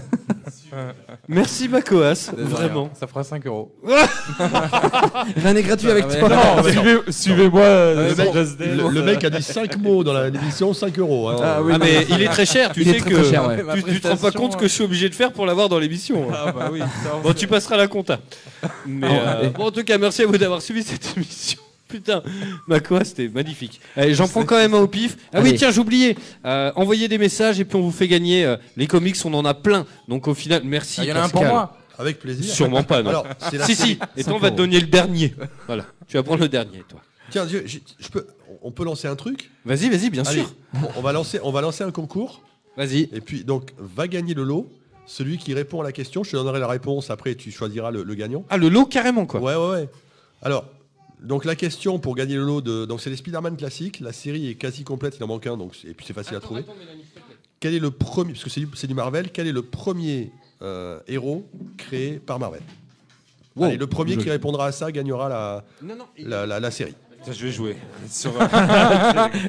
[SPEAKER 6] Merci Macoas,
[SPEAKER 1] De rien.
[SPEAKER 6] vraiment.
[SPEAKER 1] Ça fera 5 euros.
[SPEAKER 9] [laughs] Rien n'est gratuit avec
[SPEAKER 1] Ah, mais
[SPEAKER 9] toi.
[SPEAKER 1] non, mais non.
[SPEAKER 7] Suivez-moi
[SPEAKER 8] Le
[SPEAKER 7] euh, sur
[SPEAKER 8] mec,
[SPEAKER 7] Just Dance.
[SPEAKER 8] le- le mec a
[SPEAKER 7] [laughs]
[SPEAKER 8] dit 5 mots dans la- l'émission, 5 euros. hein.
[SPEAKER 9] Ah oui.
[SPEAKER 6] Ah mais il est très cher, tu
[SPEAKER 9] Il est
[SPEAKER 6] sais
[SPEAKER 9] très,
[SPEAKER 6] que
[SPEAKER 9] très cher, ouais.
[SPEAKER 1] Ma
[SPEAKER 6] tu, tu te rends pas
[SPEAKER 1] prestation,
[SPEAKER 6] compte que je suis obligé de faire pour l'avoir dans l'émission. hein.
[SPEAKER 7] Ah bah oui, ça, on
[SPEAKER 6] Bon,
[SPEAKER 7] sait.
[SPEAKER 6] tu passeras la compta. Mais
[SPEAKER 9] Ah,
[SPEAKER 6] euh,
[SPEAKER 9] ouais.
[SPEAKER 6] bon, en tout cas, merci à vous d'avoir suivi cette [laughs] émission. Putain, Makoa, c'était magnifique. Allez, j'en prends quand même un au pif. Ah oui,
[SPEAKER 9] Allez.
[SPEAKER 6] tiens, j'oubliais. Euh, envoyez des messages et puis on vous fait gagner euh, les comics. On en a plein. Donc au final, merci.
[SPEAKER 1] Ah, Il y en a un pour
[SPEAKER 6] Pascal.
[SPEAKER 1] moi.
[SPEAKER 8] Avec plaisir.
[SPEAKER 6] Sûrement pas, non.
[SPEAKER 8] Alors, c'est la
[SPEAKER 6] si, si. Et toi, on va te donner le dernier. Voilà. Tu vas prendre le dernier, toi.
[SPEAKER 8] Tiens, Dieu, j'ai- je peux, on peut lancer un truc
[SPEAKER 6] Vas-y, vas-y, bien
[SPEAKER 8] Allez,
[SPEAKER 6] sûr.
[SPEAKER 8] on- on, va lancer, on va lancer un concours.
[SPEAKER 6] Vas-y.
[SPEAKER 8] Et puis, donc, va gagner le lot. Celui qui répond à la question, je te donnerai la réponse après, tu choisiras le, le gagnant.
[SPEAKER 6] Ah, le lot carrément, quoi.
[SPEAKER 8] Ouais, ouais, ouais. Alors, donc la question pour gagner le lot, de, donc c'est les Spider-Man classiques. La série est quasi complète, il en manque un, donc, c'est- et puis c'est facile à trouver. Quel est le premier, parce que c'est du, c'est du Marvel, quel est le premier euh, héros créé par Marvel
[SPEAKER 6] Wow.
[SPEAKER 8] Allez, le premier qui répondra à ça gagnera la,
[SPEAKER 6] Non, non.
[SPEAKER 8] la, la- la série.
[SPEAKER 7] Putain, je
[SPEAKER 6] [laughs]
[SPEAKER 7] vais jouer. Sur- euh,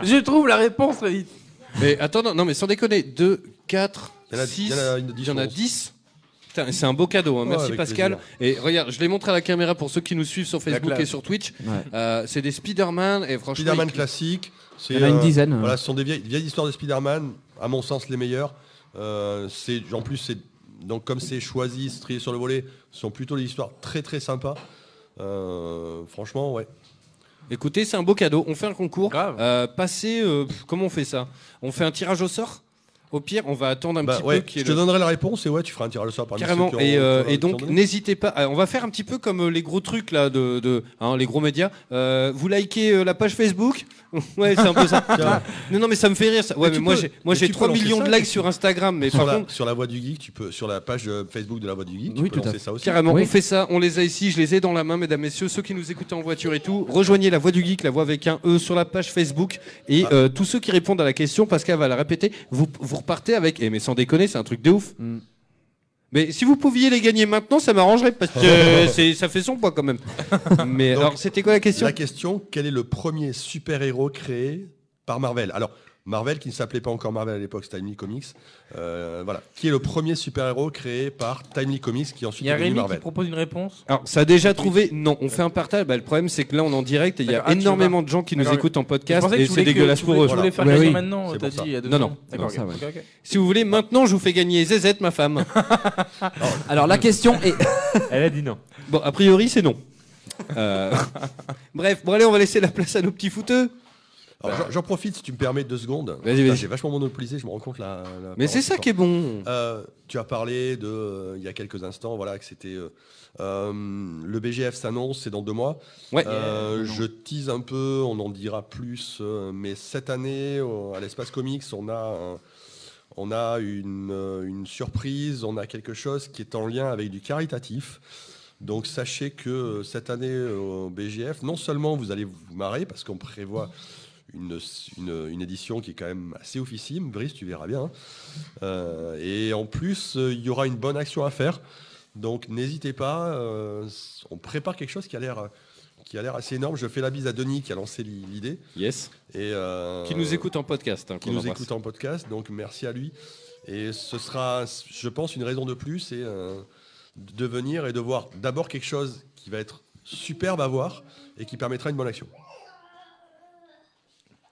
[SPEAKER 1] Je trouve la réponse là vite.
[SPEAKER 6] Mais attends, non, non, mais sans déconner, 2, 4,
[SPEAKER 8] Il y en a-
[SPEAKER 6] 6,
[SPEAKER 8] il y en a une-
[SPEAKER 6] il y en a
[SPEAKER 8] dix,
[SPEAKER 6] 10. Putain, c'est un beau cadeau, hein.
[SPEAKER 8] Ouais,
[SPEAKER 6] merci
[SPEAKER 8] avec
[SPEAKER 6] Pascal. Et regarde, je l'ai montré à la caméra pour ceux qui nous suivent sur Facebook
[SPEAKER 1] classe.
[SPEAKER 6] et sur Twitch. Euh, c'est des Spider-Man et franchement.
[SPEAKER 8] Spider-Man
[SPEAKER 6] ils-
[SPEAKER 8] classique. c'est,
[SPEAKER 9] Il y en a une
[SPEAKER 8] euh,
[SPEAKER 9] dizaine, hein.
[SPEAKER 8] Voilà, ce sont des vieilles, vieilles histoires de Spider-Man, à mon sens les meilleures. Euh, c'est, en plus, c'est, donc, comme c'est choisi, strié sur le volet, ce sont plutôt des histoires très très sympas. Euh, franchement, ouais.
[SPEAKER 6] Écoutez, c'est un beau cadeau. On fait un concours.
[SPEAKER 1] Grave.
[SPEAKER 6] Euh, passez. euh, pff, comment on fait ça On fait un tirage au sort Au pire, on va attendre un
[SPEAKER 8] Bah,
[SPEAKER 6] petit
[SPEAKER 8] ouais,
[SPEAKER 6] peu. qu'il y
[SPEAKER 8] je
[SPEAKER 6] ait
[SPEAKER 8] te
[SPEAKER 6] le-
[SPEAKER 8] donnerai la réponse et ouais, tu feras un tirage au sort parmi
[SPEAKER 6] Carrément.
[SPEAKER 8] ceux qui ont-
[SPEAKER 6] Et, euh,
[SPEAKER 8] qui ont-
[SPEAKER 6] et
[SPEAKER 8] qui ont
[SPEAKER 6] donc,
[SPEAKER 8] donné.
[SPEAKER 6] n'hésitez pas. Euh, On va faire un petit peu comme euh, les gros trucs là de, de- hein, les gros médias. Euh, vous likez euh, la page Facebook. [laughs] ouais, c'est un peu ça.
[SPEAKER 8] Tiens,
[SPEAKER 6] non, non, mais ça me fait rire. Ça. Ouais,
[SPEAKER 8] Mais
[SPEAKER 6] mais,
[SPEAKER 8] tu
[SPEAKER 6] moi
[SPEAKER 8] peux-
[SPEAKER 6] j'ai, moi
[SPEAKER 8] mais
[SPEAKER 6] j'ai
[SPEAKER 8] tu peux
[SPEAKER 6] 3
[SPEAKER 8] lancer
[SPEAKER 6] millions
[SPEAKER 8] ça,
[SPEAKER 6] de likes sur Instagram, mais par
[SPEAKER 8] sur, la,
[SPEAKER 6] contre.
[SPEAKER 8] sur la voix du geek, tu peux sur la page euh, Facebook de la voix du geek,
[SPEAKER 9] Oui,
[SPEAKER 8] tu peux
[SPEAKER 9] tout à
[SPEAKER 8] lancer
[SPEAKER 9] fait.
[SPEAKER 8] ça aussi.
[SPEAKER 6] Carrément,
[SPEAKER 9] Oui.
[SPEAKER 6] on fait ça, on les a ici, je les ai dans la main, mesdames, messieurs, ceux qui nous écoutent en voiture et tout. Rejoignez la voix du geek, la voix avec un E sur la page Facebook.
[SPEAKER 8] Ah.
[SPEAKER 6] Et euh, tous ceux qui répondent à la question, Pascal va la répéter, vous, vous repartez avec. Eh, mais sans déconner, c'est un truc de ouf.
[SPEAKER 9] Mm.
[SPEAKER 6] Mais si vous pouviez les gagner maintenant, ça m'arrangerait parce que
[SPEAKER 8] [laughs]
[SPEAKER 6] euh, c'est- ça fait son poids quand même. Mais
[SPEAKER 8] Donc,
[SPEAKER 6] alors, c'était quoi la question
[SPEAKER 8] La question, quel est le premier super-héros créé par Marvel Alors, Marvel, qui ne s'appelait pas encore Marvel à l'époque, c'est Timely Comics. Euh, voilà. Qui est le premier super-héros créé par Timely Comics, qui
[SPEAKER 1] Il
[SPEAKER 8] ensuite
[SPEAKER 1] y a
[SPEAKER 8] est devenu
[SPEAKER 1] Rémi qui
[SPEAKER 8] Marvel
[SPEAKER 1] propose une réponse.
[SPEAKER 6] Alors, ça a déjà trouvé Non, on fait un partage. Bah, le problème, c'est que là, on est en direct et il y a
[SPEAKER 1] D'accord. Ah, tu
[SPEAKER 6] énormément de gens qui nous
[SPEAKER 1] D'accord.
[SPEAKER 6] écoutent en
[SPEAKER 1] Je
[SPEAKER 6] podcast
[SPEAKER 1] pensais que
[SPEAKER 6] et
[SPEAKER 1] tu
[SPEAKER 6] c'est
[SPEAKER 1] voulais que-
[SPEAKER 6] dégueulasse
[SPEAKER 1] tu
[SPEAKER 6] pour
[SPEAKER 1] voulais-
[SPEAKER 6] eux.
[SPEAKER 1] Tu voulais faire
[SPEAKER 9] Ouais,
[SPEAKER 1] ça
[SPEAKER 9] oui.
[SPEAKER 1] maintenant,
[SPEAKER 8] C'est
[SPEAKER 1] t'as
[SPEAKER 8] pour
[SPEAKER 1] dit
[SPEAKER 8] ça.
[SPEAKER 1] il y a deux
[SPEAKER 6] Non,
[SPEAKER 1] secondes.
[SPEAKER 6] non.
[SPEAKER 1] D'accord,
[SPEAKER 9] Non,
[SPEAKER 1] ok,
[SPEAKER 9] ça,
[SPEAKER 1] ok, ok.
[SPEAKER 6] Si vous voulez, maintenant, je vous fais gagner ZZ, ma femme.
[SPEAKER 9] Alors la question est.
[SPEAKER 7] Elle a dit non.
[SPEAKER 6] Bon, a priori, c'est non. Euh, [laughs] Bref, bon allez, on va laisser la place à nos petits fouteux.
[SPEAKER 8] Alors, j'en- J'en profite, si tu me permets deux secondes.
[SPEAKER 6] Vas-y,
[SPEAKER 8] Putain,
[SPEAKER 6] vas-y.
[SPEAKER 8] J'ai vachement monopolisé, je me rends compte la. la
[SPEAKER 6] Mais
[SPEAKER 8] parole
[SPEAKER 6] c'est ça
[SPEAKER 8] tout le
[SPEAKER 6] qui est bon.
[SPEAKER 8] Euh, tu as parlé de, euh, il y a quelques instants, voilà, que c'était euh, euh, le BGF s'annonce, c'est dans deux mois.
[SPEAKER 6] Ouais.
[SPEAKER 8] Euh, je tease un peu, on en dira plus, euh, mais cette année au- à l'espace comics, on a, un- on a une, euh, une surprise, on a quelque chose qui est en lien avec du caritatif. Donc sachez que euh, cette année euh, au BGF, non seulement vous allez vous marrer parce qu'on prévoit une, une- une édition qui est quand même assez oufissime, Brice, tu verras bien. hein. Euh, et en plus, euh, il y aura une bonne action à faire. Donc n'hésitez pas, euh, on prépare quelque chose qui a l'air euh, qui a l'air assez énorme. Je fais la bise à Denis qui a lancé l'i- l'idée
[SPEAKER 6] Yes.
[SPEAKER 8] et euh,
[SPEAKER 6] Qui nous écoute en podcast. hein,
[SPEAKER 8] qui
[SPEAKER 6] qu'on
[SPEAKER 8] nous
[SPEAKER 6] embrasse.
[SPEAKER 8] écoute en podcast. Donc merci à lui. Et ce sera, je pense, une raison de plus et euh, de venir et de voir d'abord quelque chose qui va être superbe à voir et qui permettra une bonne action.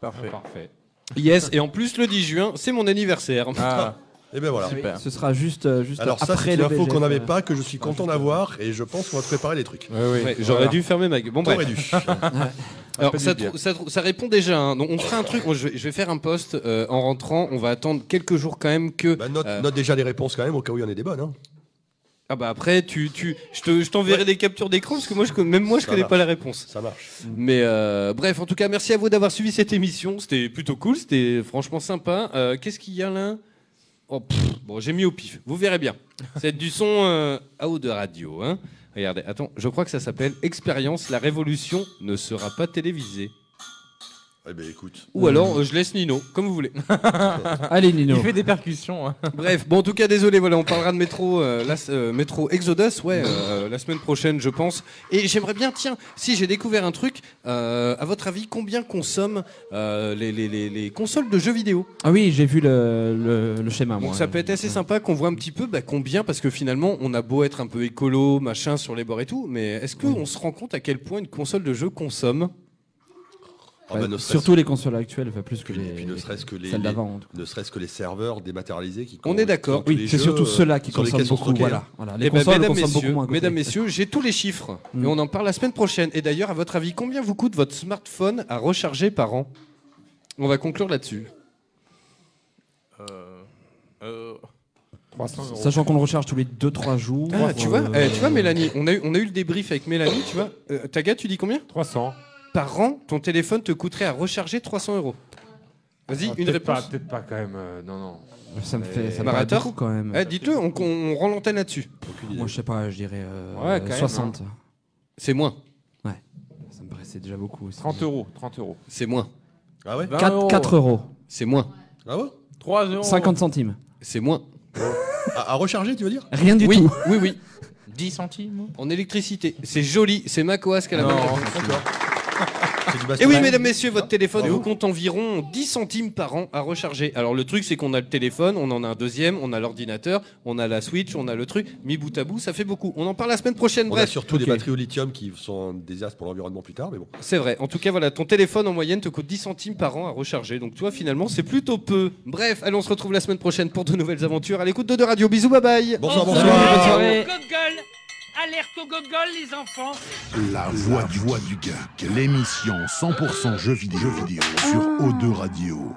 [SPEAKER 1] Parfait.
[SPEAKER 7] Parfait.
[SPEAKER 6] Yes, et en plus, le 10 juin, c'est mon anniversaire.
[SPEAKER 1] Ah,
[SPEAKER 8] Et ben voilà.
[SPEAKER 1] super.
[SPEAKER 9] Ce sera juste, euh, juste
[SPEAKER 8] Alors ça,
[SPEAKER 9] après
[SPEAKER 8] c'est une
[SPEAKER 9] le
[SPEAKER 8] info
[SPEAKER 9] BGF,
[SPEAKER 8] qu'on n'avait
[SPEAKER 9] euh.
[SPEAKER 8] pas, que je suis content d'avoir, et je pense qu'on va préparer les trucs.
[SPEAKER 6] Ouais, J'aurais dû fermer ma gueule. Bon, bref.
[SPEAKER 8] T'aurais dû.
[SPEAKER 6] Alors, ça, trou- ça, trou- ça répond déjà. hein. Donc, on fera un truc. Moi, je, vais, je vais faire un post euh, en rentrant. On va attendre quelques jours quand même que.
[SPEAKER 8] Bah, note,
[SPEAKER 6] euh,
[SPEAKER 8] note déjà les réponses quand même, au cas où il y en ait des bonnes. hein.
[SPEAKER 6] Ah bah après, tu, tu, je te- je t'enverrai des captures d'écran parce que moi, je, con- même moi, je
[SPEAKER 8] Ça
[SPEAKER 6] connais
[SPEAKER 8] marche.
[SPEAKER 6] pas la réponse.
[SPEAKER 8] Ça marche.
[SPEAKER 6] Mais euh, bref, en tout cas, merci à vous d'avoir suivi cette émission. C'était plutôt cool, c'était franchement sympa. Euh, Qu'est-ce qu'il y a là Oh, pff, Bon, j'ai mis au pif. Vous verrez bien. C'est du son euh, à haut de radio. Hein. Regardez, attends, je crois que ça s'appelle Expérience. La révolution ne sera pas télévisée.
[SPEAKER 8] Eh ben écoute.
[SPEAKER 6] Ou alors, euh, je laisse Nino, comme vous voulez.
[SPEAKER 9] Allez, Nino.
[SPEAKER 1] Il fait des percussions. hein.
[SPEAKER 6] Bref, bon, en tout cas, désolé, voilà, on parlera de métro, euh, la, euh, métro Exodus, ouais, euh, la semaine prochaine, je pense. Et j'aimerais bien, tiens, si j'ai découvert un truc, euh, à votre avis, combien consomment euh, les, les- les- les consoles de jeux vidéo
[SPEAKER 9] Ah oui, j'ai vu le, le- le schéma,
[SPEAKER 6] Donc
[SPEAKER 9] moi.
[SPEAKER 6] ça peut être assez sympa qu'on voit un petit peu bah, combien, parce que finalement, on a beau être un peu écolo, machin, sur les bords et tout, mais est-ce qu'on se rend compte à quel point une console de jeu consomme
[SPEAKER 8] Ah bah, ne serait-ce-
[SPEAKER 9] Surtout les consoles actuelles, enfin, plus que
[SPEAKER 8] Puis-
[SPEAKER 9] les.
[SPEAKER 8] puis ne serait-ce que les,
[SPEAKER 9] celles
[SPEAKER 8] les-
[SPEAKER 9] d'avant, en tout
[SPEAKER 8] ne serait-ce que les serveurs dématérialisés qui
[SPEAKER 6] On est d'accord.
[SPEAKER 8] qui ont tous
[SPEAKER 9] Oui,
[SPEAKER 8] les
[SPEAKER 9] c'est
[SPEAKER 8] jeux,
[SPEAKER 9] surtout
[SPEAKER 8] euh,
[SPEAKER 9] ceux-là qui
[SPEAKER 8] sur lesquels
[SPEAKER 9] consomment
[SPEAKER 8] sont
[SPEAKER 9] beaucoup.
[SPEAKER 8] stockés.
[SPEAKER 9] Voilà. voilà. Les
[SPEAKER 6] Eh ben,
[SPEAKER 9] consoles
[SPEAKER 6] mesdames,
[SPEAKER 9] consomment beaucoup hein,
[SPEAKER 6] messieurs,
[SPEAKER 9] moins. à côté.
[SPEAKER 6] mesdames, messieurs, j'ai tous les
[SPEAKER 9] [laughs]
[SPEAKER 6] chiffres
[SPEAKER 9] Mm.
[SPEAKER 6] et on en parle la semaine prochaine. Et d'ailleurs, à votre avis, combien vous coûte votre smartphone à recharger par an On va conclure là-dessus.
[SPEAKER 1] Euh, euh,
[SPEAKER 11] 300 euros.
[SPEAKER 9] Sachant qu'on le recharge tous les 2-3 jours.
[SPEAKER 6] Ah, tu
[SPEAKER 9] euh,
[SPEAKER 6] vois, eh, tu vois, Mélanie, on a, eu, on a eu le débrief avec Mélanie, tu vois. Euh, Taga, tu dis combien
[SPEAKER 11] 300.
[SPEAKER 6] Par an, ton téléphone te coûterait à recharger 300 euros. Vas-y,
[SPEAKER 11] Ah,
[SPEAKER 6] une
[SPEAKER 11] peut-être pas,
[SPEAKER 6] réponse.
[SPEAKER 11] Peut-être pas quand même. euh, non, non.
[SPEAKER 9] Ça me fait. Ça me paraît
[SPEAKER 6] Marathon
[SPEAKER 9] beaucoup, quand même.
[SPEAKER 6] Eh, Dites-le, on, on rend l'antenne là-dessus.
[SPEAKER 9] Moi, je sais pas, je dirais euh,
[SPEAKER 11] Ouais, quand même,
[SPEAKER 9] 60.
[SPEAKER 6] C'est moins,
[SPEAKER 9] Ça me paraissait déjà beaucoup aussi.
[SPEAKER 11] 30 euros. 30 euros.
[SPEAKER 6] c'est moins,
[SPEAKER 8] Ah ouais
[SPEAKER 1] 20
[SPEAKER 9] 4,
[SPEAKER 1] euros,
[SPEAKER 9] 4 euros.
[SPEAKER 6] c'est moins,
[SPEAKER 8] Ah ouais
[SPEAKER 1] 3 euros.
[SPEAKER 9] 50 centimes.
[SPEAKER 6] c'est moins.
[SPEAKER 8] Ah, à, à recharger, tu veux dire
[SPEAKER 9] Rien du
[SPEAKER 6] oui,
[SPEAKER 9] tout.
[SPEAKER 6] oui, oui,
[SPEAKER 1] 10 centimes.
[SPEAKER 6] en électricité. C'est joli, c'est Macoas qui a la bonne réponse.
[SPEAKER 9] Eh
[SPEAKER 8] C'est du
[SPEAKER 6] Et
[SPEAKER 8] baston.
[SPEAKER 6] oui, mesdames, messieurs,
[SPEAKER 8] Ah,
[SPEAKER 6] votre téléphone
[SPEAKER 8] Bravo.
[SPEAKER 6] vous compte environ 10 centimes par an à recharger. Alors, le truc, c'est qu'on a le téléphone, on en a un deuxième, on a l'ordinateur, on a la Switch, on a le truc. Mis bout à bout, ça fait beaucoup. On en parle la semaine prochaine,
[SPEAKER 8] On a
[SPEAKER 6] bref.
[SPEAKER 8] surtout
[SPEAKER 6] Ok.
[SPEAKER 8] des batteries au lithium qui sont un désastre pour l'environnement plus tard, mais bon.
[SPEAKER 6] C'est vrai. En tout cas, voilà, ton téléphone en moyenne te coûte 10 centimes par an à recharger. Donc, toi, finalement, c'est plutôt peu. Bref, allez, on se retrouve la semaine prochaine pour de nouvelles aventures. À l'écoute de Deux Radio. Bisous, bye bye.
[SPEAKER 8] Bonsoir,
[SPEAKER 4] Oh, Alerte
[SPEAKER 8] bonsoir.
[SPEAKER 4] au
[SPEAKER 9] soirée.
[SPEAKER 4] Gogol, alerte au gogol, les enfants.
[SPEAKER 5] La voix du, voix du geek. L'émission 100% jeux vidéo, jeux vidéo sur O2 Radio.